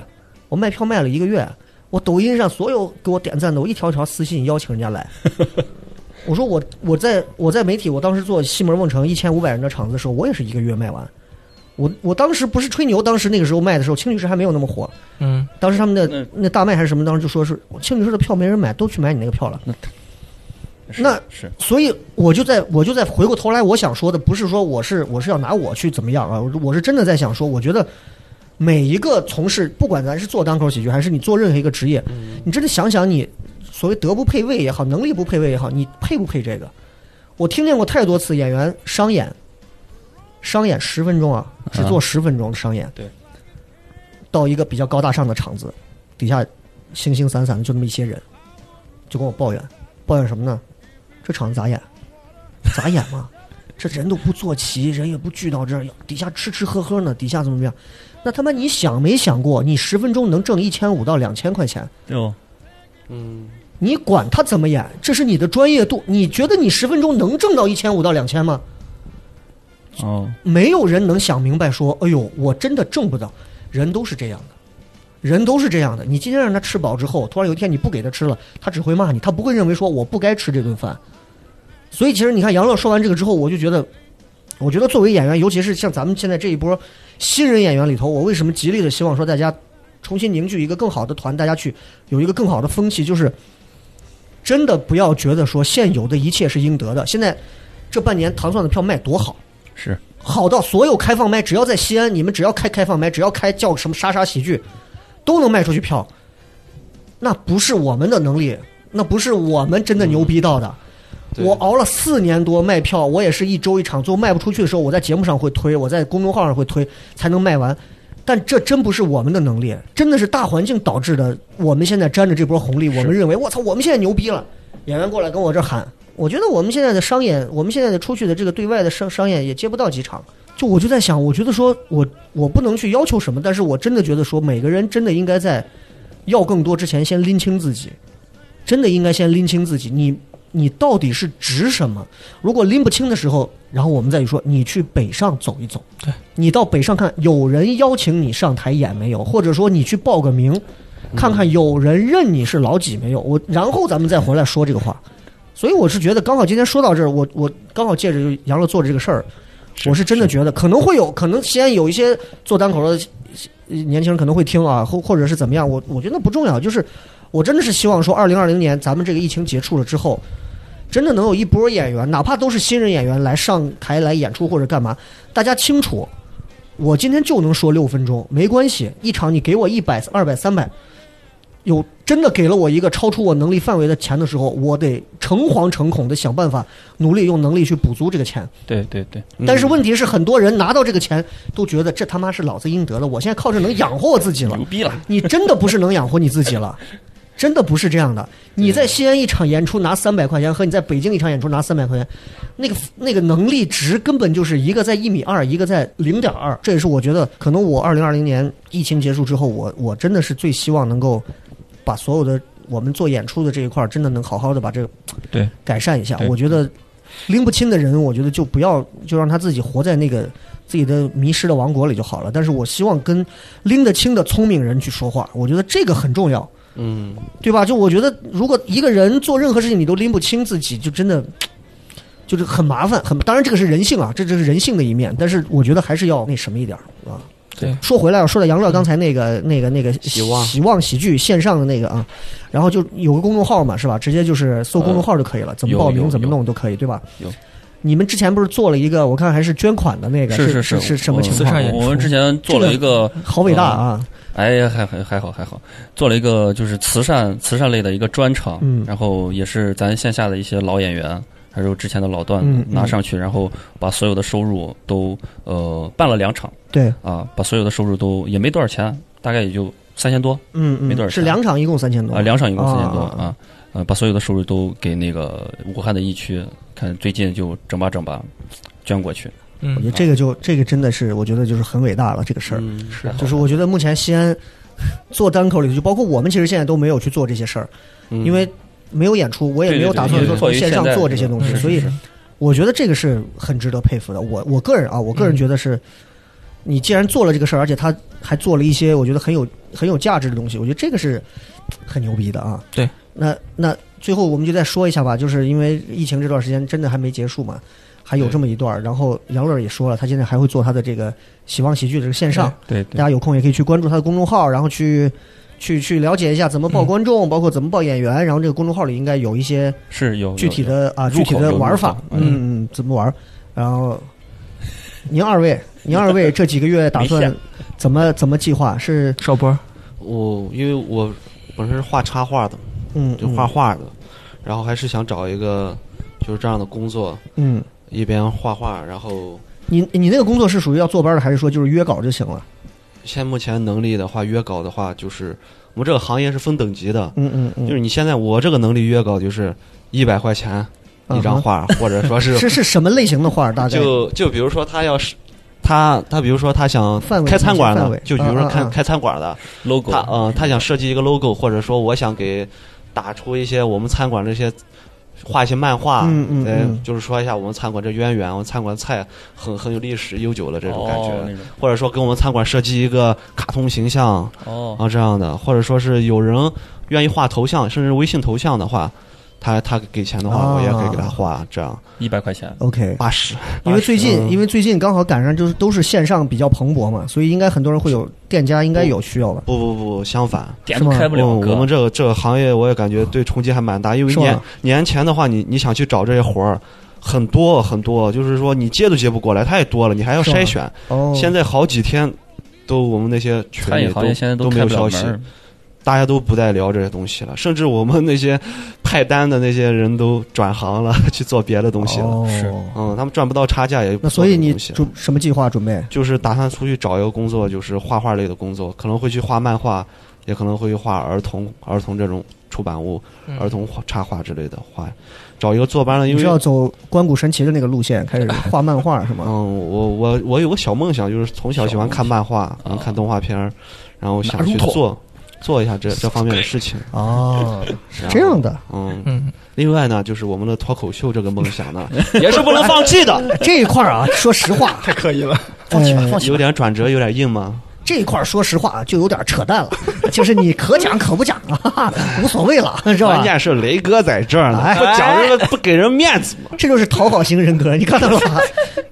[SPEAKER 9] 我卖票卖了一个月，我抖音上所有给我点赞的，我一条条私信邀请人家来。我说我我在我在媒体，我当时做西门瓮城一千五百人的场子的时候，我也是一个月卖完。我我当时不是吹牛，当时那个时候卖的时候，青旅市还没有那么火，
[SPEAKER 8] 嗯，
[SPEAKER 9] 当时他们的
[SPEAKER 5] 嗯
[SPEAKER 9] 那大麦还是什么，当时就说是青旅社的票没人买，都去买你那个票了。那
[SPEAKER 5] 是
[SPEAKER 9] 所以我就在我就在回过头来，我想说的不是说我是我是要拿我去怎么样啊，我我是真的在想说，我觉得每一个从事，不管咱是做单口喜剧，还是你做任何一个职业，你真的想想你所谓德不配位也好，能力不配位也好，你配不配这个？我听见过太多次演员商演，商演十分钟啊，只做十分钟的商演，
[SPEAKER 5] 对，
[SPEAKER 9] 到一个比较高大上的场子，底下星星散散的就那么一些人，就跟我抱怨，抱怨什么呢？这场子咋演？咋演嘛？这人都不坐齐，人也不聚到这儿，底下吃吃喝喝呢，底下怎么怎么样？那他妈你想没想过，你十分钟能挣一千五到两千块钱？
[SPEAKER 5] 对哦，
[SPEAKER 9] 你管他怎么演，这是你的专业度。你觉得你十分钟能挣到一千五到两千吗？
[SPEAKER 5] 哦，
[SPEAKER 9] 没有人能想明白说，哎呦，我真的挣不到。人都是这样的，人都是这样的。你今天让他吃饱之后，突然有一天你不给他吃了，他只会骂你，他不会认为说我不该吃这顿饭。所以其实你看杨乐说完这个之后，我就觉得，我觉得作为演员，尤其是像咱们现在这一波新人演员里头，我为什么极力的希望说大家重新凝聚一个更好的团，大家去有一个更好的风气，就是真的不要觉得说现有的一切是应得的。现在这半年糖蒜的票卖多好，
[SPEAKER 5] 是
[SPEAKER 9] 好到所有开放麦，只要在西安，你们只要开开放麦，只要开叫什么莎莎喜剧，都能卖出去票。那不是我们的能力，那不是我们真的牛逼到的。
[SPEAKER 4] 对
[SPEAKER 9] 我熬了四年多卖票，我也是一周一场，最后卖不出去的时候，我在节目上会推，我在公众号上会推，才能卖完。但这真不是我们的能力，真的是大环境导致的。我们现在沾着这波红利，我们认为我操，我们现在牛逼了。演员过来跟我这喊，我觉得我们现在的商演，我们现在的出去的这个对外的商商演也接不到几场。就我就在想，我觉得说我我不能去要求什么，但是我真的觉得说每个人真的应该在要更多之前先拎清自己，真的应该先拎清自己，你你到底是值什么？如果拎不清的时候，然后我们再说你去北上走一走，对你到北上看有人邀请你上台演没有，或者说你去报个名，看看有人认你是老几没有，我然后咱们再回来说这个话。所以我是觉得，刚好今天说到这儿，我我刚好借着就杨乐做的这个事儿，我是真的觉得可能会有，可能西安有一些做单口的呃年轻人可能会听啊，或或者是怎么样，我我觉得那不重要，就是我真的是希望说，二零二零年咱们这个疫情结束了之后，真的能有一波演员，哪怕都是新人演员来上台来演出或者干嘛，大家清楚，我今天就能说六分钟，没关系，一场你给我一百、二百、三百。有真的给了我一个超出我能力范围的钱的时候，我得诚惶诚恐的想办法，努力用能力去补足这个钱。
[SPEAKER 5] 对对对，
[SPEAKER 9] 但是问题是，很多人拿到这个钱都觉得这他妈是老子应得的，我现在靠这能养活我自己了
[SPEAKER 5] 牛。逼了，
[SPEAKER 9] 你真的不是能养活你自己了，真的不是这样的。你在西安一场演出拿三百块钱，和你在北京一场演出拿三百块钱，那个那个能力值根本就是一个在一米二，一个在零点二。这也是我觉得，可能我二零二零年疫情结束之后，我我真的是最希望能够把所有的我们做演出的这一块儿，真的能好好的把这个
[SPEAKER 1] 对
[SPEAKER 9] 改善一下。
[SPEAKER 1] 对
[SPEAKER 9] 我觉得拎不清的人，我觉得就不要就让他自己活在那个自己的迷失的王国里就好了。但是我希望跟拎得清的聪明人去说话，我觉得这个很重要，
[SPEAKER 4] 嗯，
[SPEAKER 9] 对吧？就我觉得，如果一个人做任何事情你都拎不清自己，就真的。就是很麻烦，很当然这个是人性啊，这这是人性的一面，但是我觉得还是要那什么一点儿啊。
[SPEAKER 1] 对，
[SPEAKER 9] 说回来啊，说到杨乐刚才那个、那个那个
[SPEAKER 4] 希望
[SPEAKER 9] 希望喜剧线上的那个啊，然后就有个公众号嘛，是吧？直接就是搜公众号就可以了，怎么
[SPEAKER 5] 有
[SPEAKER 9] 报名
[SPEAKER 5] 呃有
[SPEAKER 9] 怎么
[SPEAKER 5] 有
[SPEAKER 9] 弄都可以，对吧？
[SPEAKER 5] 有。
[SPEAKER 9] 你们之前不是做了一个，我看还是捐款的那个，
[SPEAKER 5] 是
[SPEAKER 9] 是
[SPEAKER 5] 是
[SPEAKER 9] 是什么情
[SPEAKER 1] 慈善演
[SPEAKER 9] 况？
[SPEAKER 1] 出
[SPEAKER 5] 我们之前做了一个，
[SPEAKER 9] 好伟大啊！
[SPEAKER 5] 哎呀，还还还好还好，做了一个就是慈善慈善类的一个专场，
[SPEAKER 9] 嗯
[SPEAKER 5] 然后也是咱线下的一些老演员，还有之前的老段
[SPEAKER 9] 嗯
[SPEAKER 5] 子
[SPEAKER 9] 嗯
[SPEAKER 5] 拿上去，然后把所有的收入都呃办了两场
[SPEAKER 9] 对，
[SPEAKER 5] 啊，把所有的收入都也没多少钱，大概也就三千多
[SPEAKER 9] 嗯嗯，
[SPEAKER 5] 没多少
[SPEAKER 9] 是
[SPEAKER 5] 钱
[SPEAKER 9] 两场一共三千多
[SPEAKER 5] 啊，两场一共三千多
[SPEAKER 9] 哦啊啊
[SPEAKER 5] 啊，呃，把所有的收入都给那个武汉的疫区，看最近就整吧整吧捐过去，
[SPEAKER 9] 我觉
[SPEAKER 8] 嗯
[SPEAKER 9] 得这个就这个真的是，我觉得就是很伟大了这个事儿。
[SPEAKER 4] 嗯
[SPEAKER 8] 啊
[SPEAKER 5] 是
[SPEAKER 9] 就是我觉得目前西安做单口里，就包括我们其实现在都没有去做这些事儿，
[SPEAKER 4] 嗯
[SPEAKER 9] 因为没有演出，我也
[SPEAKER 5] 对
[SPEAKER 9] 没有
[SPEAKER 5] 对
[SPEAKER 9] 打
[SPEAKER 5] 对
[SPEAKER 9] 算
[SPEAKER 5] 对嗯
[SPEAKER 9] 说
[SPEAKER 5] 对
[SPEAKER 9] 从
[SPEAKER 5] 迫于
[SPEAKER 9] 线
[SPEAKER 5] 现
[SPEAKER 9] 上
[SPEAKER 5] 在
[SPEAKER 9] 做
[SPEAKER 5] 这
[SPEAKER 9] 这
[SPEAKER 5] 个
[SPEAKER 9] 些东西，
[SPEAKER 8] 是
[SPEAKER 9] 所以我觉得这个是很值得佩服的。我我个人啊，我个人觉得是，你既然做了这个事儿，而且他还做了一些我觉得很有很有价值的东西，我觉得这个是很牛逼的啊。
[SPEAKER 8] 对，
[SPEAKER 9] 那那最后我们就再说一下吧，就是因为疫情这段时间真的还没结束嘛。还有这么一段儿，然后杨乐也说了，他现在还会做他的这个喜望喜剧这个线上，
[SPEAKER 1] 对
[SPEAKER 9] 大，家有空也可以去关注他的公众号，然后去去去了解一下怎么报观众，包括怎么报演员，然后这个公众号里应该有一些
[SPEAKER 5] 是有
[SPEAKER 9] 具体
[SPEAKER 5] 有
[SPEAKER 9] 的啊
[SPEAKER 5] 入
[SPEAKER 9] 具
[SPEAKER 5] 口
[SPEAKER 9] 体的
[SPEAKER 5] 有
[SPEAKER 9] 玩
[SPEAKER 5] 入
[SPEAKER 9] 法
[SPEAKER 5] 口，
[SPEAKER 9] 嗯嗯，怎么玩儿，然后您二位，您二位这几个月打算怎么怎么计划？是
[SPEAKER 8] 邵波，
[SPEAKER 4] 我因为我本身是画插画的，
[SPEAKER 9] 嗯
[SPEAKER 4] 就画画的，然后还是想找一个就是这样的工作，
[SPEAKER 9] 嗯，嗯
[SPEAKER 4] 一边画画，然后
[SPEAKER 9] 你你那个工作是属于要坐班的，还是说就是约稿就行了？
[SPEAKER 4] 现目前能力的话，约稿的话，就是我们这个行业是分等级的，
[SPEAKER 9] 嗯嗯
[SPEAKER 4] 就是
[SPEAKER 9] 嗯，
[SPEAKER 4] 你现在我这个能力约稿就是一百块钱一张 画，或者说是
[SPEAKER 9] 嗯是是什么类型的画？大概
[SPEAKER 4] 就就比如说他要是他他比如说他想
[SPEAKER 9] 范围
[SPEAKER 4] 开餐馆
[SPEAKER 9] 范
[SPEAKER 4] 的
[SPEAKER 9] 围，
[SPEAKER 4] 就比如说
[SPEAKER 9] 啊啊
[SPEAKER 4] 开
[SPEAKER 9] 啊
[SPEAKER 4] 开餐馆的，
[SPEAKER 5] logo
[SPEAKER 4] 他嗯他想设计一个 logo，或者说我想给打出一些我们餐馆这些。画一些漫画，
[SPEAKER 9] 嗯嗯
[SPEAKER 4] 对
[SPEAKER 9] 嗯
[SPEAKER 4] 就是说一下我们餐馆这渊源，我们餐馆菜很很有历史悠久的这种感觉，
[SPEAKER 5] 哦那种
[SPEAKER 4] 或者说给我们餐馆设计一个卡通形象，
[SPEAKER 5] 哦
[SPEAKER 4] 啊这样的，或者说是有人愿意画头像，甚至微信头像的话，他他给钱的话，
[SPEAKER 9] 啊
[SPEAKER 4] 我也可以给他画，这样
[SPEAKER 5] 一百块钱
[SPEAKER 9] OK，
[SPEAKER 4] 八十。嗯
[SPEAKER 9] 因为最近，因
[SPEAKER 4] 为
[SPEAKER 9] 为最近刚好赶上就是都是线上比较蓬勃嘛，所以应该很多人会有店家应该有需要吧？
[SPEAKER 4] 不不不，相反，
[SPEAKER 5] 点都开不了
[SPEAKER 4] 嗯
[SPEAKER 5] 哥，
[SPEAKER 4] 我们这个这个行业，我也感觉对冲击还蛮大，因为
[SPEAKER 9] 是吧
[SPEAKER 4] 年年前的话，你你想去找这些活儿。很多很多，就是说你接都接不过来，太多了，你还要
[SPEAKER 9] 是吧
[SPEAKER 4] 筛选。
[SPEAKER 9] 哦，
[SPEAKER 4] 现在好几天，都我们那些群
[SPEAKER 5] 餐饮
[SPEAKER 4] 里都
[SPEAKER 5] 行业现在
[SPEAKER 4] 都没
[SPEAKER 5] 开
[SPEAKER 4] 有
[SPEAKER 5] 不了
[SPEAKER 4] 消息
[SPEAKER 5] 门，儿，
[SPEAKER 4] 大家都不再聊这些东西了，甚至我们那些派单的那些人都转行了，去做别的东西了。
[SPEAKER 9] 哦
[SPEAKER 5] 是
[SPEAKER 4] 嗯，他们赚不到差价也就不
[SPEAKER 9] 那
[SPEAKER 4] 做
[SPEAKER 9] 所
[SPEAKER 4] 这
[SPEAKER 9] 以
[SPEAKER 4] 个
[SPEAKER 9] 你
[SPEAKER 4] 东西了
[SPEAKER 9] 准什么计划准备？
[SPEAKER 4] 就是打算出去找一个工作，就是画画类的工作，可能会去画漫画，也可能会画儿童儿童这种出版物、
[SPEAKER 8] 嗯
[SPEAKER 4] 儿童画插画之类的画，找一个坐班的，
[SPEAKER 9] 你
[SPEAKER 4] 因
[SPEAKER 9] 是要
[SPEAKER 4] 为。
[SPEAKER 9] 走关谷神奇的那个路线， 开始画漫画是吗？
[SPEAKER 4] 嗯，我我我有个小梦想，就是从小喜欢看漫画，
[SPEAKER 5] 小
[SPEAKER 4] 嗯
[SPEAKER 5] 梦想
[SPEAKER 4] 看动画片儿，然后想
[SPEAKER 5] 哪
[SPEAKER 4] 去
[SPEAKER 5] 入桶
[SPEAKER 4] 做做一下这这方面的事情。
[SPEAKER 9] 哦，是这样的，
[SPEAKER 4] 嗯，
[SPEAKER 8] 嗯，
[SPEAKER 4] 另外呢，就是我们的脱口秀这个梦想呢，也是不能放弃的。
[SPEAKER 9] 这一块儿啊，说实话，
[SPEAKER 8] 太刻意了。
[SPEAKER 9] 放弃吧，放
[SPEAKER 4] 有点转折，有点硬吗？
[SPEAKER 9] 这一块儿说实话啊就有点扯淡了，就是你可讲可不讲了， 无所谓了，是吧
[SPEAKER 4] 关？键是雷哥在这儿呢，
[SPEAKER 9] 哎
[SPEAKER 4] 不讲这个不给人面子嘛。
[SPEAKER 9] 这就是讨好型人格，你看到了吗？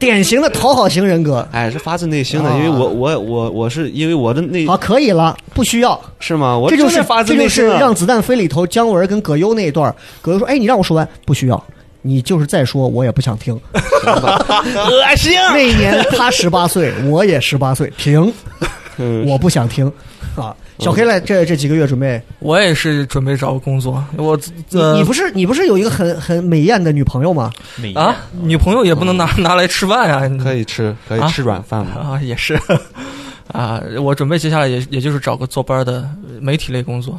[SPEAKER 9] 典型的讨好型人格。
[SPEAKER 4] 哎，是发自内心的，
[SPEAKER 9] 啊
[SPEAKER 4] 因为我我我我是因为我的内
[SPEAKER 9] 好，可以了，不需要。
[SPEAKER 4] 是吗？哎我
[SPEAKER 9] 这就
[SPEAKER 4] 真的
[SPEAKER 9] 是
[SPEAKER 4] 发自
[SPEAKER 9] 这就
[SPEAKER 4] 内
[SPEAKER 9] 是
[SPEAKER 4] 心啊的
[SPEAKER 9] 让子弹飞里头姜文跟葛优那一段儿，葛优说：“哎，你让我说完，不需要。”你就是再说，我也不想听。
[SPEAKER 4] 恶心。
[SPEAKER 9] 那一年他十八岁，我也十八岁，停，
[SPEAKER 4] 嗯
[SPEAKER 9] 我不想听。啊，小黑来这这几个月准备，
[SPEAKER 8] 我也是准备找个工作，我
[SPEAKER 9] 你
[SPEAKER 8] 呃
[SPEAKER 9] 你不是你不是有一个很很美艳的女朋友吗？
[SPEAKER 1] 美颜
[SPEAKER 8] 啊，女朋友也不能拿拿来吃饭啊呀、
[SPEAKER 4] 可以吃，可以
[SPEAKER 8] 啊
[SPEAKER 4] 吃软饭吗？
[SPEAKER 8] 啊，也是啊，我准备接下来也也就是找个坐班的媒体类工作，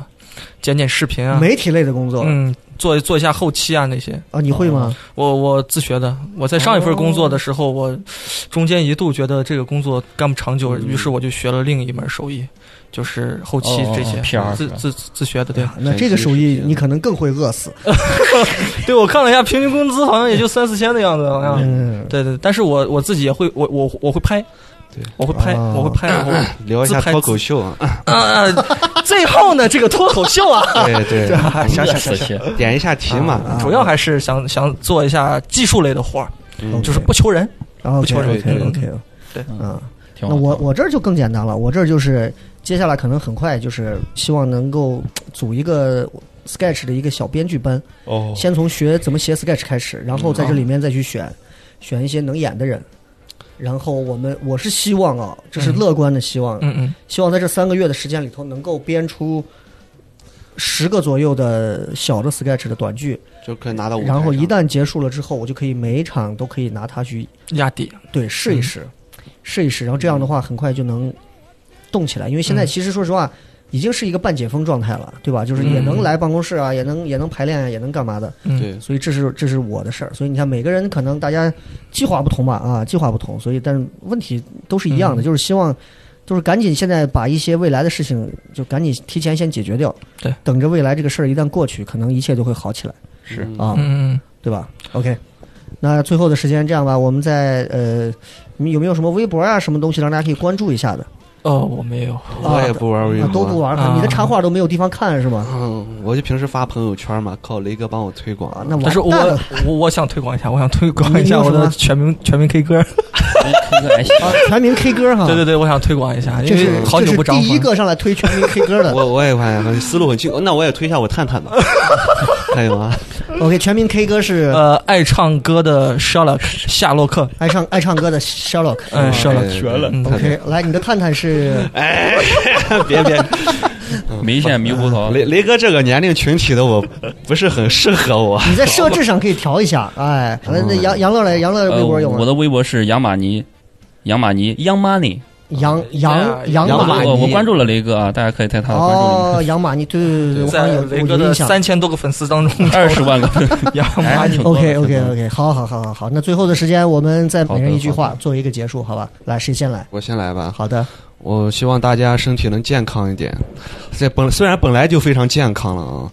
[SPEAKER 8] 剪剪视频啊，
[SPEAKER 9] 媒体类的工作
[SPEAKER 8] 嗯，做做一下后期啊那些。
[SPEAKER 9] 啊，你会吗？
[SPEAKER 8] 我我自学的，我在上一份工作的时候，我中间一度觉得这个工作干不长久，于是我就学了另一门手艺，就是后期
[SPEAKER 1] 哦
[SPEAKER 8] 这些、
[SPEAKER 1] 哦 PR
[SPEAKER 8] 自
[SPEAKER 1] 是吧
[SPEAKER 8] 自自自学的。对，
[SPEAKER 9] 那这个手艺你可能更会饿死。
[SPEAKER 8] 对我看了一下，平均工资好像也就三四千的样子，好像。
[SPEAKER 9] 嗯，
[SPEAKER 8] 对对，但是我我自己也会，我我我会拍，
[SPEAKER 4] 对
[SPEAKER 8] 我会拍，
[SPEAKER 9] 哦
[SPEAKER 8] 我会拍，我会
[SPEAKER 4] 聊一下
[SPEAKER 8] 自拍
[SPEAKER 4] 脱口秀啊，
[SPEAKER 8] 啊， 最后呢，这个脱口秀啊，
[SPEAKER 4] 对 对，
[SPEAKER 8] 啊想想想
[SPEAKER 5] 死
[SPEAKER 8] 想，
[SPEAKER 5] 去，
[SPEAKER 4] 点一下题
[SPEAKER 9] 啊
[SPEAKER 4] 嘛，
[SPEAKER 8] 主要还是想想做一下技术类的活儿，
[SPEAKER 4] 嗯
[SPEAKER 8] 就是不求人。
[SPEAKER 9] OK
[SPEAKER 8] 不求人嗯
[SPEAKER 9] OK
[SPEAKER 4] 对
[SPEAKER 9] OK，
[SPEAKER 8] 对
[SPEAKER 9] 嗯，
[SPEAKER 5] 挺好
[SPEAKER 9] 那我我这儿就更简单了，我这儿就是接下来可能很快就是希望能够组一个 Sketch 的一个小编剧班，
[SPEAKER 4] 哦嗯
[SPEAKER 9] 先从学怎么写 Sketch 开始，然后在这里面再去选选一些能演的人。然后我们我是希望啊，这是乐观的希望，
[SPEAKER 8] 嗯嗯，
[SPEAKER 9] 希望在这三个月的时间里头能够编出十个左右的小的 Sketch 的短剧，
[SPEAKER 4] 就可以拿到啊舞台上。
[SPEAKER 9] 然后一旦结束了之后，我就可以每一场都可以拿它去
[SPEAKER 8] 压底，
[SPEAKER 9] 对试一试，
[SPEAKER 4] 嗯
[SPEAKER 9] 试一试，然后这样的话很快就能动起来。因为现在
[SPEAKER 8] 嗯
[SPEAKER 9] 其实说实话，已经是一个半解封状态了，对吧？就是也
[SPEAKER 4] 嗯
[SPEAKER 9] 能来办公室啊，也能也能排练啊，也能干嘛的。
[SPEAKER 8] 嗯，
[SPEAKER 4] 对，
[SPEAKER 9] 所以这是这是我的事儿。所以你看，每个人可能大家计划不同吧，啊，计划不同，所以但是问题都是一样的，
[SPEAKER 8] 嗯
[SPEAKER 9] 就是希望。就是赶紧现在把一些未来的事情，就赶紧提前先解决掉。
[SPEAKER 8] 对，
[SPEAKER 9] 等着未来这个事儿一旦过去，可能一切都会好起来
[SPEAKER 5] 是
[SPEAKER 4] 嗯
[SPEAKER 9] 啊。
[SPEAKER 8] 嗯嗯
[SPEAKER 9] 对吧？OK，那最后的时间这样吧，我们在呃，你有没有什么微博啊，什么东西让大家可以关注一下的？
[SPEAKER 8] 哦，我没有，
[SPEAKER 4] 我也不玩微
[SPEAKER 9] 啊
[SPEAKER 4] 博，
[SPEAKER 9] 都不玩，
[SPEAKER 8] 啊
[SPEAKER 9] 你的插画都没有地方看是吗？
[SPEAKER 4] 嗯，我就平时发朋友圈嘛，靠雷哥帮我推
[SPEAKER 9] 啊
[SPEAKER 4] 广。，
[SPEAKER 9] 那
[SPEAKER 8] 但是
[SPEAKER 9] 完
[SPEAKER 8] 我
[SPEAKER 9] 蛋了。
[SPEAKER 8] 我我想推广一下，我想推广一
[SPEAKER 9] 你
[SPEAKER 8] 下
[SPEAKER 9] 有什
[SPEAKER 8] 我
[SPEAKER 9] 么
[SPEAKER 8] 的全民全民 K 歌。
[SPEAKER 5] 一个还哎行。
[SPEAKER 9] 啊，全民 K 歌哈，
[SPEAKER 8] 对对对，我想推广一下，因
[SPEAKER 9] 这是
[SPEAKER 8] 为好久不
[SPEAKER 9] 这
[SPEAKER 8] 张
[SPEAKER 9] 是第一
[SPEAKER 8] 红。
[SPEAKER 9] 个上啊来推全民 K 歌 的。
[SPEAKER 4] 我我也发现很思路很清，那我也推一下我探探 吧，可以吗？
[SPEAKER 9] OK，全民 K 歌是
[SPEAKER 8] 呃，爱唱歌的 Sherlock 夏洛克，
[SPEAKER 9] 爱唱爱唱歌的 Sherlock。
[SPEAKER 8] 嗯，Sherlock，
[SPEAKER 9] 哎
[SPEAKER 4] 绝哎了
[SPEAKER 8] 嗯
[SPEAKER 9] OK，来你的探探是
[SPEAKER 4] 哎，别 别，
[SPEAKER 5] 眉县猕猴 桃，
[SPEAKER 4] 雷雷哥这个年龄群体的我不是很适合我。
[SPEAKER 9] 你在设置上可以调一下，哎，
[SPEAKER 4] 嗯
[SPEAKER 9] 那那杨杨乐来，杨
[SPEAKER 4] 哎
[SPEAKER 9] 乐微
[SPEAKER 5] 呃，
[SPEAKER 9] 博有
[SPEAKER 5] 我
[SPEAKER 9] 吗？
[SPEAKER 5] 的微博是杨马尼，杨马尼，Young Money。
[SPEAKER 9] 杨杨杨
[SPEAKER 8] 啊杨
[SPEAKER 5] 我
[SPEAKER 9] 马
[SPEAKER 4] 马
[SPEAKER 5] 我
[SPEAKER 4] 尼
[SPEAKER 5] 我关注了雷哥啊，大家可以在他的关注
[SPEAKER 9] 哦，杨马，你对对对对，我好
[SPEAKER 8] 在
[SPEAKER 9] 像有
[SPEAKER 8] 雷
[SPEAKER 9] 我
[SPEAKER 8] 哥
[SPEAKER 9] 有
[SPEAKER 8] 的
[SPEAKER 9] 印象。
[SPEAKER 8] 三千多个粉丝当中
[SPEAKER 5] 里，二 十万个，
[SPEAKER 8] 杨
[SPEAKER 5] 哎
[SPEAKER 8] 妈
[SPEAKER 5] 还挺多的
[SPEAKER 9] OK
[SPEAKER 5] 挺
[SPEAKER 9] OK
[SPEAKER 5] 多的
[SPEAKER 9] OK，好好好好好，那最后的时间我们再每人一句
[SPEAKER 4] 好
[SPEAKER 9] 话
[SPEAKER 4] 的
[SPEAKER 9] 做一个结束，好吧？来，谁先来？
[SPEAKER 4] 我先来吧，
[SPEAKER 9] 好的，
[SPEAKER 4] 我希望大家身体能健康一点。在本虽然本来就非常健康了啊，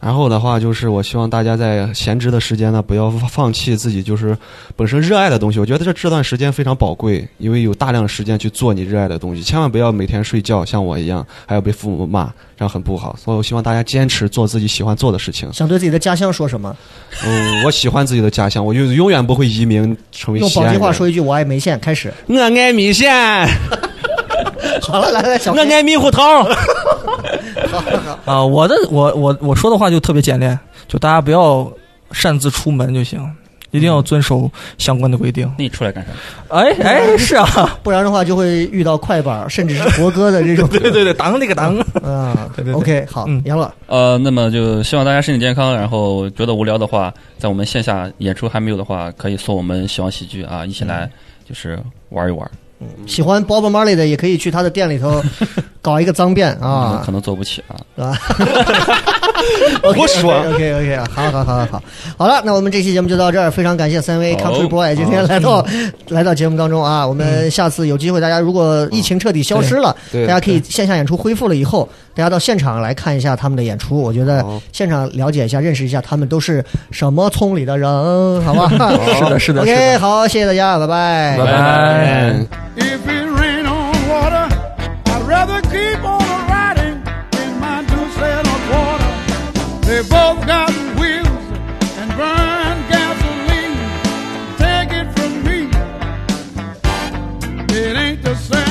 [SPEAKER 4] 然后的话就是我希望大家在闲置的时间呢，不要放弃自己就是本身热爱的东西。我觉得这这段时间非常宝贵，因为有大量的时间去做你热爱的东西。千万不要每天睡觉，像我一样，还要被父母骂，这样很不好。所以我希望大家坚持做自己喜欢做的事情。
[SPEAKER 9] 想对自己的家乡说什么？
[SPEAKER 4] 嗯，我喜欢自己的家乡，我永永远不会移民成为
[SPEAKER 9] 用
[SPEAKER 4] 西
[SPEAKER 9] 宝
[SPEAKER 4] 安
[SPEAKER 9] 鸡
[SPEAKER 4] 人。
[SPEAKER 9] 话说一句“我爱梅县”，开始。
[SPEAKER 4] 我爱米线，
[SPEAKER 9] 好了，来来，小
[SPEAKER 4] 我
[SPEAKER 9] 黑，
[SPEAKER 4] 爱猕猴桃。
[SPEAKER 8] 啊，我的我我我说的话就特别简练，就大家不要擅自出门就行，一定要遵守相关的规定。
[SPEAKER 5] 那你出来干啥？
[SPEAKER 8] 哎哎，是啊，
[SPEAKER 9] 不然的话就会遇到快板，甚至是国歌的这种
[SPEAKER 8] 对对对，当那个当，
[SPEAKER 9] 啊。
[SPEAKER 8] 对对对
[SPEAKER 9] OK，好
[SPEAKER 8] 嗯，
[SPEAKER 9] 杨乐，
[SPEAKER 5] 呃，那么就希望大家身体健康，然后觉得无聊的话，在我们线下演出还没有的话，可以搜我们喜欢喜剧啊，一起
[SPEAKER 4] 嗯
[SPEAKER 5] 来就是玩一玩。
[SPEAKER 9] 喜欢 Bob Marley 的也可以去他的店里头搞一个脏辫啊
[SPEAKER 5] 可。能做不起啊。
[SPEAKER 9] OK，
[SPEAKER 4] 我爽
[SPEAKER 9] OK OK，好好好好好，好了，那我们这期节目就到这儿，非常感谢三位
[SPEAKER 5] 好
[SPEAKER 9] Country Boy 今天来到来到节目当中啊，我们下次有机会，大家如果疫情彻底消失了，
[SPEAKER 4] 对
[SPEAKER 9] 大家可以线下演出恢复了以后，大家到现场来看一下他们的演出，我觉得
[SPEAKER 4] 好
[SPEAKER 9] 现场了解一下、认识一下他们都是什么村里的人，好吧？ 是
[SPEAKER 8] 的是的是
[SPEAKER 9] OK，
[SPEAKER 8] 的
[SPEAKER 9] 好，谢谢大家，拜拜，
[SPEAKER 8] 拜拜。
[SPEAKER 3] If it rain on water, I'd rather keep on a riding in my two sail of water. They both got wheels and burn gasoline. Take it from me, it ain't the same.